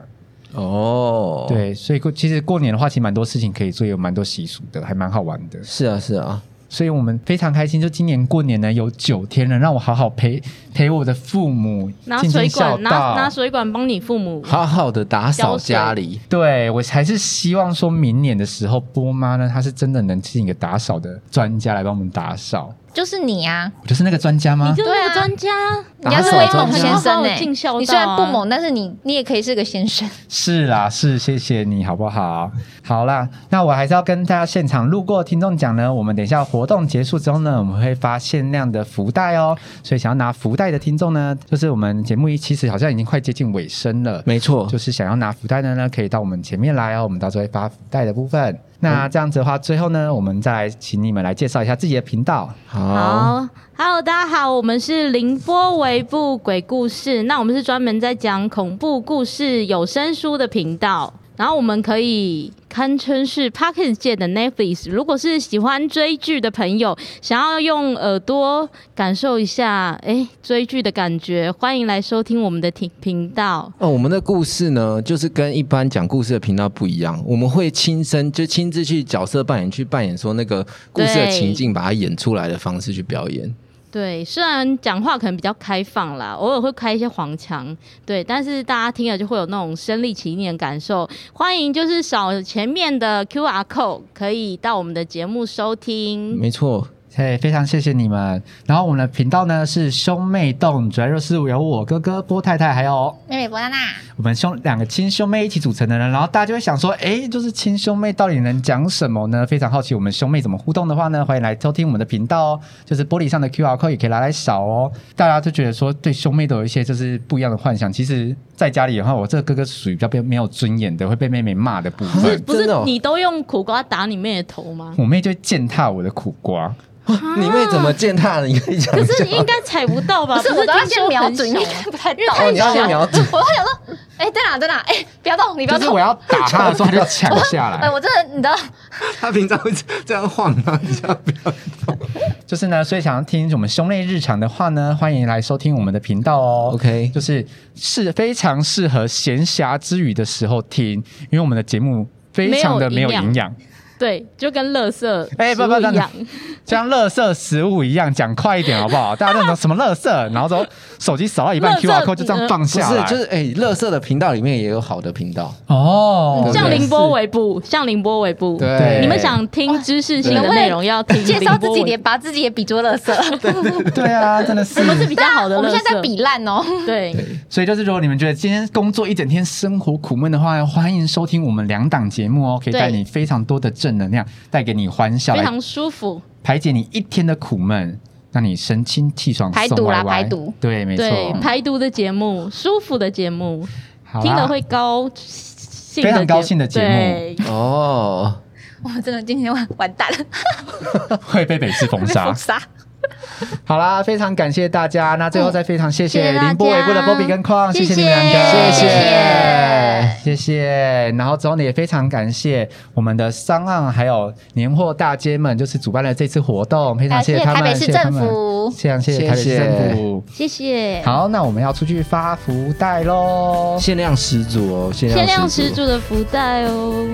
Speaker 3: 哦，，
Speaker 2: 对，所以过其实过年的话，其实蛮多事情可以做，有蛮多习俗的，还蛮好玩的。
Speaker 3: 是啊，是啊。
Speaker 2: 所以我们非常开心，就今年过年呢有九天了，让我好好陪陪我的父母，
Speaker 4: 拿
Speaker 2: 尽
Speaker 4: 水
Speaker 2: 尽孝
Speaker 4: 管拿拿
Speaker 2: 道。
Speaker 4: 水管帮你父母
Speaker 3: 好好的打扫家里，
Speaker 2: 对我还是希望说明年的时候，波妈呢，她是真的能请一个打扫的专家来帮我们打扫。
Speaker 1: 就是你啊，
Speaker 2: 我就是那个专家吗？
Speaker 4: 你就是那
Speaker 1: 对啊
Speaker 4: 个专家，
Speaker 1: 你要是威猛先生
Speaker 4: 好
Speaker 1: 哎、
Speaker 4: 好尽孝道啊
Speaker 1: 你虽然不猛，但是你你也可以是个先生。
Speaker 2: 是啦，是谢谢你好不好？好啦，那我还是要跟大家现场路过的听众讲呢，我们等一下活动结束之后呢，我们会发限量的福袋哦，所以想要拿福袋的听众呢，就是我们节目一其实好像已经快接近尾声了。
Speaker 3: 没错
Speaker 2: 就。是想要拿福袋的呢，可以到我们前面来哦，我们到时候会发福袋的部分。那这样子的话，最后呢，我们再来请你们来介绍一下自己的频道。
Speaker 3: 好，
Speaker 4: 好，Hello，大家好，我们是凌波微步鬼故事，那我们是专门在讲恐怖故事有声书的频道。然后我们可以堪称是 p a r k e s 界的 Netflix。如果是喜欢追剧的朋友，想要用耳朵感受一下哎追剧的感觉，欢迎来收听我们的频频道。
Speaker 3: 哦，我们的故事呢，就是跟一般讲故事的频道不一样，我们会亲身就亲自去角色扮演，去扮演说那个故事的
Speaker 4: 对
Speaker 3: 情境，把它演出来的方式去表演。
Speaker 4: 对，虽然讲话可能比较开放啦，偶尔会开一些黄腔，对，但是大家听了就会有那种身临其境的感受。欢迎就是扫前面的 Q R code，可以到我们的节目收听。
Speaker 3: 没错，
Speaker 2: 嘿，非常谢谢你们。然后我们的频道呢是兄妹洞，主要就是有我哥哥波太太，还有
Speaker 1: 妹妹伯娜娜，
Speaker 2: 我们兄两个亲兄妹一起组成的人，然后大家就会想说，哎，就是亲兄妹到底能讲什么呢？非常好奇我们兄妹怎么互动的话呢，欢迎来收听我们的频道哦。就是玻璃上的 QR code 也可以拿来扫哦。大家就觉得说对兄妹都有一些就是不一样的幻想。其实，在家里的话，我这个哥哥是属于比较被没有尊严的，会被妹妹骂的部
Speaker 4: 不是 (laughs)
Speaker 2: 分。
Speaker 4: 不是
Speaker 3: 真的哦，
Speaker 4: 你都用苦瓜打你妹的头吗？
Speaker 2: 我妹就会践踏我的苦瓜，
Speaker 3: 你妹怎么践踏了？你可以讲一
Speaker 4: 啊可
Speaker 3: 下。
Speaker 4: 是应该踩不到吧？
Speaker 1: 不是
Speaker 4: 不
Speaker 1: 我
Speaker 4: 是
Speaker 1: 都要
Speaker 4: 听
Speaker 1: 先
Speaker 4: 说
Speaker 1: 瞄
Speaker 4: 很
Speaker 1: 准，
Speaker 4: 小
Speaker 1: 因
Speaker 4: 啊
Speaker 1: 为
Speaker 4: 吗
Speaker 1: 看不太到。
Speaker 3: 哦你要先瞄准
Speaker 1: 我会想说，哎、在哪在哪？哎、不要动，你不要
Speaker 2: 就是
Speaker 1: 动
Speaker 2: 我。要打他的时候，他就抢下
Speaker 1: 哎、(laughs)
Speaker 2: 来。
Speaker 1: 我真的，你知道，
Speaker 3: 他平常会这样晃啊，这样不
Speaker 4: (laughs)
Speaker 3: 要。
Speaker 2: 就是呢，所以想要听我们兄妹日常的话呢，欢迎来收听我们的频道哦。
Speaker 3: OK
Speaker 2: 就是是非常适合闲暇之余的时候听，因为我们的节目非常的没有
Speaker 4: 没有
Speaker 2: 营
Speaker 4: 营
Speaker 2: 养。
Speaker 4: 对，就跟垃圾
Speaker 2: 哎不不
Speaker 4: 食物
Speaker 2: 不
Speaker 4: 一样，
Speaker 2: 像垃圾食物一样，讲快一点好不好？大家那种什么垃圾，然后说手机扫到一半
Speaker 4: 垃圾
Speaker 2: ，QR code 就这样放
Speaker 3: 不
Speaker 2: 下
Speaker 3: 是
Speaker 2: 来，，
Speaker 3: 就是哎，乐色的频道里面也有好的频道，
Speaker 2: 哦，
Speaker 4: 像
Speaker 3: 对
Speaker 4: 凌波微步，像凌波微步。
Speaker 3: 对，
Speaker 4: 你们想听知识性
Speaker 1: 你
Speaker 4: 的
Speaker 1: 们
Speaker 4: 内容，要听
Speaker 1: 介绍自己也
Speaker 4: 的，
Speaker 1: 把自己也比作乐色，
Speaker 2: 对啊，真的是
Speaker 4: 我。们是比较好的
Speaker 1: 啊
Speaker 4: 垃圾。
Speaker 1: 我们现在在比烂哦。
Speaker 4: 对，
Speaker 2: 所以就是，如果你们觉得今天工作一整天生活苦闷的话，欢迎收听我们两档节目哦，可以带
Speaker 1: 对
Speaker 2: 你非常多的正能量，带给你欢笑，
Speaker 4: 非
Speaker 2: 来
Speaker 4: 常舒服。
Speaker 2: 排解你一天的苦闷，让你神清气爽，
Speaker 1: 排毒
Speaker 2: 送
Speaker 1: 啦
Speaker 2: 歪歪
Speaker 1: 排毒，
Speaker 2: 对，没错，
Speaker 4: 对，排毒的节目，舒服的节目，
Speaker 2: 好啦
Speaker 4: 听了会高兴的节，
Speaker 2: 非常高兴的节目
Speaker 4: 对
Speaker 3: 哦，
Speaker 1: 我们真的今天完完蛋了，
Speaker 2: (laughs) 会被北市
Speaker 1: (laughs)
Speaker 2: 封
Speaker 1: 被
Speaker 2: 杀
Speaker 1: 封。杀。
Speaker 2: 好啦，非常感谢大家。那最后再非常谢
Speaker 1: 谢
Speaker 2: 谢
Speaker 1: 谢大家
Speaker 2: 凌波微步的波比跟框，
Speaker 1: 谢
Speaker 2: 谢
Speaker 1: 谢
Speaker 2: 你们两个，
Speaker 1: 谢谢
Speaker 2: 谢谢。然后之后呢，也非常感谢我们的商岸还有年货大街们，就是主办了这次活动，非常谢他
Speaker 1: 啊台
Speaker 2: 们，
Speaker 1: 北市
Speaker 2: 谢谢他
Speaker 1: 政
Speaker 2: 们，
Speaker 1: 府，
Speaker 2: 非常谢谢台北市政府。
Speaker 1: 谢谢。
Speaker 2: 好，那我们要出去发福袋喽。
Speaker 3: 限量十足哦，限
Speaker 4: 限
Speaker 3: 量
Speaker 4: 量
Speaker 3: 十
Speaker 4: 十
Speaker 3: 足。
Speaker 4: 足的福袋哦。